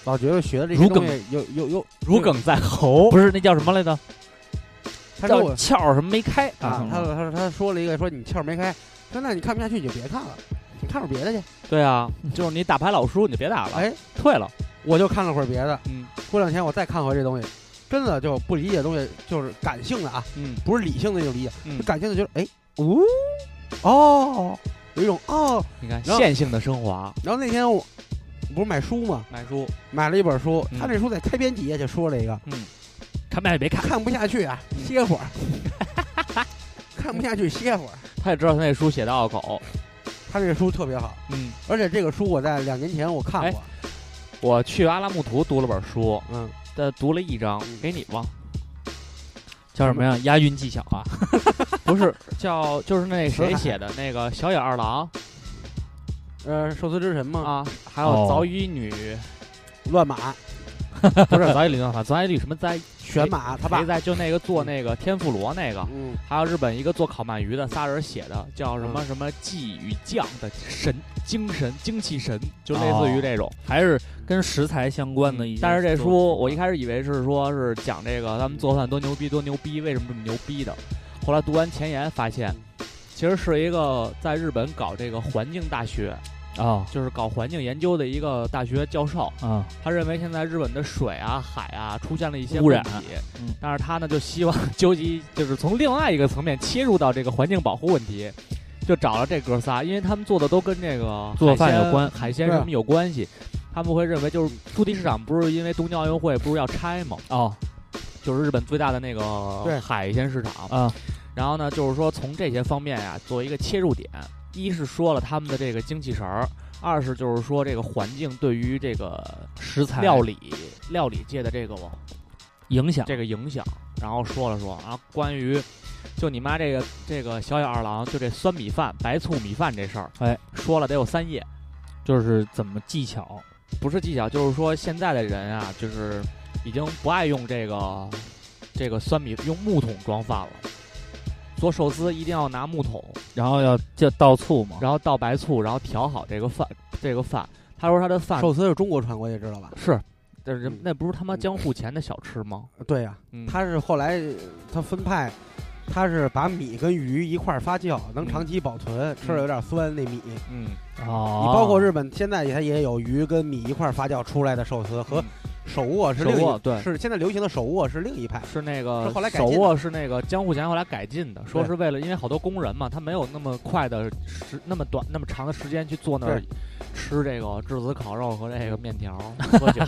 Speaker 4: 老觉得学的这
Speaker 2: 如
Speaker 4: 些东
Speaker 2: 鲠
Speaker 4: 西有有有
Speaker 3: 如鲠在 喉，
Speaker 2: 不是那叫什么来着？
Speaker 4: 他说
Speaker 2: 叫
Speaker 4: 我
Speaker 2: 窍儿什么没开
Speaker 4: 啊，他
Speaker 2: 嗯
Speaker 4: 说他说他说了一个说你窍没开，说那你看不下去你就别看了，你看会儿别的去。
Speaker 3: 对啊，就是你打牌老输，你就别打了，
Speaker 4: 哎，
Speaker 3: 退了。
Speaker 4: 我就看了会儿别的，
Speaker 3: 嗯，
Speaker 4: 过两天我再看回这东西，真的就不理解的东西，就是感性的啊，
Speaker 3: 嗯
Speaker 4: 不是理性的那种理解，
Speaker 3: 嗯
Speaker 4: 就感性的觉得哎，哦，哦，有一种哦。
Speaker 3: 你看
Speaker 4: 然后
Speaker 3: 线性的升华，
Speaker 4: 然后那天我不是买书嘛，
Speaker 3: 买书
Speaker 4: 买了一本书，
Speaker 3: 嗯
Speaker 4: 他这书在开篇几页就说了一个，
Speaker 2: 看麦也别看，
Speaker 4: 看不下去啊，
Speaker 3: 嗯
Speaker 4: 歇会儿，看不下去歇会儿。
Speaker 3: 他也知道他那书写的拗口。
Speaker 4: 他这个书特别好，
Speaker 3: 嗯，
Speaker 4: 而且这个书我在两年前我看过，
Speaker 3: 哎我去阿拉木图读了本书，
Speaker 4: 嗯，
Speaker 3: 但读了一章，给你吧。
Speaker 2: 叫什么呀？押韵技巧啊，
Speaker 3: 不是叫就是那谁
Speaker 4: 谁
Speaker 3: 写的那个小野二郎
Speaker 4: 呃，寿司之神嘛，
Speaker 3: 啊，还有
Speaker 2: 哦
Speaker 3: 早乙女，
Speaker 4: 乱马、
Speaker 3: 不是早乙女的话，早乙女什么哉？
Speaker 4: 选马，他爸
Speaker 3: 谁，在就那个做那个天妇罗那个，
Speaker 4: 嗯，
Speaker 3: 还有日本一个做烤鳗鱼的，仨人写的，叫什么什么技与匠的神精神精气神，就类似于这种。
Speaker 2: 还是跟食材相关的一
Speaker 3: 嗯
Speaker 2: 些作品。啊
Speaker 3: 但是这书我一开始以为是说是讲这个咱们做饭多牛逼多牛逼，为什么这么牛逼的。后来读完前言发现，其实是一个在日本搞这个环境大学，
Speaker 2: 啊
Speaker 3: 就是搞环境研究的一个大学教授。
Speaker 2: 啊，
Speaker 3: 他认为现在日本的水啊、海啊出现了一些
Speaker 2: 污染
Speaker 3: 问题
Speaker 2: 嗯
Speaker 3: 但是他呢就希望究极就是从另外一个层面切入到这个环境保护问题，就找了这哥仨，因为他们做的都跟这个
Speaker 2: 做饭
Speaker 3: 海鲜
Speaker 2: 有关
Speaker 3: 海鲜
Speaker 4: 对
Speaker 3: 什么有关系。他们会认为就是筑地市场不是因为东京奥运会不是要拆吗？
Speaker 2: 哦
Speaker 3: 就是日本最大的那
Speaker 4: 对
Speaker 3: 个海鲜市场
Speaker 2: 啊。
Speaker 3: 然后呢，就是说从这些方面呀、做一个切入点，一是说了他们的这个精气神儿，二是就是说这个环境对于这个
Speaker 2: 食材
Speaker 3: 料理料理界的这个网
Speaker 2: 影响
Speaker 3: 这个影响，然后说了说，然后关于就你妈这个这个小野二郎就这酸米饭白醋米饭这事儿，
Speaker 2: 哎，
Speaker 3: 说了得有三页，
Speaker 2: 就是怎么技巧
Speaker 3: 不是技巧，就是说现在的人啊，就是已经不爱用这个这个酸米用木桶装饭了，做寿司一定要拿木桶，
Speaker 2: 然后要叫倒醋嘛，
Speaker 3: 然后倒白醋，然后调好这个饭这个饭。他说他的饭
Speaker 4: 寿司是中国传过去，知道吧？
Speaker 3: 是，但是
Speaker 4: 嗯
Speaker 3: 那不是他妈江户前的小吃吗？
Speaker 4: 对呀、
Speaker 3: 嗯
Speaker 4: 他是后来呃他分派，他是把米跟鱼一块儿发酵，能长期保存，吃着有点酸那米。
Speaker 3: 嗯
Speaker 2: 哦，
Speaker 4: 你包括日本现在它也有鱼跟米一块儿发酵出来的寿司和
Speaker 3: 嗯
Speaker 4: 手握是
Speaker 3: 手
Speaker 4: 另一
Speaker 3: 握对
Speaker 4: 是现在流行的手握是另一派。
Speaker 3: 是那个
Speaker 4: 是后来改
Speaker 3: 手
Speaker 4: 进的
Speaker 3: 握是那个江户前后来改进的，说
Speaker 4: 对
Speaker 3: 是为了因为好多工人嘛，他没有那么快的时那么短那么长的时间去坐那儿
Speaker 4: 对
Speaker 3: 吃这个质子烤肉和这个面条 喝酒，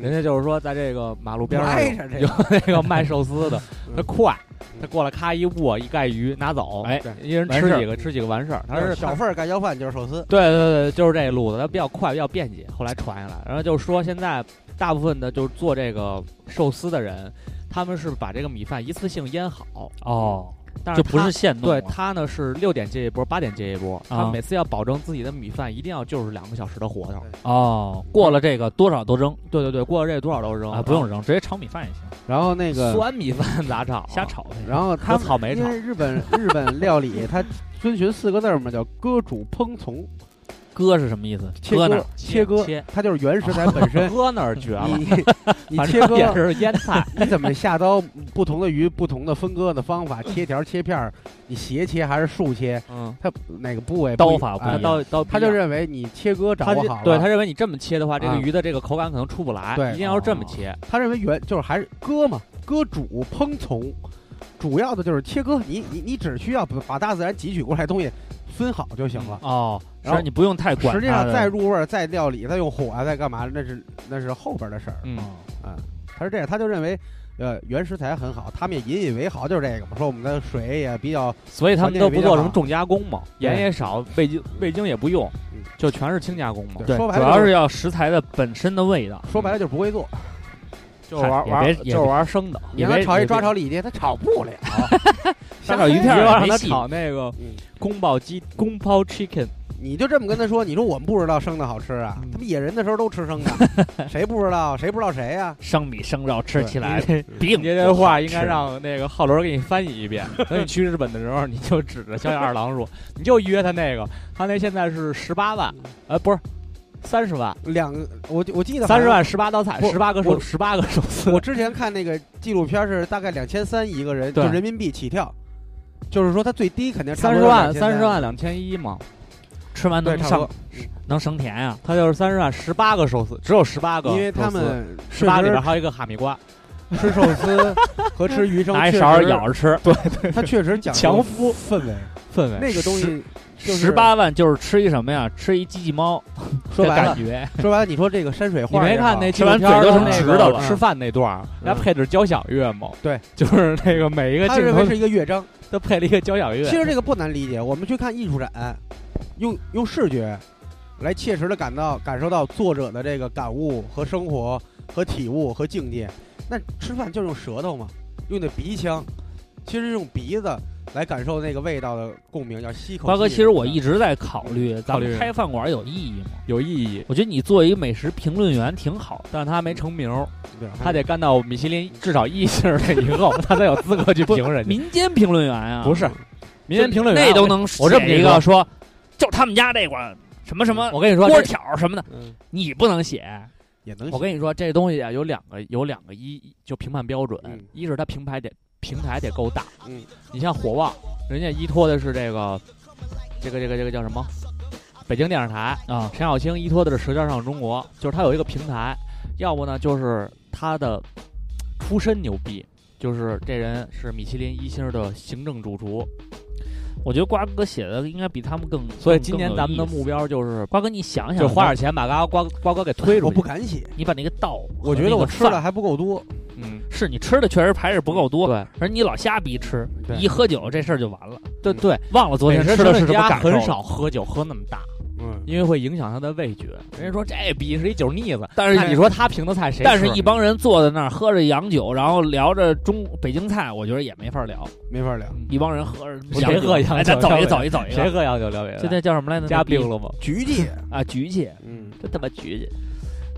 Speaker 3: 人家就是说在这个马路边上
Speaker 4: 挨
Speaker 3: 有
Speaker 4: 着这
Speaker 3: 有那个卖寿司的，
Speaker 4: 嗯
Speaker 3: 他快，
Speaker 4: 嗯
Speaker 3: 他过来咔一握一盖鱼拿走，
Speaker 2: 哎
Speaker 4: 对
Speaker 3: 一人
Speaker 2: 完事
Speaker 3: 吃
Speaker 2: 儿
Speaker 3: 几个吃几个完事儿，他
Speaker 4: 就是是小份儿盖浇饭就是寿司，
Speaker 3: 对对对，就是这路子，它比较快，比较便捷。后来传下来，然后就是说现在大部分的就是做这个寿司的人，他们是把这个米饭一次性腌好，
Speaker 2: 哦，
Speaker 3: 但是
Speaker 2: 就不
Speaker 3: 他
Speaker 2: 是现弄
Speaker 3: 对
Speaker 2: 了
Speaker 3: 他呢是六点接一波，八点接一波，他每次要保证自己的米饭一定要就是两个小时的活头。
Speaker 2: 哦，过了这个多少都扔
Speaker 3: 对对对，过了这多少都扔
Speaker 4: 哦
Speaker 2: 啊，不用扔，直接炒米饭也行，
Speaker 4: 然后那个
Speaker 3: 酸米饭咋炒？
Speaker 2: 瞎。炒呗。
Speaker 4: 然后他
Speaker 3: 和草莓
Speaker 4: 因
Speaker 3: 炒
Speaker 4: 为日本日本料理它遵循四个字儿嘛，叫割煮烹从，
Speaker 2: 割是什么意思？
Speaker 4: 切
Speaker 2: 割
Speaker 4: 割
Speaker 2: 呢？
Speaker 4: 切割
Speaker 3: 切，
Speaker 4: 它就是原食材本身。
Speaker 3: 搁那儿绝了，
Speaker 4: 你你
Speaker 3: 反
Speaker 4: 切
Speaker 3: 正
Speaker 4: 割
Speaker 3: 也是腌菜。
Speaker 4: 你怎么下刀？不同的鱼，不同的分割的方法，切条、切片儿，你斜切还是竖切？
Speaker 3: 嗯，
Speaker 4: 它哪个部位不
Speaker 2: 刀
Speaker 4: 一？
Speaker 2: 法不一
Speaker 4: 哎
Speaker 3: 他
Speaker 2: 样
Speaker 3: 到到
Speaker 4: 他就认为你切割掌
Speaker 3: 他
Speaker 4: 握
Speaker 3: 就
Speaker 4: 好了，
Speaker 3: 对他认为你这么切的话，这个
Speaker 4: 啊
Speaker 3: 鱼的这个口感可能出不来，
Speaker 4: 对哦
Speaker 3: 一定要这么切。
Speaker 4: 他认为原就是还是割嘛，割煮烹从，主要的就是切割。你你你只需要把大自然汲取过来的东西分好就行了。
Speaker 2: 哦，
Speaker 4: 然后
Speaker 2: 是你不用
Speaker 3: 嗯
Speaker 2: 太管它的。
Speaker 4: 实际上再入味儿、再料理、再用火啊、再干嘛，那是那是后边的事儿
Speaker 3: 嗯
Speaker 2: 哦
Speaker 4: 啊。他是这样，他就认为。呃，原食材很好，他们也引以为豪，就是这个嘛。说我们的水也比较，
Speaker 3: 所以他们
Speaker 4: 环境
Speaker 3: 都
Speaker 4: 也
Speaker 3: 不
Speaker 4: 比较
Speaker 3: 做什么
Speaker 4: 好
Speaker 3: 重加工嘛，
Speaker 4: 对
Speaker 3: 盐也少，味精味精也不用
Speaker 4: 嗯，
Speaker 3: 就全是轻加工嘛。
Speaker 4: 对
Speaker 2: 对，
Speaker 4: 说白
Speaker 2: 主
Speaker 4: 了
Speaker 2: 要
Speaker 4: 就是
Speaker 2: 要食材的本身的味道。
Speaker 4: 说白了就是不会
Speaker 3: 嗯
Speaker 4: 做。
Speaker 3: 就
Speaker 2: 嗨
Speaker 3: 玩
Speaker 2: 也
Speaker 3: 玩
Speaker 2: 别
Speaker 3: 就
Speaker 2: 也
Speaker 3: 是
Speaker 2: 别
Speaker 3: 玩生的，
Speaker 4: 你
Speaker 2: 也
Speaker 4: 让他
Speaker 2: 别
Speaker 4: 炒一
Speaker 2: 也
Speaker 4: 抓
Speaker 2: 别
Speaker 4: 炒里脊，他炒不了。
Speaker 2: 下炒鱼
Speaker 3: 你
Speaker 2: 片
Speaker 3: 要
Speaker 2: 儿也
Speaker 3: 让
Speaker 2: 没
Speaker 3: 他
Speaker 2: 戏，
Speaker 3: 炒那个
Speaker 4: 嗯
Speaker 3: 宫保鸡宫保 chicken，
Speaker 4: 你就这么跟他说，你说我们不知道生的好吃啊？
Speaker 3: 嗯
Speaker 4: 他们野人的时候都吃生 的，谁不知道？谁不知道谁啊呀、
Speaker 2: 生米生肉吃起来
Speaker 3: 对
Speaker 2: 并
Speaker 3: 你这话应该让那个浩伦给你翻译 一遍。等你去日本的时候，你就指着小野二郎说，你就约他那个，他那现在是十八万，呃，不是。三十万，
Speaker 4: 两个，我我记得好
Speaker 3: 三
Speaker 4: 像
Speaker 3: 十万十八道菜，
Speaker 4: 不
Speaker 3: 十八个
Speaker 4: 我
Speaker 3: 手，十八个手撕。
Speaker 4: 我之前看那个纪录片是大概两千三一个人，就
Speaker 3: 对
Speaker 4: 人民币起跳，就是说他最低肯定差
Speaker 3: 三
Speaker 4: 不
Speaker 3: 十
Speaker 4: 多
Speaker 3: 万，
Speaker 4: 2300
Speaker 3: 三十万两千一嘛，
Speaker 2: 吃完
Speaker 4: 对
Speaker 2: 能
Speaker 4: 差
Speaker 2: 上
Speaker 4: 不多，
Speaker 2: 能省钱呀、
Speaker 3: 他就是三十万十八个手撕，只有十八个手
Speaker 4: 因
Speaker 3: 撕，
Speaker 4: 为他们
Speaker 3: 十
Speaker 4: 确
Speaker 3: 八里边
Speaker 4: 实
Speaker 3: 还有一个哈密瓜，
Speaker 4: 吃寿司和吃 鱼生，
Speaker 2: 拿一
Speaker 4: 确
Speaker 2: 勺儿
Speaker 4: 实
Speaker 2: 舀，着吃。
Speaker 4: 他确实讲究
Speaker 3: 强哎夫
Speaker 4: 氛围，
Speaker 3: 氛围。
Speaker 4: 那个东西就是
Speaker 2: 十八万就是吃一什么呀？吃一机器猫，
Speaker 4: 说白了
Speaker 2: 感，觉
Speaker 4: 说白了，你说这个山水
Speaker 3: 你
Speaker 4: 画
Speaker 3: 没
Speaker 4: 也好，
Speaker 3: 看那
Speaker 2: 吃完嘴都成直的了
Speaker 3: 了，吃饭那段儿，人家配的是交响乐嘛？
Speaker 4: 对，
Speaker 3: 就是那个每一个
Speaker 4: 他
Speaker 3: 镜
Speaker 4: 认
Speaker 3: 头
Speaker 4: 为是一个乐章。
Speaker 3: 都配了一个交响乐
Speaker 4: 其。实这个不难理解，我们去看艺术展，用用视觉来切实的感到感受到作者的这个感悟和生活和体悟和境界。那吃饭就是用舌头嘛，用的鼻腔，其实是用鼻子来感受那个味道的共鸣，要吸口气。
Speaker 2: 瓜哥，其实我一直在考虑，咱
Speaker 3: 考虑
Speaker 2: 们开饭馆有意义吗？
Speaker 3: 有意义，
Speaker 2: 我觉得你做一个美食评论员挺好，
Speaker 3: 但是他没成名儿，
Speaker 4: 对嗯
Speaker 3: 他得干到米其林至少一星儿了以后，他才有资格去
Speaker 2: 不
Speaker 3: 评人家。
Speaker 2: 民间评论员啊，
Speaker 3: 不是，民间评论员啊
Speaker 2: 那都能
Speaker 3: 我这
Speaker 2: 写
Speaker 3: 么跟
Speaker 2: 一
Speaker 3: 你
Speaker 2: 个
Speaker 3: 说
Speaker 2: 说，就他们家这款什么什么
Speaker 3: 我跟你说，
Speaker 2: 锅
Speaker 3: 这
Speaker 2: 条什么的，
Speaker 4: 嗯
Speaker 2: 你不能写。
Speaker 4: 也能
Speaker 3: 我
Speaker 4: 行
Speaker 3: 跟你说，这东西啊有两个有两个一一就评判标准
Speaker 4: 嗯，
Speaker 3: 一是它平台得平台得够大，
Speaker 4: 嗯，
Speaker 3: 你像火旺，人家依托的是这个这个这个这个叫什么？北京电视台
Speaker 2: 啊
Speaker 3: 陈小青依托的是《舌尖上的中国》，就是他有一个平台，要不呢就是他的出身牛逼，就是这人是米其林一星的行政主厨，
Speaker 2: 我觉得瓜哥写的应该比他们更，
Speaker 3: 所以
Speaker 2: 更
Speaker 3: 今年咱们的，目标就是
Speaker 2: 更有意思瓜哥你想想，
Speaker 3: 就花点钱把瓜瓜瓜哥给推出
Speaker 4: 我
Speaker 3: 去。
Speaker 4: 不敢写，
Speaker 2: 你把那个道和那个饭，
Speaker 4: 我觉得我吃的还不够多。
Speaker 3: 嗯，
Speaker 2: 是你吃的确实还是不够多，
Speaker 3: 对
Speaker 2: 而你老瞎逼吃，
Speaker 4: 对
Speaker 2: 一喝酒这事儿就完了，
Speaker 3: 对对，
Speaker 2: 忘了昨天
Speaker 3: 美食
Speaker 2: 吃的
Speaker 3: 评
Speaker 2: 是
Speaker 3: 论
Speaker 2: 什么
Speaker 3: 家
Speaker 2: 感受了。
Speaker 3: 很少喝酒喝那么大，
Speaker 4: 嗯，
Speaker 3: 因为会影响他的味觉。人家说这逼是一酒腻子，
Speaker 2: 但
Speaker 3: 那
Speaker 2: 是
Speaker 3: 你说他评的菜谁吃呢？
Speaker 2: 但是一帮人坐在那儿喝着洋酒，然后聊着中北京菜，我觉得也没法聊。
Speaker 4: 没法聊。
Speaker 2: 一帮人喝着
Speaker 3: 不谁喝洋酒
Speaker 2: 哎咱走一
Speaker 3: 谁
Speaker 2: 个走一个走一
Speaker 3: 谁
Speaker 2: 个。
Speaker 3: 喝洋酒聊别的？
Speaker 2: 这那叫什么来着？
Speaker 3: 加
Speaker 2: 那逼
Speaker 3: 冰了吗？
Speaker 4: 菊地，
Speaker 2: 啊，菊去。
Speaker 4: 嗯，
Speaker 3: 真他妈局去！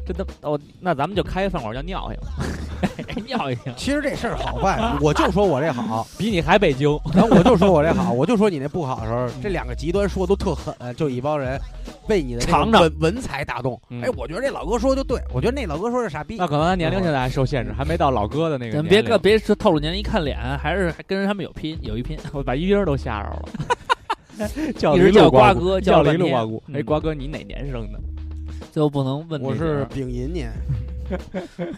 Speaker 3: 真他妈哦，那咱们就开一饭馆叫尿性，
Speaker 2: 尿一尿。
Speaker 4: 其实这事儿好坏，我就说我这好，
Speaker 3: 比你还北京。
Speaker 4: 然后我就说我这好，我就说你那不好的时候，这两个极端说的都特狠，就一帮人被你的这个
Speaker 2: 尝尝
Speaker 4: 文文采打动。
Speaker 3: 嗯
Speaker 4: 哎，我觉得这老哥说的就对，我觉得那老哥说是傻逼
Speaker 3: 那。可能他年龄现在还受限制，还没到老哥的那个
Speaker 2: 咱
Speaker 3: 年龄。
Speaker 2: 别个别说透露年龄，一看脸还是还跟人他们有拼有一拼。
Speaker 3: 我把一丁儿都吓着了。叫
Speaker 2: 一
Speaker 3: 了
Speaker 2: 直
Speaker 3: 一路
Speaker 2: 叫瓜
Speaker 3: 瓜
Speaker 2: 哥，
Speaker 3: 叫
Speaker 2: 叫
Speaker 3: 了
Speaker 2: 了
Speaker 3: 一路瓜
Speaker 2: 瓜
Speaker 3: 姑。哎，瓜哥，你哪年生的？
Speaker 2: 最后不能问这
Speaker 4: 我
Speaker 2: 个。
Speaker 4: 是丙寅年，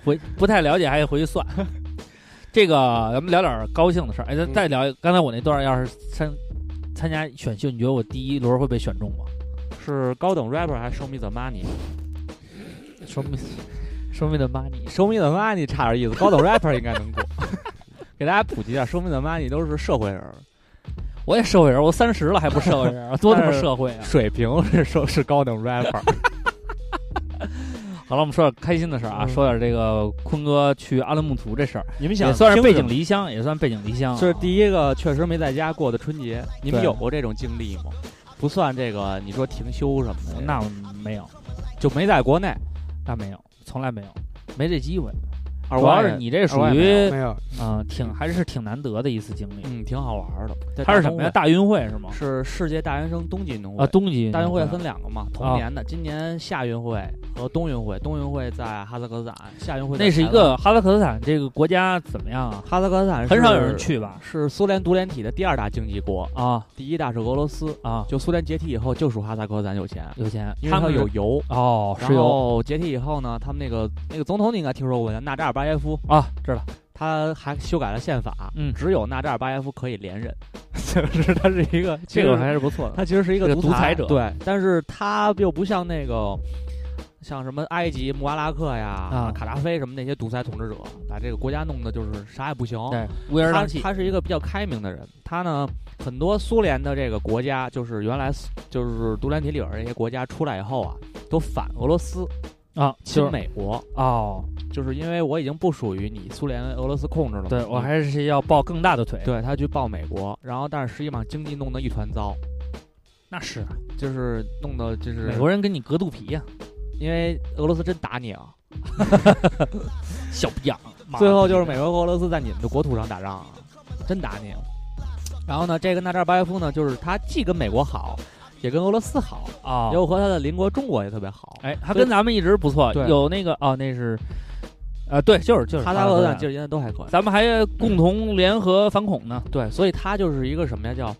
Speaker 2: 回不太了解，还得回去算。 这个咱们聊点高兴的事儿。哎，咱
Speaker 4: 嗯
Speaker 2: 再聊一，刚才我那段要是参参加选秀，你觉得我第一轮会被选中吗？
Speaker 3: 是高等 rapper 还是 Show Me the Money？
Speaker 2: 说明说明的妈你
Speaker 3: Show Me the Money 差点意思，高等 rapper 应该能过。 给大家普及一下，Show Me the Money 都是社会人儿，
Speaker 2: 我也社会人，我三十了还不社会 人，多他妈社会啊！
Speaker 3: 水平是说是高等 rapper。
Speaker 2: 好了，我们说点开心的事儿啊，
Speaker 3: 嗯
Speaker 2: 说点这个坤哥去阿勒木图这事儿，
Speaker 3: 你
Speaker 2: 也
Speaker 3: 们想
Speaker 2: 算是背
Speaker 3: 听什
Speaker 2: 井
Speaker 3: 么
Speaker 2: 离乡，也算背井离乡啊。
Speaker 3: 这是第一个确实没在家过的春节，你们
Speaker 2: 对
Speaker 3: 有过这种经历吗？不算这个，你说停休什么的，
Speaker 2: 那没有，
Speaker 3: 就没在国内。
Speaker 2: 那没有，从来没有，没这机会。
Speaker 3: 主
Speaker 2: 主要是你这属于
Speaker 4: 没有，
Speaker 2: 嗯、挺还是挺难得的一次经历。
Speaker 3: 嗯，挺好玩的。
Speaker 2: 它是什么呀？？大啊运会是吗？
Speaker 3: 是世界大学生冬季运动会
Speaker 2: 啊，冬季
Speaker 3: 大运会
Speaker 2: 啊
Speaker 3: 分两个嘛，同年的，今年夏运会和冬运会。冬运会在哈萨克斯坦，夏运会在
Speaker 2: 那是一
Speaker 3: 台湾
Speaker 2: 个哈萨克斯坦这个国家怎么样啊？
Speaker 3: 哈萨克斯坦，
Speaker 2: 很少有人，去吧？
Speaker 3: 是苏联独联体的第二大经济国，
Speaker 2: 啊
Speaker 3: 第一大是俄罗斯。
Speaker 2: 啊，
Speaker 3: 就苏联解体以后，就属哈萨克斯坦有钱，
Speaker 2: 有钱，
Speaker 3: 因为
Speaker 2: 他
Speaker 3: 它
Speaker 2: 们
Speaker 3: 有
Speaker 2: 是
Speaker 3: 油。
Speaker 2: 哦，
Speaker 3: 然
Speaker 2: 石油
Speaker 3: 后解体以后呢，他们那个那个总统你应该听说过叫纳扎尔巴耶夫，
Speaker 2: 啊，知道
Speaker 3: 他还修改了宪法，
Speaker 2: 嗯
Speaker 3: 只有纳扎尔巴耶夫可以连任， 就是他是一个
Speaker 2: 这个还是不错的。
Speaker 3: 他其实是一
Speaker 2: 这
Speaker 3: 个
Speaker 2: 个
Speaker 3: 独
Speaker 2: 独裁者
Speaker 3: 对，但是他又不像那个像什么埃及穆阿拉克呀、
Speaker 2: 啊
Speaker 3: 卡扎菲什么那些独裁统治者，把这个国家弄得就是啥也不行。
Speaker 2: 对，乌烟
Speaker 3: 他
Speaker 2: 瘴气。
Speaker 3: 他是一个比较开明的人，他呢很多苏联的这个国家，就是原来苏就是独联体里边儿这些国家出来以后啊，都反俄罗斯，
Speaker 2: 啊，就
Speaker 3: 亲
Speaker 2: 是
Speaker 3: 美国，
Speaker 2: 哦，
Speaker 3: 就是因为我已经不属于你苏联、俄罗斯控制了嘛。
Speaker 2: 对我
Speaker 3: 你
Speaker 2: 还是要抱更大的腿。，
Speaker 3: 嗯对他去报美国，然后但是实际上经济弄得一团糟，
Speaker 2: 那是啊
Speaker 3: 就是弄得就是
Speaker 2: 美国人跟你隔肚皮呀，
Speaker 3: 因为俄罗斯真打你啊，
Speaker 2: 小不痒。妈
Speaker 3: 最后就是美国和俄罗斯在你们的国土上打仗啊啊，真打你。然后呢，这个纳扎尔巴耶夫呢，就是他既跟美国好，也跟俄罗斯好
Speaker 2: 啊，
Speaker 3: 又和他的邻国中国也特别好。
Speaker 2: 哎，他跟咱们一直不错，
Speaker 3: 对
Speaker 2: 有那个哦，那是，啊，对，就是就是
Speaker 3: 哈
Speaker 2: 达
Speaker 3: 达俄
Speaker 2: 俄
Speaker 3: 斯坦、
Speaker 2: 坦
Speaker 3: 吉尔吉斯坦都还可以。
Speaker 2: 咱们还共同联合反恐呢。
Speaker 3: 对，所以他就是一个什么呀？叫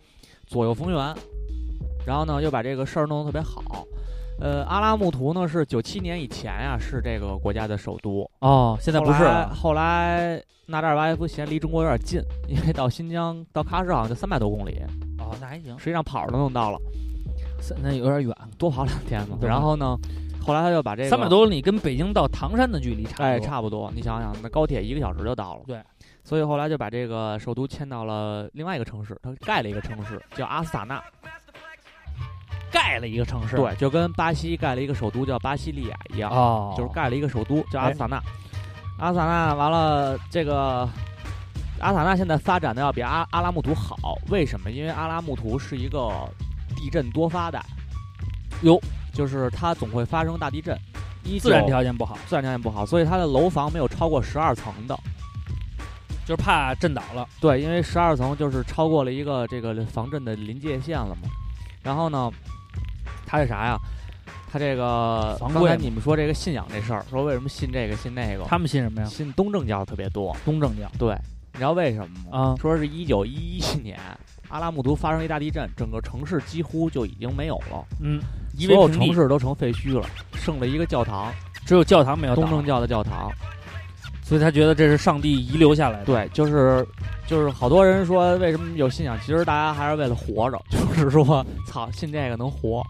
Speaker 3: 左右逢源，然后呢又把这个事儿弄得特别好。呃，阿拉木图呢是九七年以前呀、是这个国家的首都，
Speaker 2: 哦，现在不是
Speaker 3: 后来
Speaker 2: 了，
Speaker 3: 后来纳扎尔巴耶夫嫌离中国有点近，因为到新疆到喀什好像就三百多公里，
Speaker 2: 哦，那还行，
Speaker 3: 实际上跑着都能到了，
Speaker 2: 三那有点远，
Speaker 3: 多跑两天嘛。
Speaker 2: 对
Speaker 3: 然后呢，后来他就把这个
Speaker 2: 三百多公里跟北京到唐山的距离差不多。
Speaker 3: 哎，差不多。你想想，那高铁一个小时就到了。
Speaker 2: 对，
Speaker 3: 所以后来就把这个首都迁到了另外一个城市，他盖了一个城市叫阿斯塔纳。
Speaker 2: 盖了一个城市。
Speaker 3: 对，就跟巴西盖了一个首都叫巴西利亚一样，
Speaker 2: 哦，哎
Speaker 3: 就是盖了一个首都叫阿斯塔纳。阿斯塔纳完了，这个阿斯塔纳现在发展的要比阿阿拉木图好，为什么？因为阿拉木图是一个地震多发带，
Speaker 2: 哟，
Speaker 3: 就是它总会发生大地震。一
Speaker 2: 自然
Speaker 3: 九
Speaker 2: 条件不好，
Speaker 3: 自然条件不好，所以它的楼房没有超过十二层的。
Speaker 2: 嗯就是怕震倒了。
Speaker 3: 对，因为十二层就是超过了一个这个防震的临界线了嘛。然后呢，他这啥呀？他这个
Speaker 2: 防
Speaker 3: 刚
Speaker 2: 贵
Speaker 3: 才
Speaker 2: 嘛
Speaker 3: 你们说这个信仰这事儿，说为什么信这个信那个？
Speaker 2: 他们信什么呀？
Speaker 3: 信东正教特别多。
Speaker 2: 东正教
Speaker 3: 对，你知道为什么
Speaker 2: 啊，
Speaker 3: 吗？说是一九一一年阿拉木图发生一大地震，整个城市几乎就已经没有了，
Speaker 2: 嗯，夷
Speaker 3: 所
Speaker 2: 为
Speaker 3: 有
Speaker 2: 平
Speaker 3: 城
Speaker 2: 地，
Speaker 3: 市都成废墟了，剩了一个教堂，
Speaker 2: 只有教堂没有
Speaker 3: 东
Speaker 2: 倒
Speaker 3: 正教的教堂。
Speaker 2: 所以他觉得这是上帝遗留下来的。，
Speaker 3: 对，就是就是好多人说为什么有信仰，其实大家还是为了活着， 就是说操信这个能活，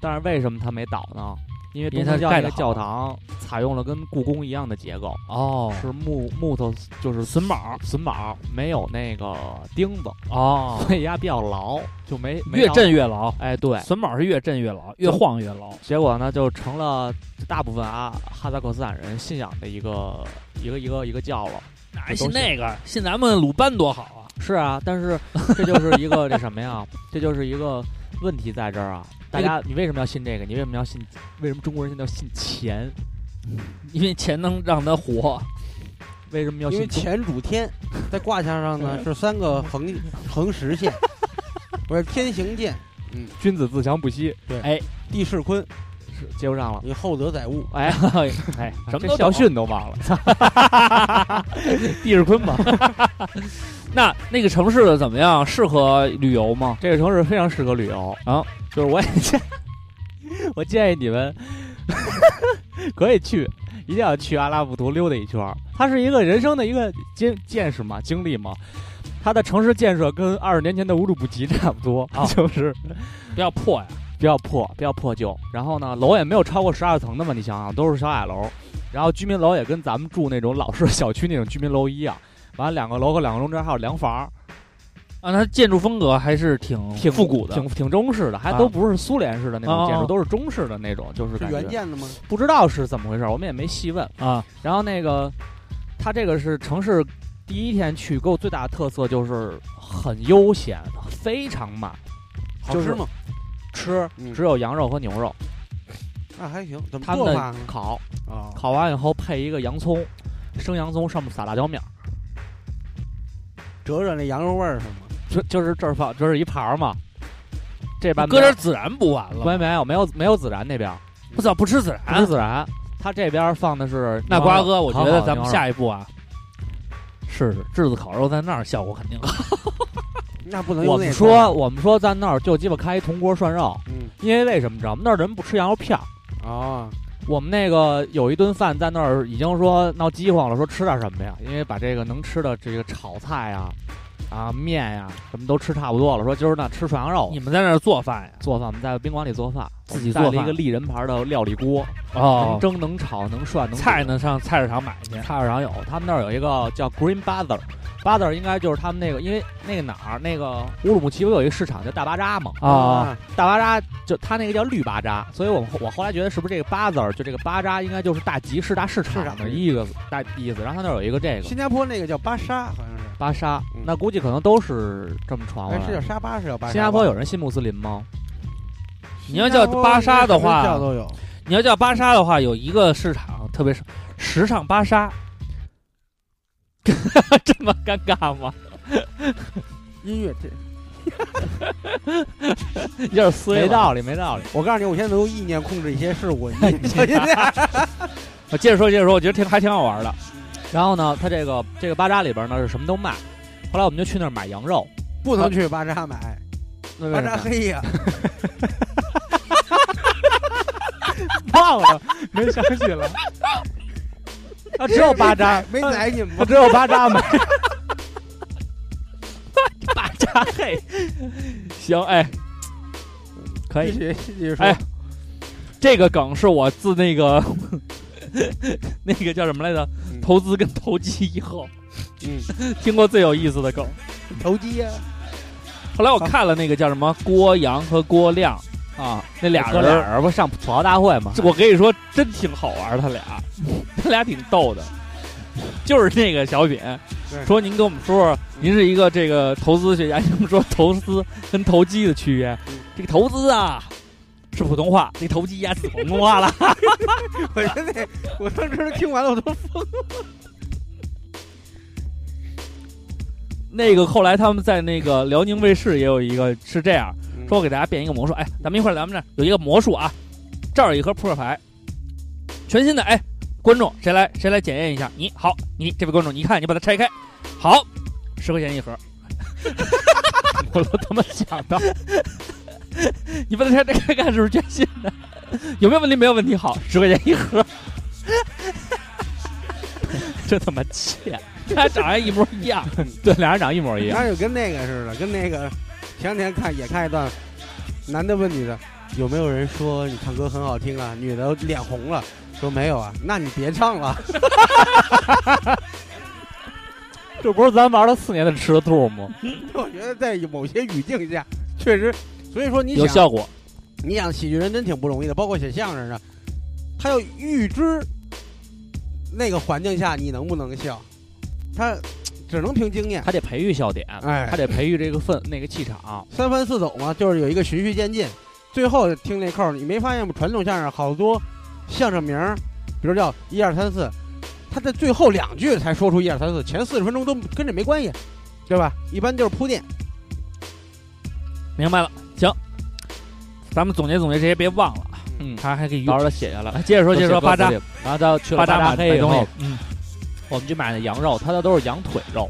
Speaker 3: 但是为什么它没倒呢？因为
Speaker 2: 因为
Speaker 3: 东
Speaker 2: 它
Speaker 3: 正教
Speaker 2: 盖
Speaker 3: 那
Speaker 2: 得
Speaker 3: 个
Speaker 2: 好
Speaker 3: 教堂采用了跟故宫一样的结构，
Speaker 2: 哦，
Speaker 3: 是木木头就是
Speaker 2: 榫卯
Speaker 3: 榫卯，没有那个钉子，
Speaker 2: 哦，
Speaker 3: 所以它比较牢，就没没
Speaker 2: 越
Speaker 3: 挠
Speaker 2: 震越牢，
Speaker 3: 哎对，
Speaker 2: 榫卯是越震越牢，越晃越牢。
Speaker 3: 结果呢就成了大部分啊哈萨克斯坦人信仰的一个一个一个一个教了。
Speaker 2: 哪还信那个？信咱们鲁班多好啊！
Speaker 3: 是啊，但是这就是一个这什么呀？这就是一个问题在这儿啊！大家，你为什么要信这个？你为什么要信？为什么中国人现在要信钱？
Speaker 2: 因为钱能让他活。
Speaker 3: 为什么要嗯
Speaker 4: 因
Speaker 3: 信
Speaker 4: 为
Speaker 3: 钱？
Speaker 4: 钱主天，在卦象上呢是三个横横实线，不是天行健，
Speaker 3: 君子自强不息，
Speaker 4: 地势坤，
Speaker 3: 是接不上了。
Speaker 4: 你厚德载物。
Speaker 3: 哎
Speaker 2: 哎，什么
Speaker 3: 什么
Speaker 2: 都
Speaker 3: 校
Speaker 2: 懂。
Speaker 3: 训都忘了，
Speaker 2: 地势坤嘛。 那那个城市怎么样？适合旅游吗？
Speaker 3: 这个城市非常适合旅游
Speaker 2: 啊！
Speaker 3: 就 是我也建，我建议你们 可以去，一定要去阿拉木图溜达一圈儿。它是一个人生的一个经见识嘛，经历嘛。它的城市建设跟二十年前的乌鲁木齐差不多，就是
Speaker 2: 不要啊破呀！
Speaker 3: 比较破，比较破旧。然后呢，楼也没有超过十二层的嘛，你想想都是小矮楼。然后居民楼也跟咱们住那种老式小区那种居民楼一样，完了两个楼和两个中间还有凉房，
Speaker 2: 啊，它建筑风格还是挺
Speaker 3: 挺
Speaker 2: 复古的，
Speaker 3: 挺挺中式的，还
Speaker 2: 啊
Speaker 3: 都不是苏联式的那
Speaker 2: 哦
Speaker 3: 种建
Speaker 2: 哦
Speaker 3: 筑，都是中式的那种，就是
Speaker 4: 是
Speaker 3: 感
Speaker 4: 原
Speaker 3: 觉
Speaker 4: 件的吗？
Speaker 3: 不知道是怎么回事，我们也没细问。
Speaker 2: 啊
Speaker 3: 然后那个，它这个是城市第一天去给我最大的特色就是很悠闲，非常慢，
Speaker 4: 好
Speaker 3: 就是
Speaker 4: 吃吗？
Speaker 3: 吃
Speaker 4: 嗯
Speaker 3: 只有羊肉和牛肉，
Speaker 4: 那还行，怎么
Speaker 3: 他们
Speaker 4: 做法
Speaker 3: 的
Speaker 4: 呢？
Speaker 3: 烤
Speaker 4: 啊，
Speaker 3: 烤完以后配一个洋葱，生洋葱上面撒辣椒面儿，
Speaker 4: 折折那羊肉味儿是吗？
Speaker 3: 就就是这儿放，这是一盘儿嘛，这边
Speaker 2: 搁点孜然不完了吗？
Speaker 3: 没没有没有没有孜然那边儿
Speaker 2: 我操，不吃孜
Speaker 3: 不是
Speaker 2: 然？
Speaker 3: 孜然，它这边儿放的
Speaker 2: 啊
Speaker 3: 是
Speaker 2: 那
Speaker 3: 牛肉
Speaker 2: 瓜哥，我觉
Speaker 3: 烤好
Speaker 2: 得
Speaker 3: 的
Speaker 2: 咱们
Speaker 3: 牛肉
Speaker 2: 下一步啊，试试炙子烤肉在那儿效果肯定好。
Speaker 4: 那不能
Speaker 3: 我
Speaker 4: 用那
Speaker 3: 们
Speaker 4: 个
Speaker 3: 说，我们说在那儿就鸡巴开一铜锅涮肉，
Speaker 4: 嗯
Speaker 3: 因为为什么知道吗？那儿人不吃羊肉片儿。
Speaker 4: 啊，
Speaker 3: 我们那个有一顿饭在那儿已经说闹饥荒了，说吃点什么呀？因为把这个能吃的这个炒菜呀、啊面呀、什么都吃差不多了，说今儿那吃涮羊肉
Speaker 2: 你。们在那儿做饭呀？
Speaker 3: 做饭，我们在宾馆里做饭，
Speaker 2: 自己
Speaker 3: 带
Speaker 2: 做
Speaker 3: 了一
Speaker 2: 饭
Speaker 3: 个立人牌的料理锅，能
Speaker 2: 哦，
Speaker 3: 蒸能炒能涮能
Speaker 2: 菜
Speaker 3: 煮
Speaker 2: 呢上菜市场买去。
Speaker 3: 菜市场有，他们那儿有一个叫 Green Bazaar，Bazaar 应该就是他们那个，因为那个哪儿，那个乌鲁木齐不有一个市场叫大巴扎嘛？
Speaker 2: 啊，
Speaker 3: 大巴扎就他那个叫绿巴扎，所以我我后来觉得是不是这个巴 a 就这个巴扎应该就是大集市、大市场
Speaker 4: 市场
Speaker 3: 的一个大意思。然后他那儿有一个这个
Speaker 4: 新加坡那个叫巴沙，好像是，
Speaker 3: 巴沙
Speaker 4: 嗯，
Speaker 3: 那估计可能都是这么传过
Speaker 4: 哎，
Speaker 3: 来
Speaker 4: 是叫
Speaker 3: 的。
Speaker 4: 沙巴，是叫巴沙吧。
Speaker 3: 哦新加坡有人信穆斯林吗？
Speaker 2: 你要叫巴沙的话
Speaker 4: 新加坡什么教都有。
Speaker 2: 你要叫巴沙的话，有一个市场特别是时尚巴 沙，这么尴尬吗？
Speaker 4: 音乐这有
Speaker 3: 点衰没道理没道理。
Speaker 4: 我告诉你，我现在都用意念控制一些事 物，你你小心点儿。
Speaker 3: 我接着说，接着说，我觉得挺还挺好玩的。然后呢，他这个这个巴扎里边呢是什么都卖，后来我们就去那儿买羊肉，
Speaker 4: 不能去巴扎买，
Speaker 3: 那为
Speaker 4: 巴
Speaker 3: 什
Speaker 4: 扎
Speaker 3: 么
Speaker 4: 黑呀。
Speaker 3: 忘了，没想起来。啊， 只有巴扎，
Speaker 4: 没宰没宰你们
Speaker 3: 啊
Speaker 4: 吗？
Speaker 3: 只有巴扎买。巴扎嘿，
Speaker 2: 行，哎，可
Speaker 4: 继
Speaker 2: 以，
Speaker 4: 续继续说
Speaker 2: 哎，，这个梗是我自那个 那个叫什么来着？
Speaker 4: 嗯
Speaker 2: 投资跟投机以后
Speaker 4: 嗯，
Speaker 2: 听过最有意思的梗。
Speaker 4: 投机呀，
Speaker 2: 后来我看了那个叫什么郭阳和郭亮啊，那 俩
Speaker 3: 哥
Speaker 2: 人
Speaker 3: 俩
Speaker 2: 儿，
Speaker 3: 人不上吐槽大会嘛？
Speaker 2: 我跟你说真挺好玩儿，他俩，他俩挺逗的。就是那个小品
Speaker 4: 对，
Speaker 2: 说您跟我们说说，您是一个这个投资学家， 您跟我们说投资跟投机的区别
Speaker 4: 嗯。
Speaker 2: 这个投资啊是普通话，这投机呀是广东话了。
Speaker 4: 我真的，我当时听完了我都疯了。
Speaker 2: 那个后来他们在那个辽宁卫视也有一个是这样
Speaker 4: 嗯
Speaker 2: 说，我给大家变一个魔术，哎，咱们一会儿咱们这儿有一个魔术啊，这儿有一盒扑克牌，全新的，哎，观众谁来谁来检验一下？你好，你这位观众，你看你把它拆开，好，十块钱一盒，
Speaker 3: 我都他妈想到，
Speaker 2: 你把它拆开看是不是全新的？有没有问题？没有问题，好，十块钱一盒，
Speaker 3: 真他妈欠。
Speaker 2: 它长得一模一样，
Speaker 3: 对，俩人长一模 一样。
Speaker 4: 当时就跟那个似的，跟那个前两天看也看一段，男的问女的有没有人说你唱歌很好听啊，女的脸红了，说没有啊，那你别唱了。
Speaker 3: 这不是咱玩了四年的吃的兔吗？
Speaker 4: 我觉得在某些语境下，确实，所以说你
Speaker 2: 有
Speaker 4: 想，
Speaker 2: 效果。
Speaker 4: 你想喜剧人真挺不容易的，包括写相声的，啊他要预知那个环境下你能不能笑，他只能凭经验。
Speaker 3: 还得培育笑点，
Speaker 2: 嗯
Speaker 4: 哎
Speaker 3: 还得培育这个氛那个气场。
Speaker 4: 三番四走嘛，就是有一个循序渐进。最后听那扣儿，你没发现吗？传统相声好多相声名儿，比如叫一二三四，他在最后两句才说出一二三四，前四十分钟都跟这没关系，对吧？一般就是铺垫。
Speaker 2: 明白了，行，咱们总结总结这些，别忘了，
Speaker 3: 嗯，
Speaker 2: 他还可以
Speaker 3: 到
Speaker 2: 用。
Speaker 3: 时候写下来。
Speaker 2: 来接着说，接着说巴扎，，
Speaker 3: 然后到去了
Speaker 2: 巴扎
Speaker 3: 扎
Speaker 2: 买
Speaker 3: 黑
Speaker 2: 买
Speaker 3: 以
Speaker 2: 东
Speaker 3: 后
Speaker 2: 西，，嗯，
Speaker 3: 我们去买的羊肉，它那都是羊腿肉，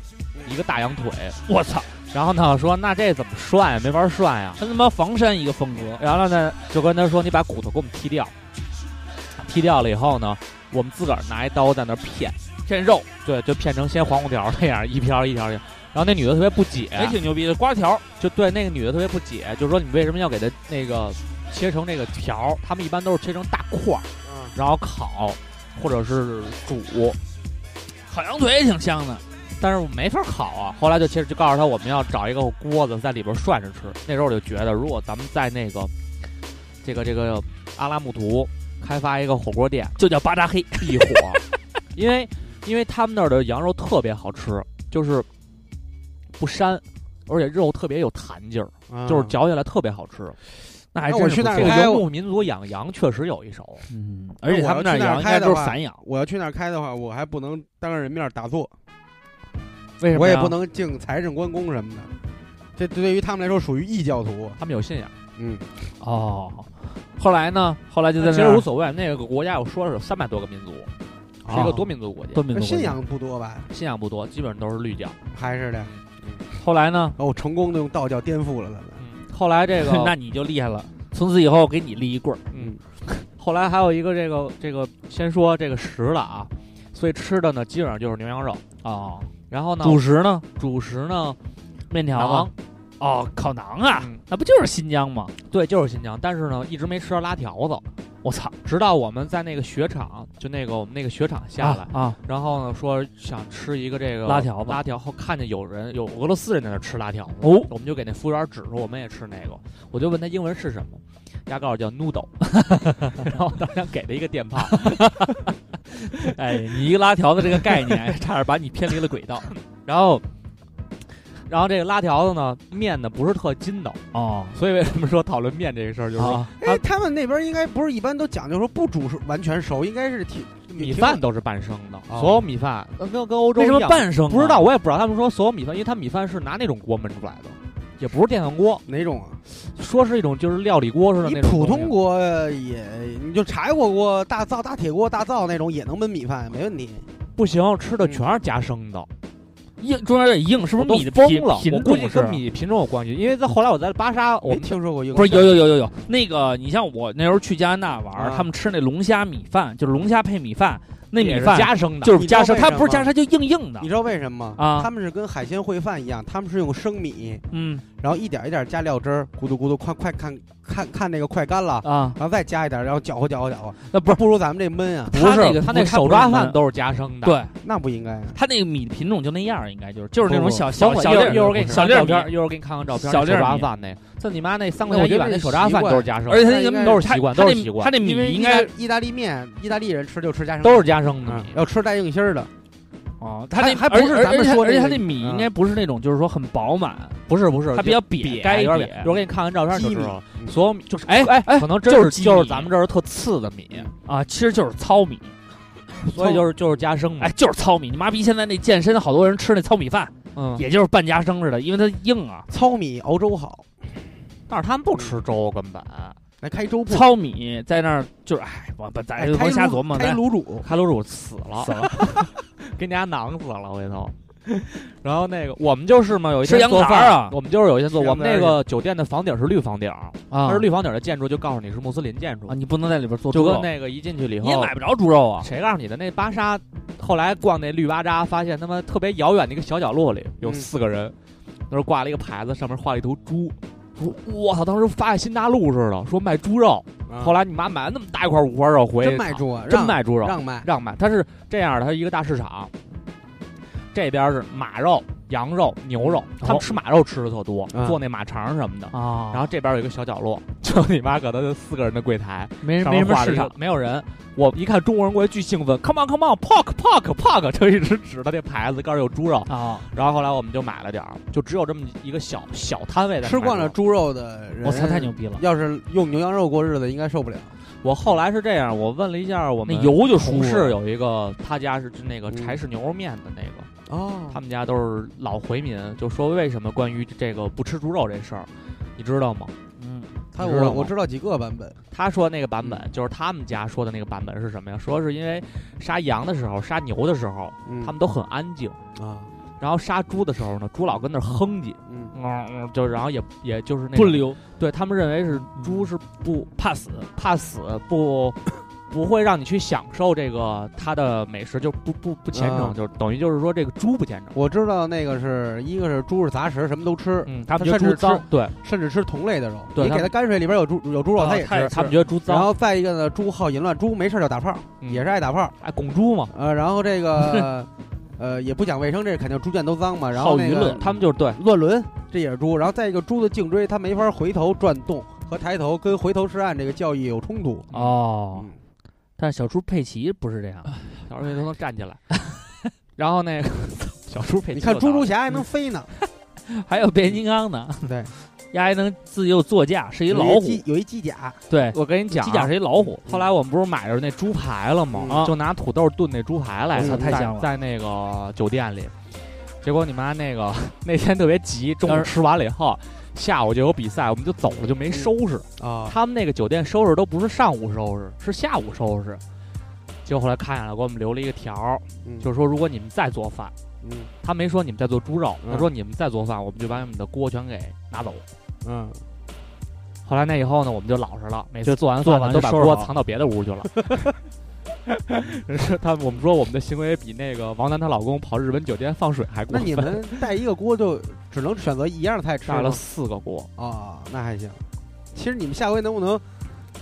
Speaker 3: 一个大羊腿。
Speaker 2: 嗯我操，
Speaker 3: 然后呢，说那这怎么涮呀？没法涮呀。
Speaker 2: 他他妈房山一个风格，
Speaker 3: 然后呢，就跟他说你把骨头给我们剔掉，剔掉了以后呢，我们自个儿拿一刀在那儿片，
Speaker 2: 这肉
Speaker 3: 对，就片成先黄瓜条那样，一条一条的。然后那女的特别不解，
Speaker 2: 也挺牛逼的，瓜条
Speaker 3: 就对那个女的特别不解，就说你为什么要给她那个切成那个条儿？他们一般都是切成大块儿，
Speaker 4: 嗯，
Speaker 3: 然后烤或者是煮，
Speaker 2: 烤羊腿也挺香的，
Speaker 3: 但是我没法烤啊。后来就切就告诉他我们要找一个锅子在里边涮着吃。那时候我就觉得，如果咱们在那个这个这个阿拉木图开发一个火锅店，
Speaker 2: 就叫巴扎黑，
Speaker 3: 必火， 因为因为他们那儿的羊肉特别好吃，就是不膻，而且肉特别有弹劲儿，就是嚼起来特别好吃。
Speaker 2: 那还
Speaker 4: 啊那
Speaker 2: 真
Speaker 4: 我
Speaker 2: 是
Speaker 4: 去
Speaker 2: 不
Speaker 4: 那儿
Speaker 2: 错
Speaker 3: 这个
Speaker 4: 开
Speaker 3: 游
Speaker 4: 我
Speaker 3: 牧民族养羊确实有一手，
Speaker 2: 嗯，而且
Speaker 4: 那
Speaker 2: 他
Speaker 4: 我要
Speaker 2: 们那儿
Speaker 4: 去那儿
Speaker 2: 养应
Speaker 4: 开
Speaker 2: 该
Speaker 4: 的
Speaker 2: 都是
Speaker 4: 话
Speaker 2: 散养，
Speaker 4: 我要去那儿开的话，我还不能当着人面打坐，
Speaker 2: 为什么
Speaker 4: 我也
Speaker 2: 呀
Speaker 4: 不，能敬财神关公什么的。这对于他们来说属于异教徒。
Speaker 3: 他们有信仰。
Speaker 4: 嗯，
Speaker 2: 哦。后来呢？后来就在
Speaker 3: 其
Speaker 2: 那
Speaker 3: 实
Speaker 2: 儿
Speaker 3: 无所谓，那个国家我说是三百多个民族，是一个
Speaker 2: 哦
Speaker 3: 多民族国家
Speaker 2: 多，民族
Speaker 4: 信仰不多吧？
Speaker 3: 信仰不多，基本上都是绿教。
Speaker 4: 还是的。
Speaker 2: 国家。后来呢？
Speaker 4: 哦，成功的用道教颠覆了咱们。
Speaker 3: 后来这个，
Speaker 2: 那你就厉害了。从此以后，给你立一棍儿。
Speaker 3: 嗯，后来还有一个这个这个，先说这个食了啊，所以吃的呢基本上就是牛羊肉，啊
Speaker 2: 哦，
Speaker 3: 然后呢
Speaker 2: 主食呢？
Speaker 3: 主食呢
Speaker 2: 面条
Speaker 3: 馕
Speaker 2: 啊。，哦，烤馕啊
Speaker 3: 嗯，
Speaker 2: 那不就是新疆吗？
Speaker 3: 对，就是新疆，但是呢一直没吃到拉条子，
Speaker 2: 我操，
Speaker 3: 直到我们在那个雪场，就那个我们那个雪场下来，
Speaker 2: 啊啊！
Speaker 3: 然后呢说想吃一个这个
Speaker 2: 拉条子
Speaker 3: 拉条后看见有人有俄罗斯人在那吃拉条子，
Speaker 2: 哦
Speaker 3: 我们就给那服务员指出我们也吃那个，我就问他英文是什么，丫告诉我叫 noodle，然后当时给了一个电炮，
Speaker 2: 哎，你一个拉条的这个概念，差点把你偏离了轨道。
Speaker 3: 然后，然后这个拉条子呢，面呢不是特筋道，
Speaker 2: 哦，
Speaker 3: 所以为什么说讨论面这个事儿，就是说
Speaker 2: 啊，
Speaker 4: 哎，他们那边应该不是一般都讲究说不煮熟完全熟，应该是挺
Speaker 3: 米饭都是半生的，
Speaker 4: 哦
Speaker 3: 所有米啊饭呃跟跟欧洲
Speaker 2: 为什
Speaker 3: 一
Speaker 2: 么
Speaker 3: 样，
Speaker 2: 半生啊？
Speaker 3: 不知道我也不知道，他们说所有米饭，因为他们米饭是拿那种锅焖出来的，也不是电饭锅，
Speaker 4: 哪种啊？
Speaker 3: 说是一种就是料理锅似的
Speaker 4: 你
Speaker 3: 那种东
Speaker 4: 普
Speaker 3: 西。啊
Speaker 4: 通锅也，你就柴火锅、大灶、大铁锅、大灶那种也能焖米饭，没问题。
Speaker 3: 不行，吃的全是夹生的，
Speaker 2: 硬中间有点硬，是不
Speaker 3: 我
Speaker 2: 是
Speaker 3: 都
Speaker 2: 米的
Speaker 3: 疯
Speaker 2: 品
Speaker 3: 了。我
Speaker 2: 品
Speaker 3: 估计
Speaker 2: 种是
Speaker 3: 跟？米品种哎有关系，因为在后来我在巴沙，我
Speaker 4: 没
Speaker 3: 们
Speaker 4: 听说过一个
Speaker 2: 不是有有有有有那个，你像我那时候去加拿大玩儿，
Speaker 4: 啊
Speaker 2: 他们吃那龙虾米饭，就是龙虾配米饭，那
Speaker 3: 也
Speaker 2: 米
Speaker 3: 是
Speaker 2: 饭
Speaker 3: 夹生的，
Speaker 2: 就是加生，
Speaker 4: 你知道
Speaker 2: 它
Speaker 4: 为
Speaker 2: 不是加
Speaker 4: 什么
Speaker 2: 生，它就硬硬的
Speaker 4: 你。知道为什么吗？
Speaker 2: 啊
Speaker 4: 他们是跟海鲜烩饭一样，他们是用生米，
Speaker 2: 嗯
Speaker 4: 然后一点一点加料汁儿，咕嘟咕嘟，快快看看看那个快干了，
Speaker 2: 啊，
Speaker 4: 然后再加一点，然后搅和搅和搅和，
Speaker 2: 那不是
Speaker 4: 不如咱们这焖啊，
Speaker 2: 不是
Speaker 3: 他那个他那
Speaker 2: 不是
Speaker 3: 手抓
Speaker 2: 不是
Speaker 3: 饭
Speaker 2: 焖
Speaker 3: 都是夹生的。，
Speaker 2: 对，
Speaker 4: 那不应该啊。
Speaker 2: 它那个米的品种就那样儿，应该就是就是那种
Speaker 3: 不不
Speaker 2: 小
Speaker 3: 等
Speaker 2: 小
Speaker 3: 会
Speaker 2: 小
Speaker 3: 儿一
Speaker 2: 粒
Speaker 3: 会儿一会儿
Speaker 2: 儿
Speaker 3: 我给你看
Speaker 2: 小粒
Speaker 3: 看
Speaker 2: 儿
Speaker 3: 照
Speaker 2: 米，
Speaker 3: 片儿，一会儿给你看看照片儿。
Speaker 2: 小
Speaker 3: 那
Speaker 2: 粒儿
Speaker 3: 手抓
Speaker 2: 米
Speaker 3: 饭那，就你妈那三
Speaker 4: 那
Speaker 3: 块
Speaker 4: 我
Speaker 3: 钱一
Speaker 4: 觉得
Speaker 3: 碗那
Speaker 4: 是
Speaker 3: 手抓
Speaker 4: 习
Speaker 3: 饭都
Speaker 4: 惯
Speaker 3: 是夹生
Speaker 2: 而且
Speaker 3: 的，
Speaker 2: 它那
Speaker 4: 它应该
Speaker 2: 个
Speaker 4: 是
Speaker 3: 都是
Speaker 2: 它
Speaker 3: 习惯
Speaker 2: 它
Speaker 3: 都
Speaker 2: 那
Speaker 3: 是习惯
Speaker 2: 它那米
Speaker 4: 因为
Speaker 2: 应该
Speaker 4: 意大意大利面，意大利人吃就吃加生米，
Speaker 3: 都是夹生的
Speaker 4: 嗯
Speaker 3: 米。
Speaker 4: 要吃带硬心儿的，
Speaker 3: 嗯
Speaker 2: 哦，它那
Speaker 4: 还还
Speaker 2: 而
Speaker 4: 不是
Speaker 2: 而
Speaker 4: 咱们
Speaker 2: 而且它
Speaker 4: 说的
Speaker 2: 而且它
Speaker 4: 那
Speaker 2: 那
Speaker 4: 个
Speaker 2: 米
Speaker 4: 嗯
Speaker 2: 应该不是那种就是说很饱满，
Speaker 3: 不是不是，
Speaker 2: 它比
Speaker 3: 就
Speaker 2: 较瘪，该
Speaker 3: 有
Speaker 2: 瘪
Speaker 3: 点瘪。我给你看看照片儿你就知道了，
Speaker 4: 嗯
Speaker 3: 所有米就是
Speaker 2: 哎哎哎
Speaker 3: 可能
Speaker 2: 就
Speaker 3: 真
Speaker 2: 是
Speaker 3: 是
Speaker 2: 基
Speaker 3: 就是
Speaker 2: 米
Speaker 3: 咱们这儿特次的米，
Speaker 2: 啊，其实就是糙米，
Speaker 3: 所以就是就是夹生嘛
Speaker 2: 哎，。就是糙米。你妈逼，现在那健身好多人吃那糙米饭，
Speaker 3: 嗯，
Speaker 2: 也就是半夹生似的，因为它硬啊。
Speaker 4: 糙米熬粥好，
Speaker 3: 但是他们不吃粥，根本
Speaker 4: 来开粥铺，
Speaker 2: 糙米在那儿就是，哎，我不咱
Speaker 4: 哎开
Speaker 2: 甭瞎
Speaker 4: 炉
Speaker 2: 琢磨，
Speaker 4: 开
Speaker 2: 咱
Speaker 4: 卤煮，
Speaker 3: 开卤煮死了，死了， 给你家囊死了回头。然后那个我们就是嘛，有一
Speaker 2: 吃
Speaker 3: 天
Speaker 2: 羊
Speaker 3: 做
Speaker 2: 杂
Speaker 3: 饭
Speaker 2: 儿啊
Speaker 3: 我们就是有一天做，
Speaker 4: 吃
Speaker 3: 我
Speaker 4: 羊
Speaker 3: 们
Speaker 4: 杂
Speaker 3: 那
Speaker 4: 儿
Speaker 3: 个酒店的房顶是绿房顶，它
Speaker 2: 啊
Speaker 3: 是绿房顶的建筑，就告诉你是穆斯林建筑
Speaker 2: 啊，，你不能在里边做
Speaker 3: 就
Speaker 2: 猪
Speaker 3: 跟
Speaker 2: 肉，
Speaker 3: 那个哦一进去了以
Speaker 2: 你也
Speaker 3: 后，
Speaker 2: 买不着猪肉啊。
Speaker 3: 谁告诉你的？那巴沙，后来逛那绿巴扎，发现他妈特别遥远的一个小角落里有
Speaker 4: 嗯
Speaker 3: 四个人，那儿挂了一个牌子，上面画了一头猪。我
Speaker 4: 嗯
Speaker 3: 我操！当时发现新大陆似的，说卖猪肉。啊后
Speaker 4: 来
Speaker 3: 来你妈买了那么大一块五花肉回去，
Speaker 4: 啊嗯真卖猪啊，
Speaker 3: 真
Speaker 4: 让
Speaker 3: 卖猪肉，
Speaker 4: 让卖，
Speaker 3: 让卖。它是这样的，它是一个大市场，这边是马肉、羊肉、牛肉，他们吃马肉吃的特多，
Speaker 4: 嗯
Speaker 3: 做那马肠什么的。
Speaker 2: 啊，
Speaker 3: 哦然后这边有一个小角落，就你妈可能就四个人的柜台，
Speaker 2: 没人
Speaker 3: 上
Speaker 2: 没
Speaker 3: 面
Speaker 2: 什么
Speaker 3: 画了
Speaker 2: 市
Speaker 3: 一个
Speaker 2: 场，
Speaker 3: 没有人。我一看中国人过来巨兴奋，Come on，Come on，Pork Pork Pork，就一直指着那牌子，告诉有猪肉。
Speaker 2: 啊，
Speaker 3: 然后后来我们就买了点儿，就只有这么一个小小摊位在那
Speaker 4: 吃惯
Speaker 3: 卖
Speaker 4: 了
Speaker 3: 肉。
Speaker 4: 猪肉的人，
Speaker 2: 我操，太牛！逼
Speaker 3: 嗯
Speaker 2: 了，
Speaker 4: 要是用牛羊肉过日子，应该受不了。
Speaker 3: 我后来是这样，我问了一下我
Speaker 2: 那
Speaker 3: 们
Speaker 2: 油就舒
Speaker 3: 同
Speaker 2: 服
Speaker 3: 事
Speaker 2: 了
Speaker 3: 有一个，他家是那个
Speaker 4: 嗯
Speaker 3: 柴氏牛肉面的那个，
Speaker 4: 哦
Speaker 3: 他们家都是老回民，就说为什么关于这个不吃猪肉这事儿，你知道吗？
Speaker 2: 嗯，
Speaker 4: 他
Speaker 3: 你知道
Speaker 4: 我
Speaker 3: 吗
Speaker 4: 我知道几个版本，
Speaker 3: 他说那个版本就是他们家说的那个版本是什么呀？说是因为杀羊的时候、杀牛的时候，
Speaker 4: 嗯
Speaker 3: 他们都很安静，
Speaker 4: 啊，
Speaker 3: 然后杀猪的时候呢，猪老跟那儿哼唧，
Speaker 4: 嗯，
Speaker 3: 嗯嗯，就然后也也就是那
Speaker 2: 不
Speaker 3: 种，
Speaker 2: 留
Speaker 3: 对他们认为是猪是不
Speaker 2: 怕死
Speaker 3: 怕死不。不会让你去享受这个它的美食，就不不不虔诚，
Speaker 4: 啊
Speaker 3: 就等于就是说这个猪不虔诚。
Speaker 4: 我知道那个是一个是猪是杂食，什么都吃，
Speaker 3: 嗯，他
Speaker 4: 他
Speaker 3: 们觉得
Speaker 4: 甚
Speaker 3: 猪
Speaker 4: 至
Speaker 3: 脏
Speaker 4: 吃，
Speaker 3: 对，
Speaker 4: 甚至吃同类的肉。
Speaker 3: 对
Speaker 4: 你
Speaker 3: 他
Speaker 4: 给
Speaker 3: 们
Speaker 4: 它泔水里边有猪有猪肉，它也
Speaker 2: 他也
Speaker 4: 吃。
Speaker 3: 他们觉得猪
Speaker 4: 然
Speaker 3: 脏，
Speaker 4: 后再一个呢，猪好淫乱，猪没事儿就打炮，
Speaker 3: 嗯
Speaker 4: 也是爱打炮。
Speaker 3: 哎拱猪嘛，
Speaker 4: 呃，然后这 个呃也不讲卫生，这肯定猪圈都脏嘛。然后
Speaker 3: 好
Speaker 4: 那
Speaker 3: 娱乐
Speaker 4: 个，
Speaker 3: 他们就是对，
Speaker 4: 乱伦，这也是猪。然后再一个，猪的颈椎它没法回头转动和抬头，跟回头是岸这个教育有冲突。
Speaker 2: 哦。但是小猪佩奇不是这 样，
Speaker 3: 小猪佩奇都能站起来。然 后那个小猪佩奇，
Speaker 4: 你看猪猪侠还能飞呢，
Speaker 3: 嗯
Speaker 2: 还有变形金刚呢，
Speaker 4: 对，
Speaker 2: 丫还能自由座驾，是一
Speaker 4: 有
Speaker 2: 老虎，
Speaker 4: 机有一机甲，
Speaker 2: 对，
Speaker 3: 我跟你讲
Speaker 2: 机甲
Speaker 3: 啊，
Speaker 2: 是一老虎，
Speaker 3: 后来我们不是买着那猪排了吗？
Speaker 2: 嗯
Speaker 3: 就拿土豆炖那猪排来，
Speaker 4: 我操
Speaker 3: 在
Speaker 2: 太香了
Speaker 3: 在那个酒店里。结果你妈那个 那天特别急，中
Speaker 2: 当
Speaker 3: 午
Speaker 2: 时
Speaker 3: 吃完了以后，下午就有比赛，我们就走了，就没收拾。
Speaker 4: 啊，
Speaker 3: 他们那个酒店收拾都不是上午收拾，是下午收拾。结果后来看下来，给我们留了一个条儿，
Speaker 4: 嗯
Speaker 3: 就是说如果你们再做饭，
Speaker 4: 嗯
Speaker 3: 他没说你们在做猪肉，
Speaker 4: 嗯
Speaker 3: 他说你们再做饭，我们就把你们的锅全给拿走。
Speaker 4: 嗯，
Speaker 3: 后来那以后呢，我们就老实了，每
Speaker 2: 就
Speaker 3: 次做完
Speaker 2: 做
Speaker 3: 饭
Speaker 2: 完
Speaker 3: 都
Speaker 2: 就
Speaker 3: 把
Speaker 2: 收拾
Speaker 3: 锅
Speaker 2: 好
Speaker 3: 藏到别的屋去了。是 他们我们说我们的行为比那个王楠她老公跑日本酒店放水还过分。
Speaker 4: 那你们带一个锅就只能选择一样菜吃
Speaker 3: 带
Speaker 4: 吗
Speaker 3: 了四个锅，
Speaker 4: 哦，那还行。其实你们下回能不能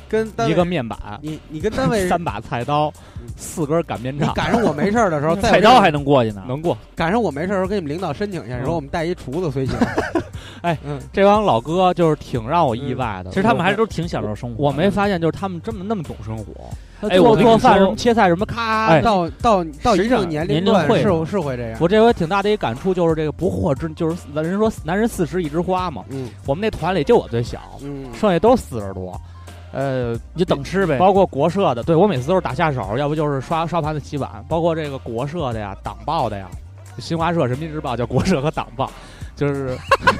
Speaker 4: 跟单位
Speaker 3: 一个面板，
Speaker 4: 你你跟单 位
Speaker 3: 三把菜刀，四根擀面
Speaker 4: 你
Speaker 3: 杖，
Speaker 4: 赶上我没事儿的时 候，再有
Speaker 2: 菜
Speaker 4: 这种
Speaker 2: 刀还能过去呢，
Speaker 3: 能过。
Speaker 4: 赶上我没事儿的时候跟你们领导申请一下，
Speaker 3: 嗯
Speaker 4: 说我们带一厨子随行。
Speaker 3: 哎
Speaker 4: 嗯，
Speaker 3: 这帮老哥就是挺让我意外的。
Speaker 2: 其实他们还是
Speaker 3: 是
Speaker 2: 都挺享受生活的。
Speaker 3: 我没发现，就是他们这么那么懂生活。他
Speaker 2: 哎
Speaker 3: 做
Speaker 2: 我跟你
Speaker 3: 做饭
Speaker 2: 说
Speaker 3: 什么切菜什么，咔。
Speaker 2: 哎
Speaker 4: 到到到
Speaker 3: 实
Speaker 4: 一
Speaker 3: 际上
Speaker 4: 定年
Speaker 2: 年
Speaker 4: 龄
Speaker 2: 龄
Speaker 4: 段
Speaker 2: 会
Speaker 4: 是
Speaker 2: 的
Speaker 4: 会是会这样。
Speaker 3: 我这回挺大的一感触就是这个不惑之，就是男人说男人四十一枝花嘛。
Speaker 4: 嗯
Speaker 3: 我们那团里就我最小，
Speaker 4: 嗯，
Speaker 3: 剩下都四十多，呃，
Speaker 2: 你就等吃呗。
Speaker 3: 包括国社的，对我每次都是打下手，要不就是刷刷盘子洗碗，包括这个国社的呀、党报的呀，新华社、人民日报叫国社和党报，就是，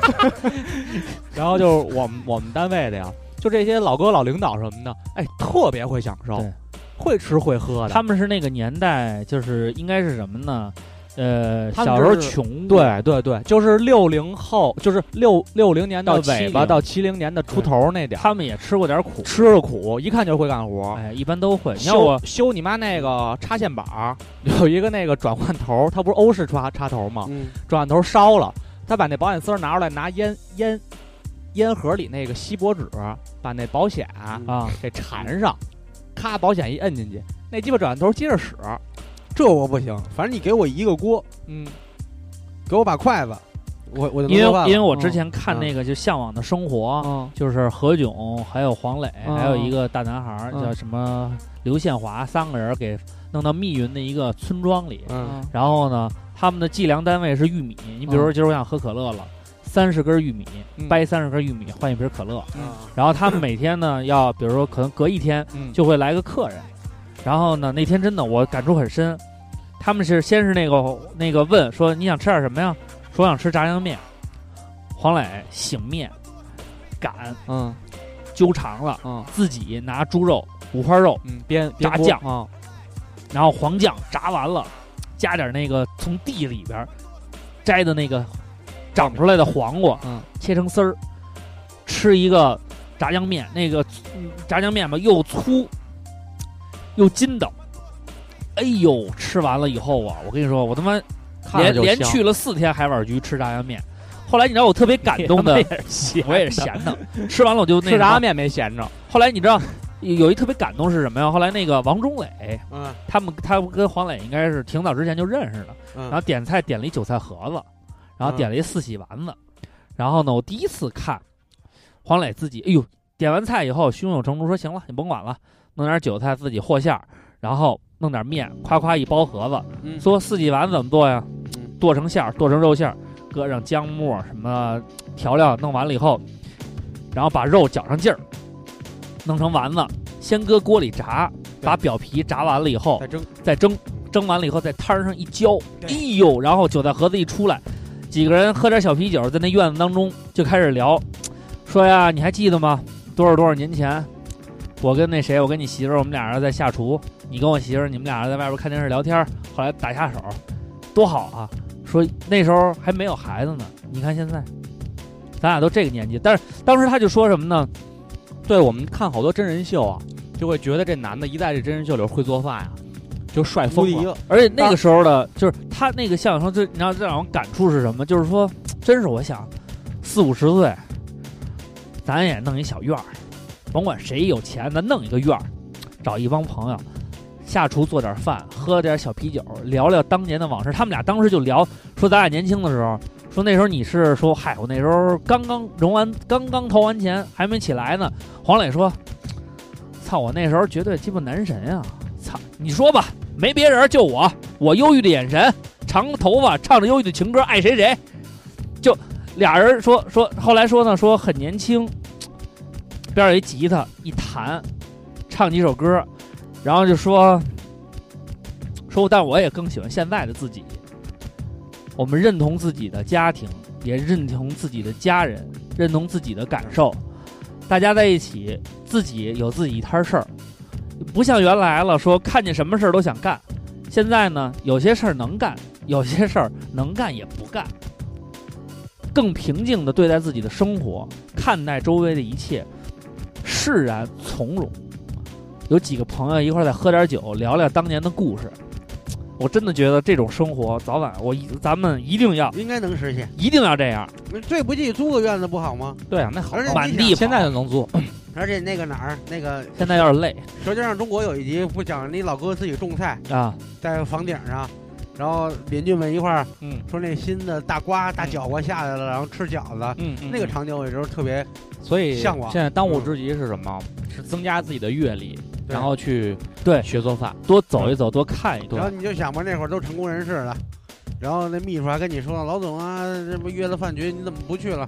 Speaker 3: 然后就是我们我们单位的呀，就这些老哥老领导什么的，哎，特别会享受
Speaker 2: 对，
Speaker 3: 会吃会喝的。
Speaker 2: 他们是那个年代，就是应该是什么呢？呃，
Speaker 3: 他们
Speaker 2: 小时候
Speaker 3: 就是
Speaker 2: 穷，
Speaker 3: 对对对，就是六零后，就是六六零年的尾巴
Speaker 2: 70
Speaker 3: 到七零年的出头那点儿，
Speaker 2: 他们也吃过点苦，
Speaker 3: 吃了苦，一看就是会干活。
Speaker 2: 哎，一般都会。你
Speaker 3: 修
Speaker 2: 要我
Speaker 3: 修你妈那个插线板儿， 有一个那个转换头儿，它不是欧式插插头吗？
Speaker 4: 嗯，
Speaker 3: 转换头儿烧了，他把那保险丝儿拿出来，拿烟烟烟盒里那个锡箔纸把那保险
Speaker 2: 啊，
Speaker 3: 给缠上，咔，保险一摁进去，那鸡巴转换头儿接着使。
Speaker 4: 这我不行，反正你给我一个锅，
Speaker 3: 嗯，
Speaker 4: 给我把筷子，我我就能
Speaker 2: 因
Speaker 4: 做饭
Speaker 2: 为
Speaker 4: 了
Speaker 2: 因为我
Speaker 3: 嗯
Speaker 2: 之前看那个就《向往的生活》
Speaker 3: 嗯
Speaker 2: 就是何炅还有黄磊，
Speaker 3: 嗯
Speaker 2: 还有一个大男孩儿
Speaker 3: 嗯
Speaker 2: 叫什么刘宪华，三个人给弄到密云的一个村庄里，
Speaker 4: 嗯，
Speaker 2: 然后呢，他们的计量单位是玉米。你比如说，
Speaker 3: 嗯
Speaker 2: 今儿我想喝可乐了，三十根玉米，
Speaker 3: 嗯
Speaker 2: 掰三十根玉米换一瓶可乐。
Speaker 3: 嗯
Speaker 2: 然后他们每天呢，要比如说可能隔一天
Speaker 3: 嗯
Speaker 2: 就会来个客人，然后呢，那天真的我感触很深，他们是先是那个那个问说你想吃点什么呀？说我想吃炸酱面，黄磊醒面，擀
Speaker 3: 嗯
Speaker 2: 揪长了，
Speaker 3: 嗯
Speaker 2: 自己拿猪肉五花肉，
Speaker 3: 嗯，边
Speaker 2: 炸
Speaker 3: 边锅
Speaker 2: 酱
Speaker 3: 啊，
Speaker 2: 然后黄酱炸完了，加点那个从地里边摘的那个长出来的黄瓜，
Speaker 3: 嗯
Speaker 2: 切成丝儿，吃一个炸酱面。那个嗯炸酱面吧，又粗又筋道。哎呦，吃完了以后啊，我跟你说，我他妈
Speaker 3: 看着
Speaker 2: 连
Speaker 3: 就
Speaker 2: 连
Speaker 3: 香
Speaker 2: 去了四天海碗局吃炸酱面。后来你知道我特别感动的， 我也是闲的， 吃完了我就那
Speaker 3: 吃炸
Speaker 2: 啥
Speaker 3: 酱面没闲着，
Speaker 2: 后来你知道有有一特别感动是什么呀？后来那个王中磊，
Speaker 4: 嗯
Speaker 2: 他们他跟黄磊应该是挺早之前就认识的，
Speaker 4: 嗯，
Speaker 2: 然后点菜点了一韭菜盒子，然后点了一四喜丸子，然后呢，我第一次看黄磊自己，哎呦，点完菜以后胸有成竹说行了，你甭管了，弄点韭菜自己和馅儿，然后弄点面，夸夸一包盒子，
Speaker 4: 嗯
Speaker 2: 说四季丸怎么做呀
Speaker 4: 嗯？
Speaker 2: 剁成馅儿，剁成肉馅儿，搁上姜末什么调料，弄完了以后，然后把肉搅上劲儿，弄成丸子，先搁锅里炸，
Speaker 4: 对
Speaker 2: 把表皮炸完了以后
Speaker 4: 再蒸，
Speaker 2: 再蒸，蒸完了以后在摊儿上一浇，哎呦，然后韭菜盒子一出来，几个人喝点小啤酒，在那院子当中就开始聊，说呀，你还记得吗？多少多少年前，我跟那谁，我跟你媳妇儿，我们俩人在下厨，你跟我媳妇儿，你们俩人在外边看电视聊天儿，后来打下手，多好啊！说那时候还没有孩子呢，你看现在，咱俩都这个年纪，但是当时他就说什么呢？
Speaker 3: 对我们看好多真人秀啊，就会觉得这男的一在这真人秀里会做饭呀、就帅
Speaker 4: 无
Speaker 3: 疯
Speaker 4: 敌
Speaker 3: 了。
Speaker 4: 了，
Speaker 2: 而且那个时候的，就是他那个相声，就你知道这让我感触是什么？就是说，真是我想四五十岁，咱也弄一小院儿，甭管谁有钱，咱弄一个院儿，找一帮朋友下厨做点饭，喝点小啤酒，聊聊当年的往事。他们俩当时就聊说，咱俩年轻的时候，说那时候你是说，嗨，我那时候刚刚融完，刚刚投完钱，还没起来呢。黄磊说，操，我那时候绝对鸡巴男神啊！操，你说吧，没别人，就我，我忧郁的眼神，长头发，唱着忧郁的情歌，爱谁谁。就俩人说说，后来说呢，说很年轻，边儿有一吉他，一弹，唱几首歌，然后就说说，但我也更喜欢现在的自己。我们认同自己的家庭，也认同自己的家人，认同自己的感受。大家在一起，自己有自己一摊事儿，不像原来了，说看见什么事儿都想干。现在呢，有些事儿能干，有些事儿能干也不干。更平静地对待自己的生活，看待周围的一切，释然从容。有几个朋友一块儿再喝点酒，聊聊当年的故事。我真的觉得这种生活，早晚我一咱们一定要
Speaker 4: 应该能实现。
Speaker 2: 一定要这样。
Speaker 4: 那这不济租个院子不好吗？
Speaker 3: 对啊，那好
Speaker 4: 而且
Speaker 3: 好
Speaker 4: 你
Speaker 2: 满地跑
Speaker 3: 现在就能做。
Speaker 4: 而且那个哪儿，那个
Speaker 2: 现在有点累
Speaker 4: 《舌尖上中国》有一集不讲那老哥自己种菜，
Speaker 2: 啊，
Speaker 4: 在房顶上，然后邻居们一块儿
Speaker 3: 嗯
Speaker 4: 说那新的大瓜、大角瓜下来了，然后吃饺子。
Speaker 3: 嗯，嗯
Speaker 4: 那个场景我有时候特别
Speaker 3: 所以
Speaker 4: 向往
Speaker 3: 现在当务之急是什么？是增加自己的阅历，
Speaker 4: 对
Speaker 3: 然后去
Speaker 2: 对
Speaker 3: 学做饭。
Speaker 2: 多走一走，多看一
Speaker 4: 然后
Speaker 2: 看。
Speaker 4: 你就想吧，那会儿都成功人士了，然后那秘书还跟你说呢，老总啊，这不约了饭局，你怎么不去了？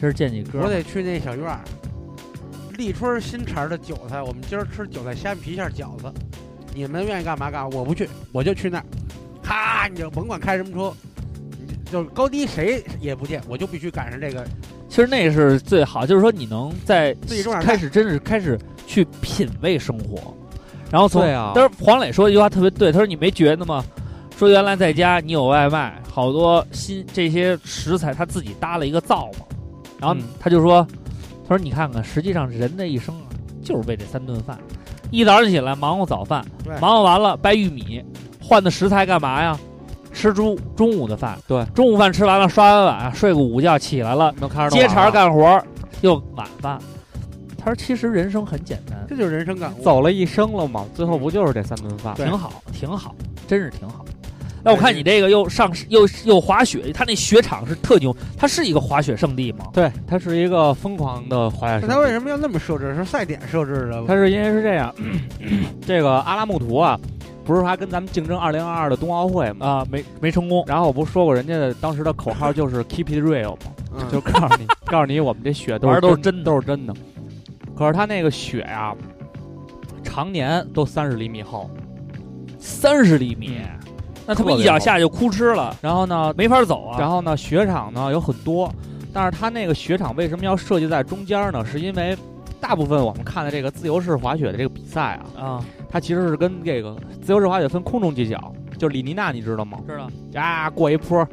Speaker 2: 今儿见几
Speaker 4: 我
Speaker 3: 啊
Speaker 2: 哥，
Speaker 4: 得去那小院儿。立春新茬儿的韭菜，我们今儿吃韭菜虾皮馅儿饺子，你们愿意干嘛干嘛，我不去，我就去那儿，咔，你就甭管开什么车，你这就是高低谁也不见，我就必须赶上这个。
Speaker 2: 其实那是最好，就是说你能在
Speaker 4: 自己种点菜
Speaker 2: 开始，真是开始去品味生活，然后从
Speaker 3: 对啊
Speaker 2: 但是黄磊说一句话特别对，他说你没觉得吗？说原来在家你有外卖，好多新这些食材他自己搭了一个灶嘛，然后
Speaker 3: 嗯
Speaker 2: 他就说，他说你看看，实际上人的一生啊，就是为这三顿饭，一早上起来忙活早饭，
Speaker 4: 对
Speaker 2: 忙活完了掰玉米，换的食材干嘛呀？吃中中午的饭，
Speaker 3: 对，
Speaker 2: 中午饭吃完了，刷完碗，睡个午觉，起来了，
Speaker 3: 能看着
Speaker 2: 接茬儿干活儿又晚饭。他说：“其实人生很简单，
Speaker 4: 这就是人生感悟。
Speaker 3: 走了一生了嘛，最后不就是这三顿饭？
Speaker 4: 对
Speaker 2: 挺好，挺好，真是挺好。”那我看你这个又上又又滑雪，他那雪场是特牛，它是一个滑雪圣地吗？
Speaker 3: 对，它是一个疯狂的滑雪
Speaker 4: 那
Speaker 3: 圣
Speaker 4: 他为
Speaker 3: 地。
Speaker 4: 什么要那么设置？是赛点设置的？
Speaker 3: 它是因为是这 样，这个阿拉木图啊，不是还跟咱们竞争2022的冬奥会嘛？
Speaker 2: 啊，没没成功。
Speaker 3: 然后我不是说过人家的当时的口号就是 Keep it real 嘛，
Speaker 4: 嗯
Speaker 3: 就告 诉你，告诉你我们这雪都
Speaker 2: 玩
Speaker 3: 是
Speaker 2: 儿都是
Speaker 3: 真
Speaker 2: 真的
Speaker 3: 都是真的。可是他那个雪呀、常年都三十厘米厚，
Speaker 2: 三十厘米，那他
Speaker 3: 特
Speaker 2: 们
Speaker 3: 别
Speaker 2: 一脚下就哭哧了，
Speaker 3: 然后呢，
Speaker 2: 没法走啊。
Speaker 3: 然后呢，雪场呢有很多，但是它那个雪场为什么要设计在中间呢？是因为大部分我们看的这个自由式滑雪的这个比赛啊，
Speaker 2: 啊，
Speaker 3: 它其实是跟这个自由式滑雪分空中技巧，就是李妮娜你知道吗？
Speaker 2: 知道
Speaker 3: 啊，过一坡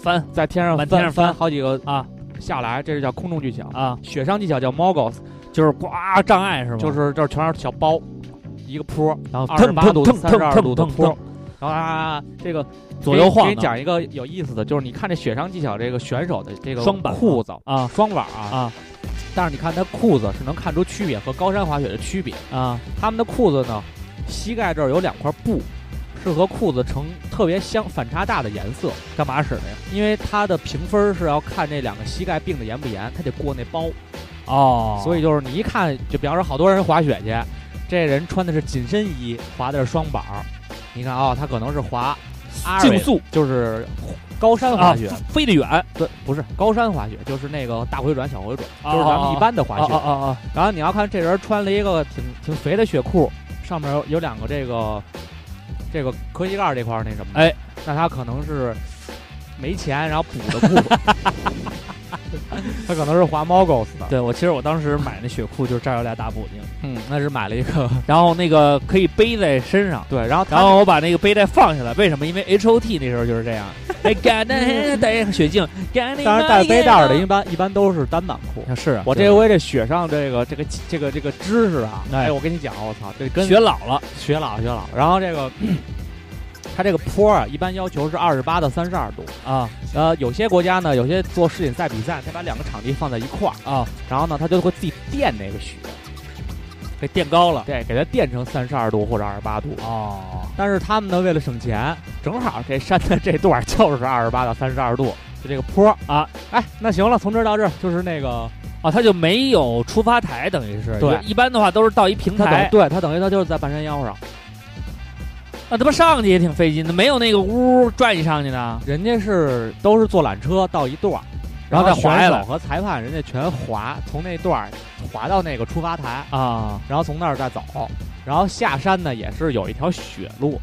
Speaker 2: 翻
Speaker 3: 在天上
Speaker 2: 满
Speaker 3: 翻
Speaker 2: 天上翻
Speaker 3: 好几个
Speaker 2: 啊
Speaker 3: 下来，这是叫空中技巧。
Speaker 2: 啊，
Speaker 3: 雪上技巧叫 Mogos，
Speaker 2: 就是呱障碍是吗？
Speaker 3: 就是这儿全是小包，一个坡，
Speaker 2: 然后
Speaker 3: 二十八度、
Speaker 2: 腾
Speaker 3: 三十二度的
Speaker 2: 腾
Speaker 3: 坡
Speaker 2: 腾，
Speaker 3: 然后啊，这个
Speaker 2: 左右晃
Speaker 3: 给你
Speaker 2: 荡
Speaker 3: 讲一个有意思的，就是你看这雪上技巧这个选手的这个
Speaker 2: 双板
Speaker 3: 裤子
Speaker 2: 啊
Speaker 3: 双板啊，
Speaker 2: 啊
Speaker 3: 但是你看他裤子是能看出区别和高山滑雪的区别。
Speaker 2: 啊
Speaker 3: 他们的裤子呢，膝盖这儿有两块布，是和裤子呈特别相反差大的颜色，
Speaker 2: 干嘛使的呀？
Speaker 3: 因为它的评分是要看这两个膝盖并的严不严，它得过那包。
Speaker 2: 哦，
Speaker 3: 所以就是你一看，就比方说好多人滑雪去，这人穿的是紧身衣，滑的是双板儿，你看啊、他可能是滑阿
Speaker 2: 竞速
Speaker 3: 就是高山
Speaker 2: 啊
Speaker 3: 滑雪，，
Speaker 2: 飞得远啊
Speaker 3: 对，不是高山滑雪，就是那个大回转、小回转，
Speaker 2: 啊
Speaker 3: 就是咱们一般的滑雪。
Speaker 2: 啊啊
Speaker 3: 哦然后你要看这人穿了一个挺挺肥的雪裤，上面有有两个这个这个科技盖儿这块儿那什么的，
Speaker 2: 哎，
Speaker 3: 那他可能是没钱，然后补的 裤，他可能是滑猫狗的，
Speaker 2: 对我其实我当时买那雪裤就是这儿有俩大补丁，
Speaker 3: 嗯，那是买了一个
Speaker 2: 然后那个可以背在身上。
Speaker 3: 对，然后
Speaker 2: 然
Speaker 3: 他
Speaker 2: 后我把那个背带放下来，为什么？因为 H O T 那时候就是这样，哎，干 的带雪镜，干的
Speaker 3: 当然带背带儿的一般一般都是单板裤。
Speaker 2: 是啊，
Speaker 3: 我
Speaker 2: 对
Speaker 3: 这回这雪上这个这个这个这个知识啊，
Speaker 2: 哎
Speaker 3: 哎，我跟你讲，我操，这跟
Speaker 2: 学老了
Speaker 3: 学老学老。然后这个，它这个坡啊，一般要求是二十八到三十二度。
Speaker 2: 啊
Speaker 3: 呃，有些国家呢，有些做世锦赛比赛，他把两个场地放在一块儿，
Speaker 2: 啊，
Speaker 3: 然后呢，他就会自己垫那个雪，
Speaker 2: 给垫高了
Speaker 3: 对，给它垫成三十二度或者二十八度。
Speaker 2: 哦，
Speaker 3: 但是他们呢，为了省钱，正好这山的这段儿 就是二十八到三十二度，就这个坡儿啊。哎，那行了，从这儿到这儿就是那个，
Speaker 2: 哦，它就没有出发台，等于是
Speaker 3: 对
Speaker 2: 一般的话都是到一平
Speaker 3: 它等
Speaker 2: 台
Speaker 3: 于，对它等于它就是在半山腰上，
Speaker 2: 那啊他妈上去也挺费劲的，没有那个屋拽你上去呢。
Speaker 3: 人家是都是坐缆车到一段儿，
Speaker 2: 然后再滑下
Speaker 3: 选
Speaker 2: 来
Speaker 3: 手和裁判人家全滑，从那段儿滑到那个出发台，
Speaker 2: 啊
Speaker 3: 然后从那儿再走，然后下山呢也是有一条雪路。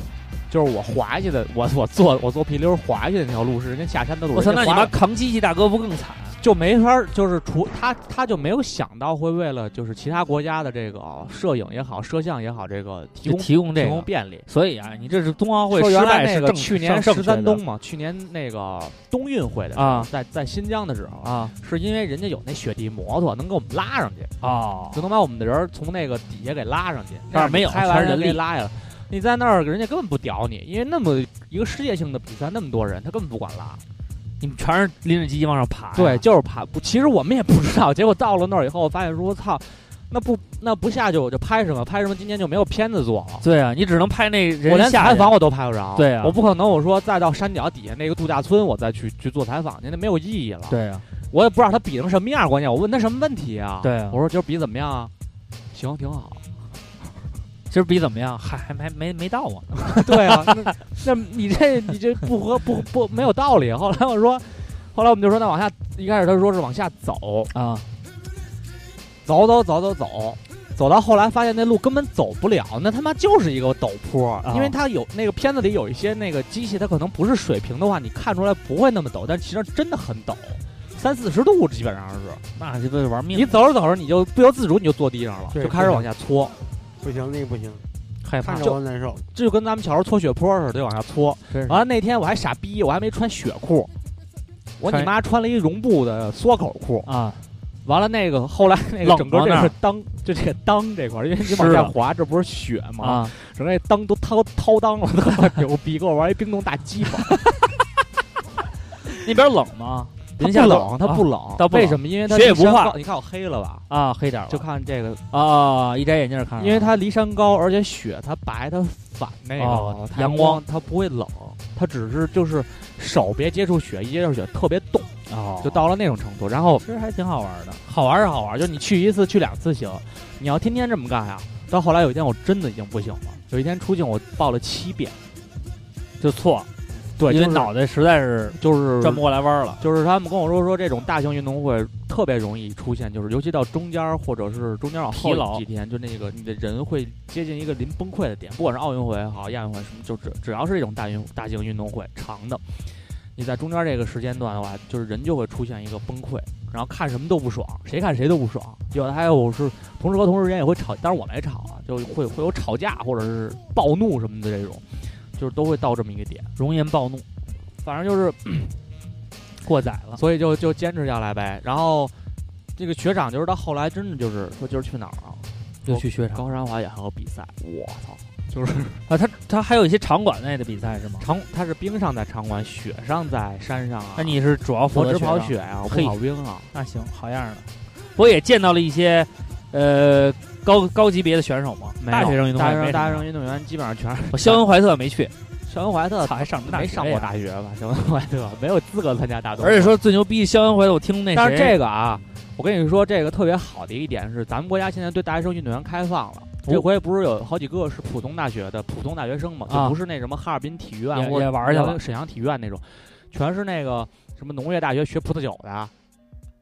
Speaker 3: 就是我滑下去的，我我坐我坐皮溜儿滑下去的那条路是跟下山的路。
Speaker 2: 我操，
Speaker 3: 人家
Speaker 2: 那你
Speaker 3: 滑
Speaker 2: 妈扛机器大哥不更惨？啊
Speaker 3: 就没法儿，就是除他他就没有想到会为了就是其他国家的这个摄影也好，摄像也好，这个提
Speaker 2: 就
Speaker 3: 供
Speaker 2: 提供这
Speaker 3: 提供
Speaker 2: 个，
Speaker 3: 便利。
Speaker 2: 所以啊，你这是冬奥会
Speaker 3: 说
Speaker 2: 失
Speaker 3: 原来
Speaker 2: 败
Speaker 3: 那
Speaker 2: 是
Speaker 3: 个
Speaker 2: 正
Speaker 3: 去年
Speaker 2: 正
Speaker 3: 十三冬嘛，去年那个冬运会的时候
Speaker 2: 啊
Speaker 3: 在在新疆的时候，
Speaker 2: 啊
Speaker 3: 是因为人家有那雪地摩托能给我们拉上去，
Speaker 2: 哦
Speaker 3: 就能把我们的人儿从那个底下给拉上去。
Speaker 2: 但是没有
Speaker 3: 拍完
Speaker 2: 全是人
Speaker 3: 人给
Speaker 2: 力
Speaker 3: 拉下来。你在那儿，人家根本不屌你，因为那么一个世界性的比赛，那么多人，他根本不管拉。哎
Speaker 2: 你们全是拎着机器往上爬呀，
Speaker 3: 对，就是爬。不其实我们也不知道，结果到了那儿以后，我发现说，我操，那不那不下去我就拍什么？拍什么？今年就没有片子做了。
Speaker 2: 对啊，你只能拍那
Speaker 3: 我
Speaker 2: 人
Speaker 3: 连
Speaker 2: 下
Speaker 3: 采
Speaker 2: 去
Speaker 3: 访我都拍不着，
Speaker 2: 对啊
Speaker 3: 我不可能我说再到山脚底下那个度假村，我再去去做采访去，那没有意义了。，
Speaker 2: 对啊，
Speaker 3: 我也不知道他比成什么样，关键我问他什么问题啊？
Speaker 2: 对啊
Speaker 3: 我说今儿比怎么样啊？行，挺好。
Speaker 2: 今儿比怎么样？还还还没没到我呢。
Speaker 3: 对啊，那那你这你这不合不不没有道理。后来我说，后来我们就说那往下，一开始他说是往下走，
Speaker 2: 啊
Speaker 3: 走走走走走，走到后来发现那路根本走不了，那他妈就是一个陡坡，因为它有那个片子里有一些那个机器，它可能不是水平的话，你看出来不会那么陡，但其实真的很陡，三四十度基本上是。
Speaker 2: 那这不是玩命
Speaker 3: 你走着走着，你就不由自主你就坐地上了，
Speaker 4: 对
Speaker 3: 就开始往下搓，
Speaker 4: 不行，那个不行，
Speaker 2: 害怕
Speaker 4: 看，着我难受。
Speaker 3: 这就跟咱们小时候搓雪坡似的，就往下搓。
Speaker 2: 真是
Speaker 3: 完了那天我还傻逼，我还没穿雪裤，我你
Speaker 2: 穿
Speaker 3: 妈穿了一绒布的缩口裤。
Speaker 2: 啊！
Speaker 3: 完了那个后来那个
Speaker 2: 冷
Speaker 3: 整个
Speaker 2: 到
Speaker 3: 这
Speaker 2: 那儿
Speaker 3: 个裆就这个裆这块儿，因为你往
Speaker 2: 湿
Speaker 3: 下
Speaker 2: 了
Speaker 3: 滑，这不是雪吗？
Speaker 2: 啊，
Speaker 3: 整个那裆都掏掏裆了， 他妈牛逼！给我玩一冰冻大鸡 巴，
Speaker 2: 那边冷吗？人
Speaker 3: 它
Speaker 2: 家
Speaker 3: 不冷，它不
Speaker 2: 冷
Speaker 3: 冷
Speaker 2: 它，不冷
Speaker 3: 为什么？因为它
Speaker 2: 雪也
Speaker 3: 离山
Speaker 2: 不化
Speaker 3: 高你看我黑了吧？
Speaker 2: 啊，黑点儿了
Speaker 3: 就看这个，
Speaker 2: 啊，一摘眼镜儿看着了，
Speaker 3: 因为它离山高，而且雪它白，它反那
Speaker 2: 哦
Speaker 3: 个太
Speaker 2: 阳光
Speaker 3: 光，它不会冷，它只是就是手别接触雪，一接触雪特别冻，
Speaker 2: 哦，
Speaker 3: 就到了那种程度。然后
Speaker 2: 其实还挺好玩的
Speaker 3: 好玩是好玩，就是你去一次去两次行，你要天天这么干呀、到后来有一天我真的已经不行了，有一天出境我报了七遍，
Speaker 2: 就错，
Speaker 3: 对，
Speaker 2: 因为
Speaker 3: 就是
Speaker 2: 脑袋实在是
Speaker 3: 就是
Speaker 2: 转不过来弯儿了。
Speaker 3: 就是他们跟我说说，这种大型运动会特别容易出现，就是尤其到中间儿或者是中间儿往
Speaker 2: 疲
Speaker 3: 后
Speaker 2: 劳
Speaker 3: 几天，就那个你的人会接近一个临崩溃的点，不管是奥运会也好，亚运会什么，就只只要是这种大运大型运动会长的，你在中间儿这个时间段的话，就是人就会出现一个崩溃，然后看什么都不爽，谁看谁都不爽，有的还有是同事和同事之间也会吵，当然我没吵啊，就会会有吵架或者是暴怒什么的这种，就是都会到这么一个点，
Speaker 2: 容颜暴怒，
Speaker 3: 反正就是
Speaker 2: 过载了。
Speaker 3: 所以就就坚持下来呗。然后这个学长就是到后来真的就是说今儿去哪儿啊？
Speaker 2: 又去雪场
Speaker 3: 高山滑雪还有比赛，我操！
Speaker 2: 啊，他他还有一些场馆内的比赛是吗？
Speaker 3: 场它是冰上在场馆，雪上在山上啊。
Speaker 2: 那你是主要负
Speaker 3: 我
Speaker 2: 责
Speaker 3: 只跑
Speaker 2: 上
Speaker 3: 雪啊，我
Speaker 2: 嘿
Speaker 3: 不跑冰啊。
Speaker 2: 那行，好样儿的。我也见到了一些，呃，高高级别的选手嘛，
Speaker 3: 没有
Speaker 2: 大学生运动
Speaker 3: 大
Speaker 2: 会
Speaker 3: 学
Speaker 2: 没
Speaker 3: 生
Speaker 2: 什
Speaker 3: 大学
Speaker 2: 么
Speaker 3: 生运动员基本上全是
Speaker 2: 我肖恩怀特没去，
Speaker 3: 肖恩怀特
Speaker 2: 操，还上什么大
Speaker 3: 没
Speaker 2: 学
Speaker 3: 上过
Speaker 2: 呀
Speaker 3: 大学吧？肖恩怀特没有资格参加大东。
Speaker 2: 而且，说最牛逼，肖恩怀特我听那谁，
Speaker 3: 但是这个啊，我跟你说，这个特别好的一点是，咱们国家现在对大学生运动员开放了。这
Speaker 2: 哦
Speaker 3: 回不是有好几个是普通大学的普通大学生嘛，
Speaker 2: 啊
Speaker 3: 就不是那什么哈尔滨体育院
Speaker 2: 也
Speaker 3: 或者
Speaker 2: 也玩去了
Speaker 3: 沈阳体育院那种，全是那个什么农业大学学葡萄酒的，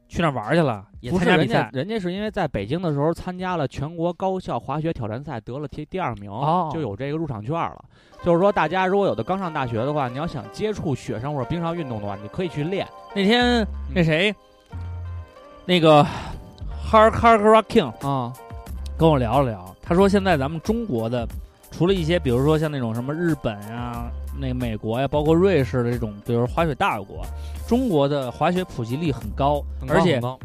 Speaker 2: 去那儿玩儿去了，也
Speaker 3: 不
Speaker 2: 参
Speaker 3: 是
Speaker 2: 加
Speaker 3: 人
Speaker 2: 比
Speaker 3: 家
Speaker 2: 赛，
Speaker 3: 人家是因为在北京的时候参加了全国高校滑雪挑战赛，得了第第二名，
Speaker 2: 哦
Speaker 3: 就有这个入场券了。就是说，大家如果有的刚上大学的话，你要想接触雪上或者冰上运动的话，你可以去练。
Speaker 2: 那
Speaker 3: 嗯
Speaker 2: 天那谁，那个 Har Har Rock King
Speaker 3: 啊、
Speaker 2: 跟我聊了聊，他说现在咱们中国的，除了一些比如说像那种什么日本啊、那个美国呀、包括瑞士的这种，比如滑雪大国，中国的滑雪普及率很高，
Speaker 3: 很高
Speaker 2: 而且
Speaker 3: 很高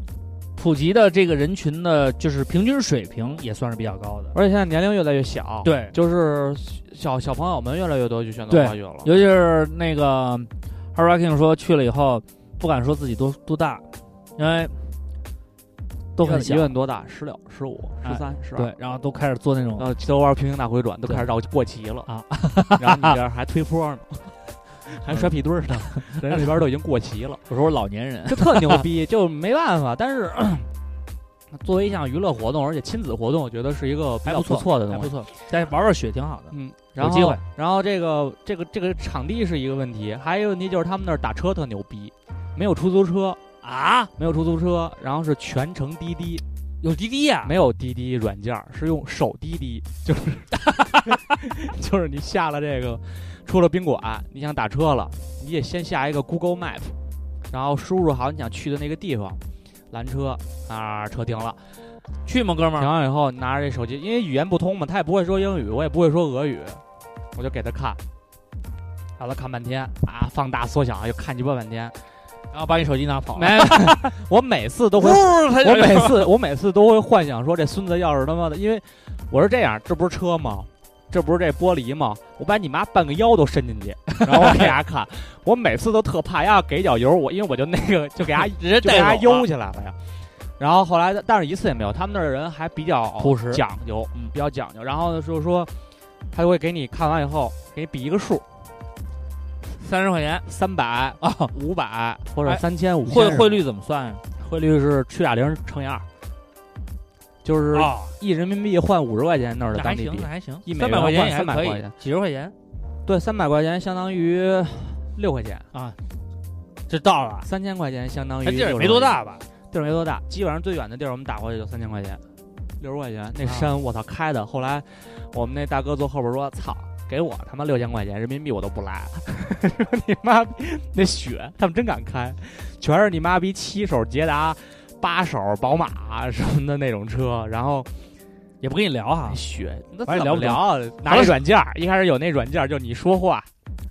Speaker 2: 普及的这个人群的，就是平均水平也算是比较高的。
Speaker 3: 而且现在年龄越来越小，，
Speaker 2: 对，
Speaker 3: 就是小小朋友们越来越多就选
Speaker 2: 对
Speaker 3: 择滑雪了。
Speaker 2: 尤其是那个 Hurricane 说去了以后，不敢说自己多多大，因为都很小
Speaker 3: 一，问多大？十六、十五、
Speaker 2: 哎
Speaker 3: 十三、十二。
Speaker 2: 对，然后都开始做那种
Speaker 3: 然后都玩平行大回转，都开始绕过旗了
Speaker 2: 啊！
Speaker 3: 然后你这儿还推坡 呢，还摔屁墩儿呢，
Speaker 2: 嗯
Speaker 3: 人家那边都已经过旗 了。
Speaker 2: 我说我老年人，
Speaker 3: 就特牛逼， 就没办法。但是 作为一项娱乐活动，而且亲子活动，我觉得是一个比
Speaker 2: 还
Speaker 3: 较
Speaker 2: 不错
Speaker 3: 不错的
Speaker 2: 还
Speaker 3: 东
Speaker 2: 不
Speaker 3: 西。
Speaker 2: 错，但是玩玩雪挺好的。
Speaker 3: 嗯，
Speaker 2: 有
Speaker 3: 然后
Speaker 2: 机会
Speaker 3: 然后这个这个这个场地是一个问题，还有一个问题就是他们那儿打车特牛逼，没有出租车啊，没有出租车，然后是全程滴滴，
Speaker 2: 有滴滴啊呀、
Speaker 3: 没有滴滴软件儿，是用手滴滴，就是 就是你下了这个，出了宾馆，你想打车了，你得先下一个 Google Map，然后输入好你想去的那个地方，拦车啊，车停了，
Speaker 2: 去吗，哥们
Speaker 3: 停
Speaker 2: 儿？
Speaker 3: 完以后拿着这手机，因为语言不通嘛，他也不会说英语，我也不会说俄语，我就给他看，让他看半天啊，放大缩小又看鸡巴半天，
Speaker 2: 然后把你手机拿跑了，
Speaker 3: 没， 我每次 都会我
Speaker 2: 我
Speaker 3: 每次我每次都会幻想说这孙子要是他妈的，因为我是这样，这不是车吗？这不是这玻璃吗？我把你妈半个腰都伸进去，然后我给他看， 我每次都特怕，要给一脚油，我因为我就那个就 给他
Speaker 2: 直接
Speaker 3: 就给
Speaker 2: 带
Speaker 3: 他
Speaker 2: 走了啊
Speaker 3: 悠起来了呀。然后后来，但是一次也没有，他们那儿的人还比较
Speaker 2: 朴实
Speaker 3: 讲究，嗯，比较讲究。然后呢，就是说，他就会给你看完以后，给你比一个数，
Speaker 2: 三十块钱
Speaker 3: 三百、
Speaker 2: 啊。
Speaker 3: 五百或者
Speaker 2: 哎
Speaker 3: 三千、五
Speaker 2: 汇
Speaker 3: 千。
Speaker 2: 汇率怎么算呀？
Speaker 3: 汇率是去俩零乘以二，就是
Speaker 2: 啊，
Speaker 3: 一人民币换五十块钱那儿啊的
Speaker 2: 那
Speaker 3: 当
Speaker 2: 还
Speaker 3: 地
Speaker 2: 行，
Speaker 3: 币
Speaker 2: 那，还行
Speaker 3: 一，美
Speaker 2: 三百
Speaker 3: 元
Speaker 2: 块钱
Speaker 3: 换
Speaker 2: 也还
Speaker 3: 300
Speaker 2: 可
Speaker 3: 块
Speaker 2: 以
Speaker 3: 钱，
Speaker 2: 几十块钱
Speaker 3: 对，三百块钱相当于六块钱，
Speaker 2: 就到了。
Speaker 3: 三千块钱相当于
Speaker 2: 那地儿也
Speaker 3: 60
Speaker 2: 没多大吧？
Speaker 3: 块钱，地儿没多大，基本上最远的地儿我们打过去就三千块钱，六十块钱，啊那山我操开的。后来我们那大哥坐后边说：“操，给我他妈六千块钱人民币我都不来。” 说你妈逼那雪，他们真敢开，全是你妈逼七手捷达、八手宝马什么的那种车，然后。
Speaker 2: 也不跟你聊哈，
Speaker 3: 雪那
Speaker 2: 反正
Speaker 3: 怎
Speaker 2: 聊
Speaker 3: 么
Speaker 2: 不
Speaker 3: 聊啊？拿
Speaker 2: 好
Speaker 3: 一
Speaker 2: 了
Speaker 3: 软件儿，一开始有那软件儿，就你说话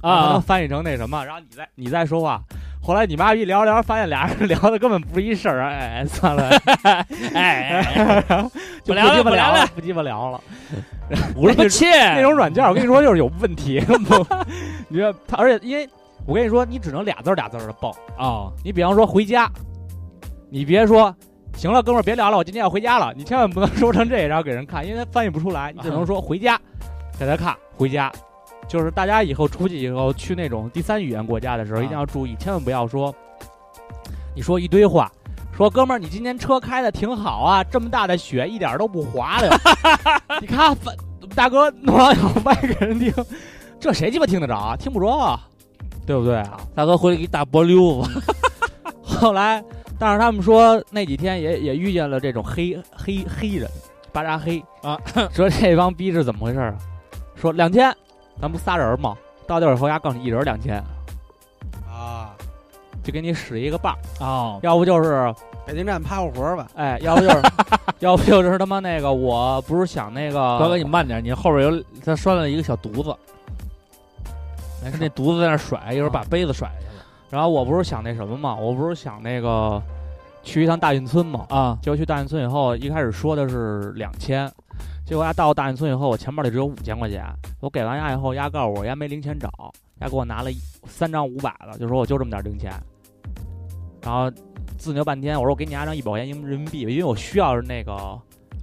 Speaker 3: 然后
Speaker 2: 啊，
Speaker 3: 翻译成那什么，然后你再你再说话。后来你妈一聊着聊着，发现俩人聊 的根本不是一事儿，哎，哎算了，
Speaker 2: 哎，
Speaker 3: 就
Speaker 2: 不聊了
Speaker 3: 鸡巴
Speaker 2: 不聊
Speaker 3: 了
Speaker 2: 了，
Speaker 3: 不鸡巴聊了。
Speaker 2: 我
Speaker 3: 那
Speaker 2: 说切，
Speaker 3: 那种软件，我跟你说就是有问题， 不你说它，而且因为我跟你说，你只能俩字儿俩字儿的蹦。
Speaker 2: 哦，
Speaker 3: 你比方说回家，你别说行了，哥们儿别聊了，我今天要回家了，你千万不能 说成这，然后给人看，因为他翻译不出来，你只能说回家，给他看回家。就是大家以后出去以后去那种第三语言国家的时候，
Speaker 2: 啊
Speaker 3: 一定要注意，千万不要说你说一堆话。说哥们儿，你今天车开的挺好啊，这么大的雪一点儿都不 滑溜。你看，反大哥 弄完以后卖给人听，这谁鸡巴听得着啊？听不着啊，对不对啊？
Speaker 2: 大哥回来给你打波溜 子，
Speaker 3: 后来，但是他们说那几天也也遇见了这种黑黑黑人，巴扎黑
Speaker 2: 啊，
Speaker 3: 说这帮逼是怎么回事儿啊？说两千，咱不仨人吗？到地儿以后，丫告诉你一人两千，
Speaker 4: 啊，
Speaker 3: 就给你使一个棒儿，
Speaker 2: 哦，
Speaker 3: 要不就是
Speaker 4: 北京站趴会活吧，
Speaker 3: 哎，要不 就是，要不就是他妈那个，我不是想那个，
Speaker 2: 高哥你慢点，你后边有他拴了一个小犊子，
Speaker 3: 没事
Speaker 2: 那犊子在那甩，一会儿把杯子甩下去了
Speaker 3: 然后我不是想那什么嘛，我不是想那个去一趟大运村嘛，
Speaker 2: 啊，
Speaker 3: 结果去大运村以后，一开始说的是两千，结果丫到大运村以后，我钱包里只有五千块钱。我给完丫以后，丫告诉我丫没零钱找，丫给我拿了一三张五百的，就说我就这么点零钱。然后自牛半天，我说我给你丫张一百块钱人民币，因为我需要那个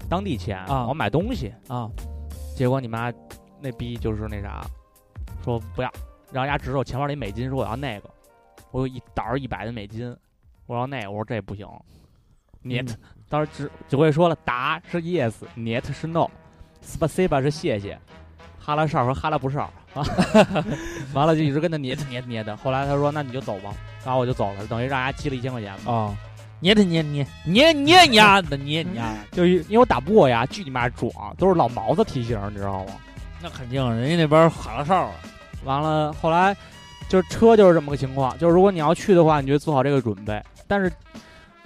Speaker 3: 当地钱，
Speaker 2: 啊
Speaker 3: 我买东西。
Speaker 2: 啊，
Speaker 3: 结果你妈那逼就是那啥，说不要，然后丫指着我钱包里美金说我要那个，我有一沓一百的美金，我要那个，我说这不行，net，、当时只只会说了答是 yes，net 是 no，spasiba 是谢谢，哈拉哨和哈拉不哨啊， 完了就一直跟他捏捏捏的，后来他说那你就走吧，然后我就走了，等于让丫积了一千块钱嘛，
Speaker 2: 哦，捏他捏捏捏捏你丫的捏你丫的，
Speaker 3: 就因为我打不过呀，巨你妈壮，都是老毛子体型，你知道吗？
Speaker 2: 那肯定，人家那边喊了哨了，
Speaker 3: 完了，后来就是车就是这么个情况，就是如果你要去的话，你就做好这个准备。但是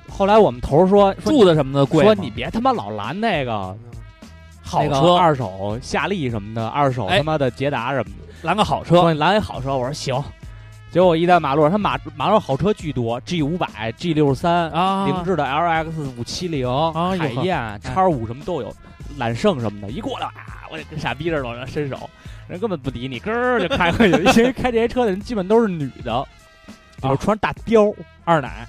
Speaker 3: 后来我们头儿说说
Speaker 2: 住的什么的贵吗，
Speaker 3: 说你别他妈老拦那个好
Speaker 2: 那个
Speaker 3: 车二手夏利什么的，二手
Speaker 2: 哎
Speaker 3: 他妈的捷达什么的，
Speaker 2: 拦个好车，
Speaker 3: 说你拦一好车，我说行。结果我一在马路上，他马马路上好车巨多，G 五百、G 六十三、
Speaker 2: 啊
Speaker 3: 凌志的 LX 五七零、
Speaker 2: 哎呦
Speaker 3: 海
Speaker 2: 呵
Speaker 3: 燕、叉五什么都有，揽胜什么的，一过来啊，我得跟傻逼似的往上伸手，人根本不理你，咯儿就开过去了。因 为开这些车的人基本都是女的，就是穿大貂、二奶，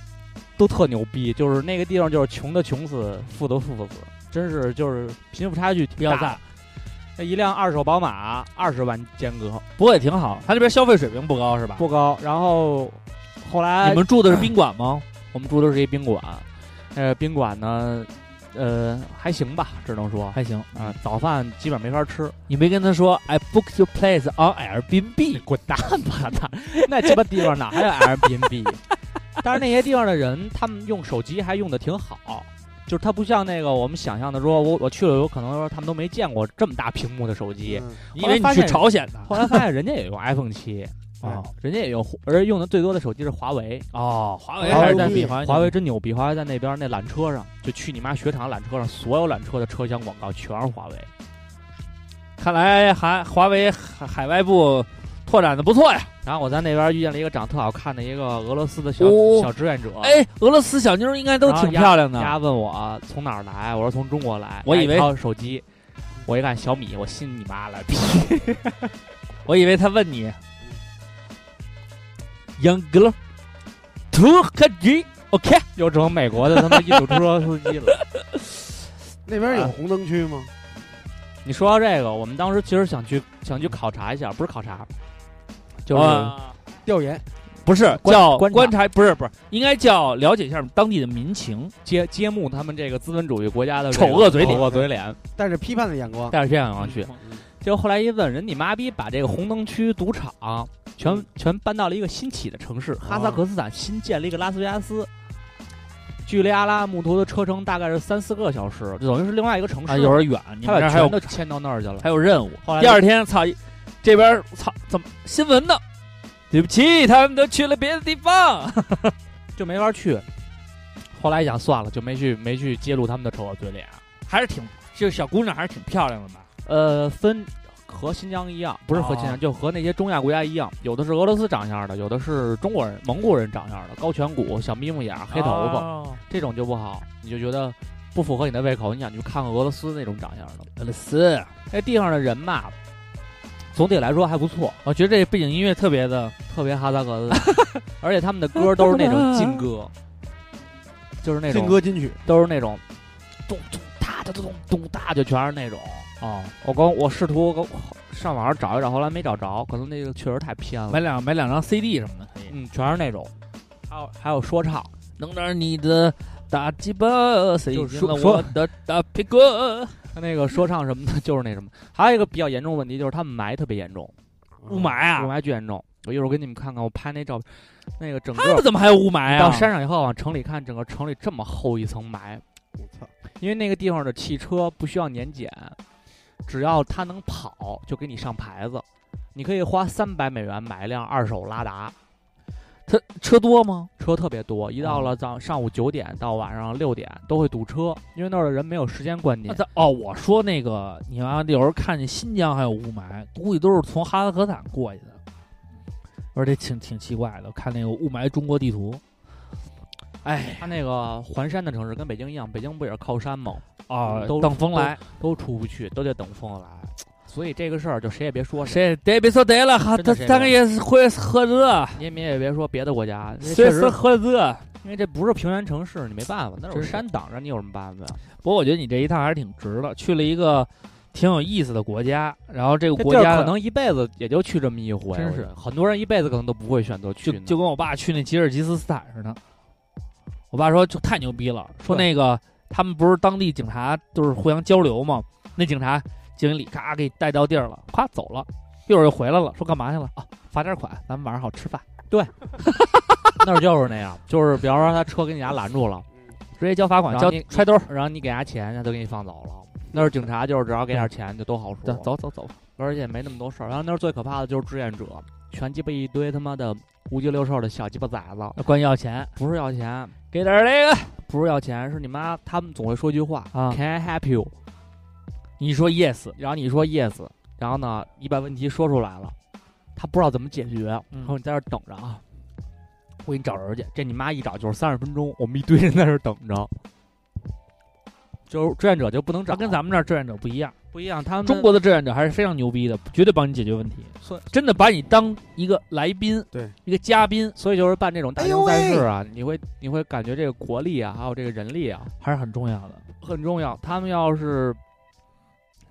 Speaker 3: 都特牛逼。就是那个地方就是穷的穷死，富的富死，真是就是贫富差距
Speaker 2: 比
Speaker 3: 比
Speaker 2: 较
Speaker 3: 大
Speaker 2: 大
Speaker 3: 的。那一辆二手宝马二十万间隔
Speaker 2: 不过也挺好，他那边消费水平不高是吧？
Speaker 3: 不高，然后后来
Speaker 2: 你们住的是宾馆吗？
Speaker 3: 我们住的是一宾馆，呃，宾馆呢，呃，还行吧，只能说，
Speaker 2: 还行，嗯
Speaker 3: 啊、早饭基本没法吃，
Speaker 2: 你没跟他说 I book your place on Airbnb，
Speaker 3: 滚蛋吧他！那鸡巴地方哪还有 Airbnb？但 是那些地方的人，他们用手机还用的挺好，就是他不像那个我们想象的说，我我去了有可能说他们都没见过这么大屏幕的手机。
Speaker 4: 嗯
Speaker 2: 你以为你去朝鲜呢？
Speaker 3: 后来发现人家也用 iPhone 七，啊
Speaker 2: 哦
Speaker 3: 人家也用，而且用的最多的手机是华为。
Speaker 2: 哦，华为
Speaker 4: 华为
Speaker 2: 还是在
Speaker 4: 牛逼
Speaker 2: 比华为牛逼
Speaker 3: 华为真牛逼，华为在那边那缆车上，就去你妈雪场缆车上，所有缆车的车厢广告全是华为。
Speaker 2: 看来还华为海海外部拓展的不错呀。
Speaker 3: 然后我在那边遇见了一个长得特好看的一个俄罗斯的小、
Speaker 2: 哦
Speaker 3: 小志愿者，
Speaker 2: 哎，俄罗斯小妞儿应该都挺漂亮的。
Speaker 3: 丫问我从哪儿来，我说从中国来。
Speaker 2: 我以为
Speaker 3: 丫一掏手机，我一看小米，我信你妈了， 逼！
Speaker 2: 我以为他问你，Young girl，图克吉，OK，
Speaker 3: 又成美国的他妈印度出租车司机了。
Speaker 4: 那边有红灯区吗？
Speaker 3: 你说到这个，我们当时其实想去想去考察一下，不是考察，就是、
Speaker 2: 啊
Speaker 4: 调研
Speaker 2: 不是
Speaker 3: 观
Speaker 2: 叫
Speaker 3: 观察
Speaker 2: 观察，不是不是，应该叫了解一下当地的民情。
Speaker 3: 揭揭幕他们这个资本主义国家的这个
Speaker 2: 丑恶嘴脸
Speaker 3: 丑恶嘴脸。
Speaker 4: 带着批判的眼光，
Speaker 3: 带着这样
Speaker 2: 嗯
Speaker 3: 往去，结果后来一问，人你妈逼把这个红灯区赌场
Speaker 2: 嗯哦
Speaker 3: 全全搬到了一个新起的城市哈萨克斯坦，新建了一个拉斯维加斯。距离阿拉木图的车程大概是三四个小时，就等于是另外一个城市
Speaker 2: 啊，有点远，你
Speaker 3: 他
Speaker 2: 们这
Speaker 3: 把
Speaker 2: 儿还
Speaker 3: 全
Speaker 2: 有
Speaker 3: 都迁到那儿去了。
Speaker 2: 还有任务
Speaker 3: 后来。
Speaker 2: 第
Speaker 3: 就
Speaker 2: 二天，操，这边操怎么新闻呢？对不起，他们都去了别的地方。
Speaker 3: 就没法去。后来一想算了，就没去没去揭露他们的丑恶嘴脸。
Speaker 2: 还是挺，这小姑娘还是挺漂亮的吧？
Speaker 3: 呃，分和新疆一样，不是和新疆，
Speaker 2: 哦
Speaker 3: 就和那些中亚国家一样，有的是俄罗斯长相的，有的是中国人、蒙古人长相的，高颧骨、小咪咪眼、黑头发，
Speaker 2: 哦
Speaker 3: 这种就不好，你就觉得不符合你的胃口，你想去看看俄罗斯那种长相的。
Speaker 2: 俄罗斯，
Speaker 3: 那地方的人嘛，总体来说还不错，
Speaker 2: 我觉得这背景音乐特别的，
Speaker 3: 特别哈萨克斯， 而且他们的歌都是那种劲歌，就是那种
Speaker 4: 劲歌金曲，
Speaker 3: 都是那种咚咚哒哒咚咚哒，就全是那种。哦，我刚我试图跟上网上找一找，后来没找着，可能那个确实太偏了
Speaker 2: 买。两买两张 CD 什么的可以。
Speaker 3: 嗯，全是那种，还有还有说唱，
Speaker 2: 弄点你的大鸡巴，塞
Speaker 3: 就
Speaker 2: 进
Speaker 3: 是
Speaker 2: 了
Speaker 3: 说说嗯
Speaker 2: 我的大屁股。
Speaker 3: 他那个说唱什么的，就是那什么。还有一个比较严重的问题就是他们霾特别严重，
Speaker 2: 雾霾
Speaker 3: 雾
Speaker 2: 啊，
Speaker 3: 霾巨严重。我一会儿给你们看看我拍那照片，那个整
Speaker 2: 他们
Speaker 3: 个
Speaker 2: 怎么还有雾霾啊？
Speaker 3: 到山上以后往城里看，整个城里这么厚一层霾，
Speaker 4: 我操，
Speaker 3: 因为那个地方的汽车不需要年检，只要它能跑，就给你上牌子。你可以花三百美元买一辆二手拉达，
Speaker 2: 他车多吗？
Speaker 3: 车特别多，一到了早上午九点到晚上六点都会堵车，因为那儿的人没有时间观
Speaker 2: 那
Speaker 3: 念。
Speaker 2: 他哦，我说那个，你妈有时候看见新疆还有雾霾，估计都是从哈萨克斯坦过去的。我说这挺挺奇怪的，看那个雾霾中国地图。哎
Speaker 3: 它那个环山的城市跟北京一样，北京不也是靠山吗？
Speaker 2: 啊，
Speaker 3: 都
Speaker 2: 等风来，
Speaker 3: 都出不去，都得等风来。所以这个事儿就谁也别说谁，
Speaker 2: 谁得别说得了，哈
Speaker 3: 真
Speaker 2: 他
Speaker 3: 的谁
Speaker 2: 他
Speaker 3: 没
Speaker 2: 也是会喝热，
Speaker 3: 你们也别说别的国家，因为
Speaker 2: 随
Speaker 3: 确
Speaker 2: 时
Speaker 3: 实，
Speaker 2: 喝热。
Speaker 3: 因为这不是平原城市，你没办法，那有
Speaker 2: 真是
Speaker 3: 山挡着，你有什么办法呀？
Speaker 2: 不过我觉得你这一趟还是挺值的，去了一个挺有意思的国家，然后这个
Speaker 3: 这
Speaker 2: 国
Speaker 3: 地儿
Speaker 2: 家
Speaker 3: 可能一辈子也就去这么一回，
Speaker 2: 真
Speaker 3: 我
Speaker 2: 是
Speaker 3: 觉得很多人一辈子可能都不会选择去
Speaker 2: 就
Speaker 3: 呢。
Speaker 2: 就跟我爸去那吉尔吉斯斯坦似的。我爸说就太牛逼了，说那个他们不是当地警察就是互相交流嘛，那警察经理咔给带到地儿了，咵走了，一会儿又回来了，说干嘛去了啊？罚点款，咱们晚上好吃饭。
Speaker 3: 那儿就是那样，就是比方说他车给你家拦住了，
Speaker 2: 直接交罚款，
Speaker 3: 然
Speaker 2: 交
Speaker 3: 后你
Speaker 2: 揣兜儿，
Speaker 3: 然后你给他钱，他都给你放走了。那儿警察就是只要给点钱就都好说，
Speaker 2: 嗯走走走走。
Speaker 3: 而且没那么多事儿。然后那儿最可怕的就是志愿者，全鸡巴一堆他妈的五脊六兽的小鸡巴崽子，
Speaker 2: 管要钱，
Speaker 3: 不是要钱，
Speaker 2: 给点儿那个。
Speaker 3: 不是要钱，是你妈，他们总会说一句话、
Speaker 2: 啊
Speaker 3: c a n I help you？
Speaker 2: 你说 yes，
Speaker 3: 然后你说 yes，然后呢，你把问题说出来了，他不知道怎么解决，
Speaker 2: 嗯
Speaker 3: 然后你在这儿等着啊，我给你找人去。这你妈一找就是三十分钟，我们一堆人在这儿等着，就是志愿者就不能
Speaker 2: 他
Speaker 3: 找，
Speaker 2: 跟咱们这儿志愿者不一样。
Speaker 3: 不一样，他们
Speaker 2: 中国的志愿者还是非常牛逼的，绝对帮你解决问题
Speaker 3: 算，
Speaker 2: 真的把你当一个来宾，
Speaker 4: 对，
Speaker 2: 一个嘉宾
Speaker 3: 所以就是办这种大型赛事啊，你会你会感觉这个国力啊，还有这个人力啊
Speaker 2: 还是很重要的。
Speaker 3: 很重要。他们要是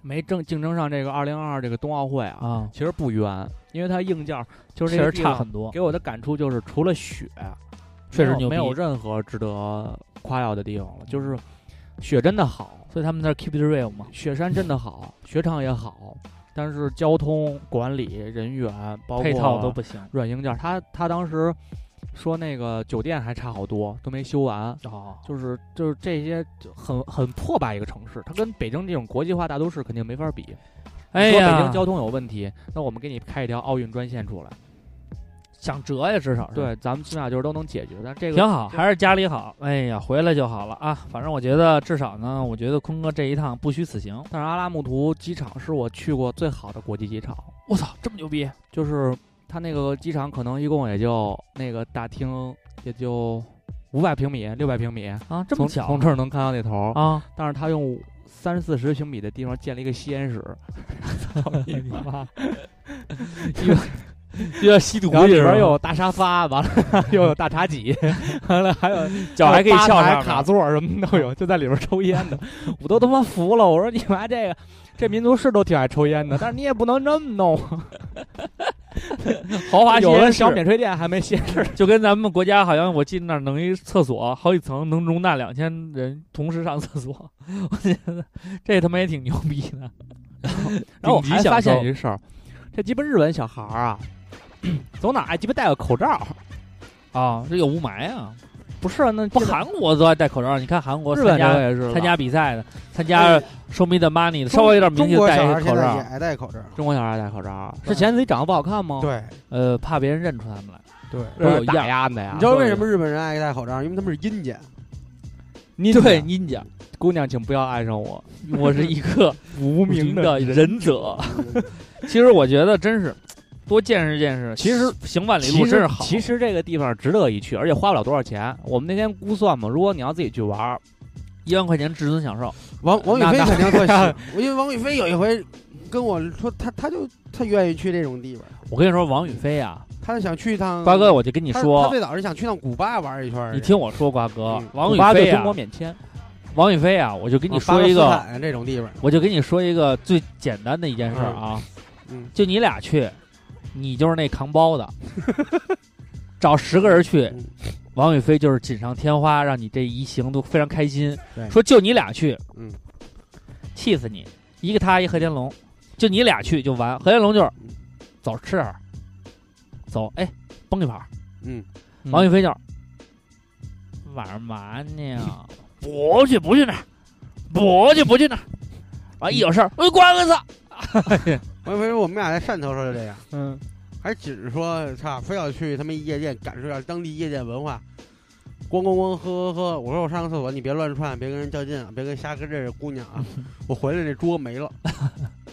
Speaker 3: 没争竞争上这个二零二二这个冬奥会啊，
Speaker 2: 啊，
Speaker 3: 其实不冤，因为它硬件儿就是
Speaker 2: 确
Speaker 3: 这
Speaker 2: 实
Speaker 3: 个地
Speaker 2: 差
Speaker 3: 方
Speaker 2: 很多，
Speaker 3: 给我的感触就是，除了雪，
Speaker 2: 确实
Speaker 3: 没有
Speaker 2: 牛逼
Speaker 3: 没有任何值得夸耀的地方了。就是雪真的好，
Speaker 2: 所以他们那儿 keep it real 嘛。
Speaker 3: 雪山真的好，雪场也好，但是交通管理、人员，包括
Speaker 2: 配套都不行。
Speaker 3: 软硬件，他他当时说那个酒店还差好多，都没修完。
Speaker 2: 哦，
Speaker 3: 就是就是这些就很很破败一个城市，它跟北京这种国际化大都市肯定没法比。
Speaker 2: 哎
Speaker 3: 说
Speaker 2: 呀，
Speaker 3: 北京交通有问题，那我们给你开一条奥运专线出来，
Speaker 2: 想折呀，至少是。，
Speaker 3: 对，咱们起码就是都能解决。但这个
Speaker 2: 挺好，还是家里好。哎呀，回来就好了啊。反正我觉得，至少呢，我觉得坤哥这一趟不虚此行。
Speaker 3: 但是阿拉木图机场是我去过最好的国际机场，
Speaker 2: 我操，这么牛逼！
Speaker 3: 就是它那个机场可能一共也就那个大厅也就五百平米、六百平米，
Speaker 2: 啊，这么
Speaker 3: 从
Speaker 2: 巧
Speaker 3: 从这儿能看到那头儿，
Speaker 2: 啊！
Speaker 3: 但是他用三四十平米的地方建了一个吸 烟室，
Speaker 2: 你 妈，又要吸毒
Speaker 3: 然后里
Speaker 2: 去是吧
Speaker 3: 边有大沙发，完了 又有大茶几，完了还有
Speaker 2: 脚还可以
Speaker 3: 还有
Speaker 2: 翘
Speaker 3: 吧台
Speaker 2: 上
Speaker 3: 卡座什么都有，就在里边抽烟的，我都他妈服了。我说你妈这个这民族是都挺爱抽烟的，但是你也不能这么弄。
Speaker 2: 豪华
Speaker 3: 有
Speaker 2: 吸烟
Speaker 3: 的
Speaker 2: 室
Speaker 3: 小免税店还没歇着，
Speaker 2: 就跟咱们国家好像，我记得那儿能一厕所好几层，能容纳两千人同时上厕所， 我觉得这他妈也挺牛逼的。
Speaker 3: 然后我
Speaker 2: 顶级
Speaker 3: 还
Speaker 2: 享
Speaker 3: 发现
Speaker 2: 受
Speaker 3: 一事儿，这鸡巴日本小孩儿啊，走哪儿爱鸡巴戴个口罩，
Speaker 2: 啊，这有雾霾啊，
Speaker 3: 不是啊，那
Speaker 2: 不韩国都爱戴口罩，你看韩国
Speaker 3: 日本
Speaker 2: 参加
Speaker 3: 这个也是吧
Speaker 2: 参加比赛的，参加 Show Me the Money 的，稍微有点名气
Speaker 4: 中
Speaker 2: 的
Speaker 4: 国
Speaker 2: 戴
Speaker 4: 小孩
Speaker 2: 一
Speaker 4: 现
Speaker 2: 口
Speaker 4: 在也
Speaker 2: 罩。
Speaker 4: 爱戴口罩，
Speaker 3: 中国小孩戴口罩，
Speaker 4: 对
Speaker 3: 是嫌自己长得不好看吗？，
Speaker 4: 对
Speaker 2: 呃，怕别人认出他们来，
Speaker 4: 对。
Speaker 2: 都有
Speaker 3: 有
Speaker 2: 样
Speaker 3: 打压的呀。
Speaker 4: 你知道为什么日本人爱戴口罩？因为他们是阴间，
Speaker 3: 你
Speaker 2: 对，您讲，
Speaker 3: 姑娘，请不要爱上我，
Speaker 2: 我是一个
Speaker 3: 无
Speaker 2: 无名的忍者。 其实我觉得真是多见识见识，
Speaker 3: 其实
Speaker 2: 行万里
Speaker 3: 其
Speaker 2: 路真是
Speaker 3: 实
Speaker 2: 好。
Speaker 3: 其实这个地方值得一去，而且花不了多少钱。我们那天估算嘛，如果你要自己去玩儿，
Speaker 2: 一万块钱至尊享受，
Speaker 4: 王王
Speaker 3: 那
Speaker 4: 宇飞
Speaker 3: 那
Speaker 4: 肯定特喜欢，因为王宇飞有一回跟我说，他他就他愿意去这种地方，
Speaker 2: 我跟你说，王宇飞啊，
Speaker 4: 他就想去一趟。
Speaker 2: 瓜哥，我就跟你
Speaker 4: 你嗯他
Speaker 2: 说，
Speaker 4: 最早是想去趟古巴玩一圈儿去。
Speaker 2: 你听我说，瓜哥
Speaker 4: 嗯，
Speaker 2: 王宇
Speaker 3: 八
Speaker 2: 飞
Speaker 3: 对
Speaker 2: 啊
Speaker 3: 中，国免签，
Speaker 2: 王宇飞啊，我就跟
Speaker 4: 啊
Speaker 2: 你说一
Speaker 4: 巴勒斯
Speaker 2: 个，
Speaker 4: 坦这种地方，
Speaker 2: 我就跟你说一个最简单的一件事儿啊
Speaker 4: 嗯嗯，
Speaker 2: 就你俩去，你就是那扛包的，找十个人去
Speaker 4: 嗯，
Speaker 2: 王宇飞就是锦上添花，让你这一行都非常开心。
Speaker 4: 对
Speaker 2: 说就你俩去，
Speaker 4: 嗯，
Speaker 2: 气死你！一个他，一何天龙，就你俩去就完。何天龙就是
Speaker 4: 嗯
Speaker 2: 走吃点儿，走哎崩一盘儿。
Speaker 4: 嗯，
Speaker 2: 王宇飞就是玩儿嘛 呢？不去不去那儿，不去不去那儿。完一有事儿，我瓜个操！
Speaker 4: 王宇飞说我们俩在汕头时候就这样，
Speaker 3: 嗯，
Speaker 4: 还只是说差非要去他们夜店感受一下当地夜店文化，咣咣咣喝喝喝。我说我上个厕所，你别乱窜，别跟人较劲啊，别跟瞎跟这姑娘啊。 我回来这桌没了，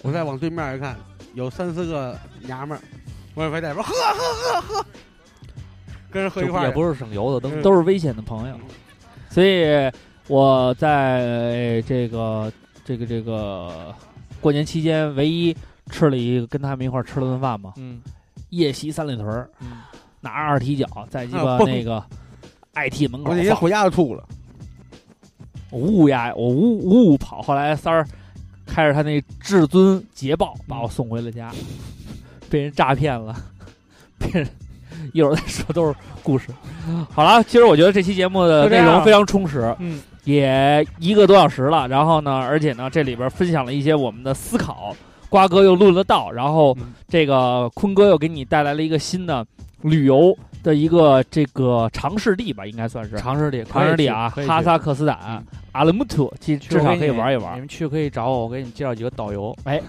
Speaker 4: 我再往对面一看，有三四个娘们儿，王宇飞在那边喝喝喝喝，跟人喝一块
Speaker 3: 也
Speaker 4: 儿嗯去。
Speaker 3: 不是省油的灯。
Speaker 2: 都是危险的朋友，所以我在这个这个这个过年期间，唯一吃了一个跟他们一块儿吃了顿饭嘛，
Speaker 3: 嗯，
Speaker 2: 夜袭三里屯儿
Speaker 3: 嗯，
Speaker 2: 拿二踢脚在鸡巴
Speaker 4: 啊蹦
Speaker 2: 那个 IT 门口
Speaker 4: 我那天
Speaker 2: 放
Speaker 4: 回家就吐了，
Speaker 2: 我呜呀，我呜呜呜跑，后来三儿开着他那至尊捷豹把我送回了家，被人诈骗了，被人一会儿再说都是故事。好了，其实我觉得这期节目的
Speaker 3: 就这
Speaker 2: 内
Speaker 3: 样
Speaker 2: 容非常充实，
Speaker 3: 嗯，
Speaker 2: 也一个多小时了。然后呢，而且呢，这里边分享了一些我们的思考，瓜哥又论了道，然后
Speaker 3: 嗯
Speaker 2: 这个坤哥又给你带来了一个新的旅游的一个这个尝试地吧，应该算是
Speaker 3: 尝试里，
Speaker 2: 尝试地啊，
Speaker 3: 可以去
Speaker 2: 哈萨克斯坦、啊
Speaker 3: 嗯
Speaker 2: 阿勒木图，至
Speaker 3: 去
Speaker 2: 至
Speaker 3: 我
Speaker 2: 少
Speaker 3: 给
Speaker 2: 可以
Speaker 3: 你
Speaker 2: 玩一
Speaker 3: 你
Speaker 2: 玩。
Speaker 3: 们去可以找我，我给你介绍几个导游。
Speaker 2: 哎，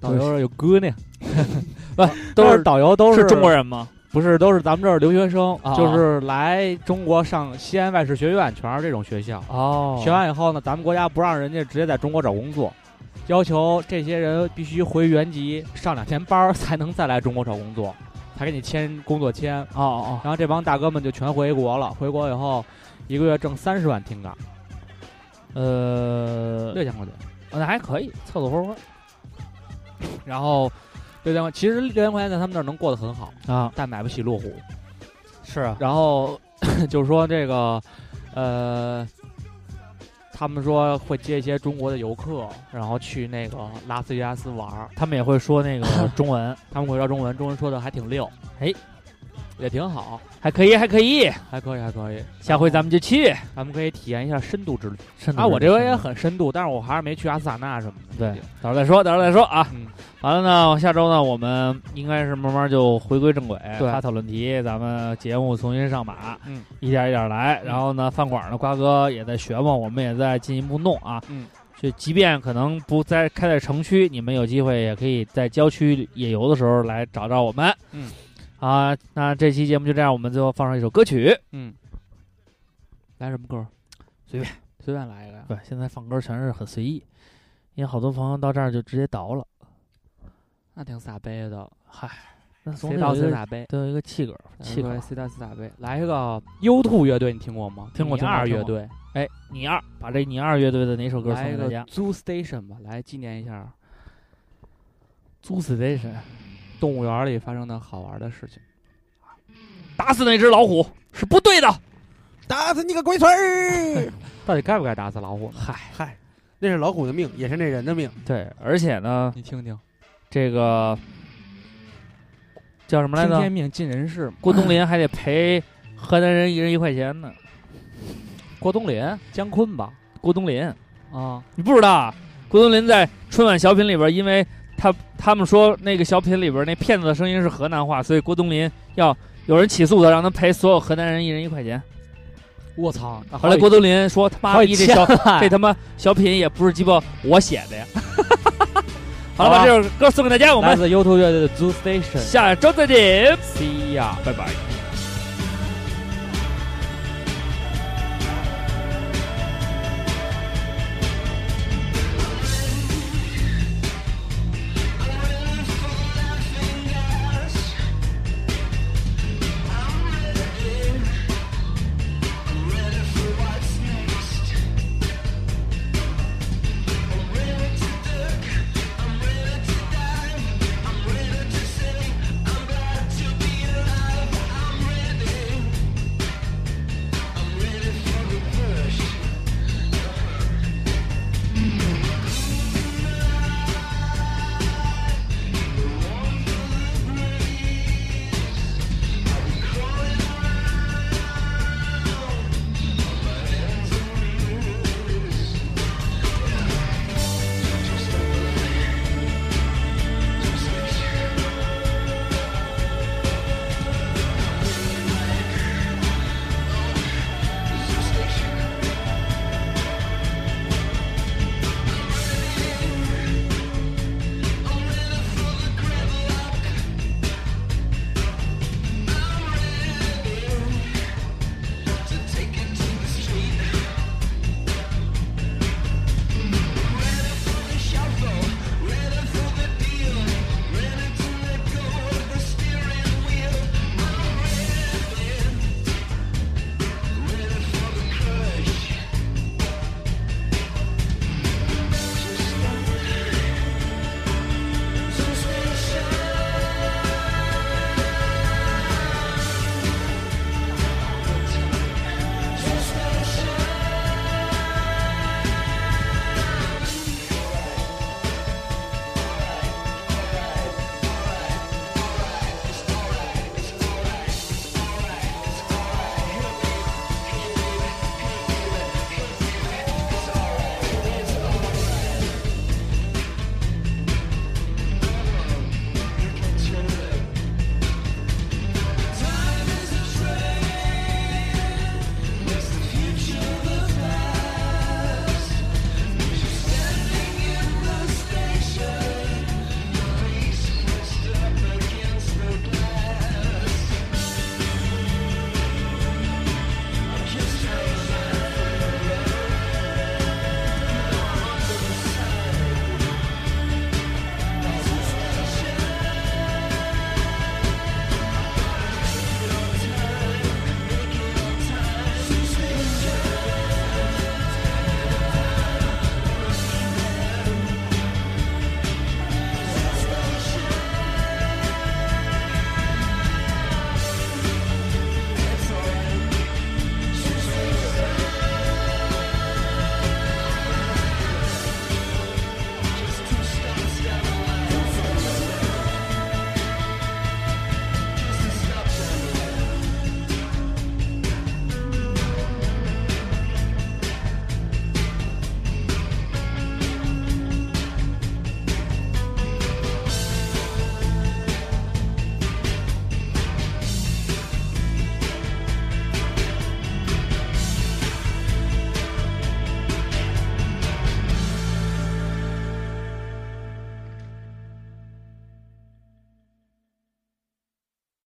Speaker 3: 导游说有姑 娘，
Speaker 2: 都
Speaker 3: 但是导游，都
Speaker 2: 是中国
Speaker 3: 人，
Speaker 2: 人吗？
Speaker 3: 不是都是咱们这儿留学生
Speaker 2: 啊，
Speaker 3: 就是来中国上西安外事学院，全是这种学校。
Speaker 2: 哦
Speaker 3: 学完以后呢，咱们国家不让人家直接在中国找工作，要求这些人必须回原籍上两天班儿才能再来中国找工作，才给你签工作签。
Speaker 2: 哦哦
Speaker 3: 然后这帮大哥们就全回国了，回国以后一个月挣三十万听岗，
Speaker 2: 哦，呃，
Speaker 3: 六千块钱。
Speaker 2: 那还可以，凑凑合合
Speaker 3: 然后六千块，其实六千块钱在他们那儿能过得很好，
Speaker 2: 啊。
Speaker 3: 但买不起路虎。
Speaker 2: 是啊，
Speaker 3: 然后 就是说这个，呃，他们说会接一些中国的游客，然后去那个拉斯维加斯玩儿，
Speaker 2: 他们也会说 那个中文，
Speaker 3: 他们会说中文，中文说的还挺溜，
Speaker 2: 哎，
Speaker 3: 也挺好，
Speaker 2: 还可以，还可以。
Speaker 3: 还可以，还可以。
Speaker 2: 下回咱们就去。
Speaker 3: 咱们可以体验一下深度之旅
Speaker 2: 深度
Speaker 3: 啊！我
Speaker 2: 之旅
Speaker 3: 这回也
Speaker 2: 深度
Speaker 3: 很深度，但是我还是没去阿斯塔纳什么的。
Speaker 2: 对，到时候再说，到时候再说啊。
Speaker 3: 嗯，
Speaker 2: 完了呢，下周呢，我们应该是慢慢就回归正轨，
Speaker 3: 对
Speaker 2: 发讨论题，咱们节目重新上马，
Speaker 3: 嗯，
Speaker 2: 一点一点来。然后呢，饭馆呢，瓜哥也在学嘛，我们也在进一步弄啊，
Speaker 3: 嗯，
Speaker 2: 就即便可能不在开在城区，你们有机会也可以在郊区野游的时候来找找我们，
Speaker 3: 嗯，
Speaker 2: 啊，那这期节目就这样，我们最后放上一首歌曲，
Speaker 3: 嗯，来什么歌？
Speaker 2: 随便
Speaker 3: 随便来一个呀。
Speaker 2: 对，现在放歌全是很随意，因为好多朋友到这儿就直接倒了，
Speaker 3: 那挺傻逼的，
Speaker 2: 嗨，那总
Speaker 3: 谁
Speaker 2: 得
Speaker 3: 到
Speaker 2: 有一
Speaker 3: 谁
Speaker 2: 个
Speaker 3: 傻逼，
Speaker 2: 都有一个气梗，气
Speaker 3: 对，
Speaker 2: 梗。
Speaker 3: 谁到谁傻逼。来一个 U Two 乐队，你听过吗？
Speaker 2: 听过
Speaker 3: 你
Speaker 2: 听过
Speaker 3: 二
Speaker 2: 听
Speaker 3: 乐
Speaker 2: 过
Speaker 3: 队，
Speaker 2: 哎，你二把这你二乐队的哪首歌送
Speaker 3: 来
Speaker 2: 给
Speaker 3: 一
Speaker 2: 大
Speaker 3: 个
Speaker 2: 家？
Speaker 3: Zoo Station 吧，来纪念一下
Speaker 2: 租死这是，
Speaker 3: 动物园里发生的好玩的事情。
Speaker 2: 打死那只老虎是不对的。
Speaker 4: 打死你个龟孙儿！
Speaker 3: 到底该不该打死老虎呢？
Speaker 2: 嗨，
Speaker 4: 嗨，那是老虎的命，也是那人的命。
Speaker 2: 对，而且呢，
Speaker 3: 你听听，
Speaker 2: 这个叫什么来
Speaker 3: 听
Speaker 2: 着
Speaker 3: 天？命尽人事嘛。
Speaker 2: 郭冬临还得赔河南人一人一块钱呢。
Speaker 3: 郭冬临、姜昆吧？
Speaker 2: 郭冬临，
Speaker 3: 啊，
Speaker 2: 你不知道啊？郭冬临在春晚小品里边，因为他他们说那个小品里边那骗子的声音是河南话，所以郭冬临要有人起诉他，让他赔所有河南人一人一块钱。
Speaker 3: 我操！
Speaker 2: 啊后来郭冬临说：“他妈
Speaker 3: 好
Speaker 2: 逼这
Speaker 3: 几千
Speaker 2: 小
Speaker 3: 万
Speaker 2: 这他妈小品也不是鸡巴我写的呀。” 好了，
Speaker 3: 好啊
Speaker 2: 把这首歌送给大家，我
Speaker 3: 来
Speaker 2: 们
Speaker 3: 自 U2 乐队的 Zoo Station。
Speaker 2: 下周再见，
Speaker 3: See ya，
Speaker 2: 拜拜。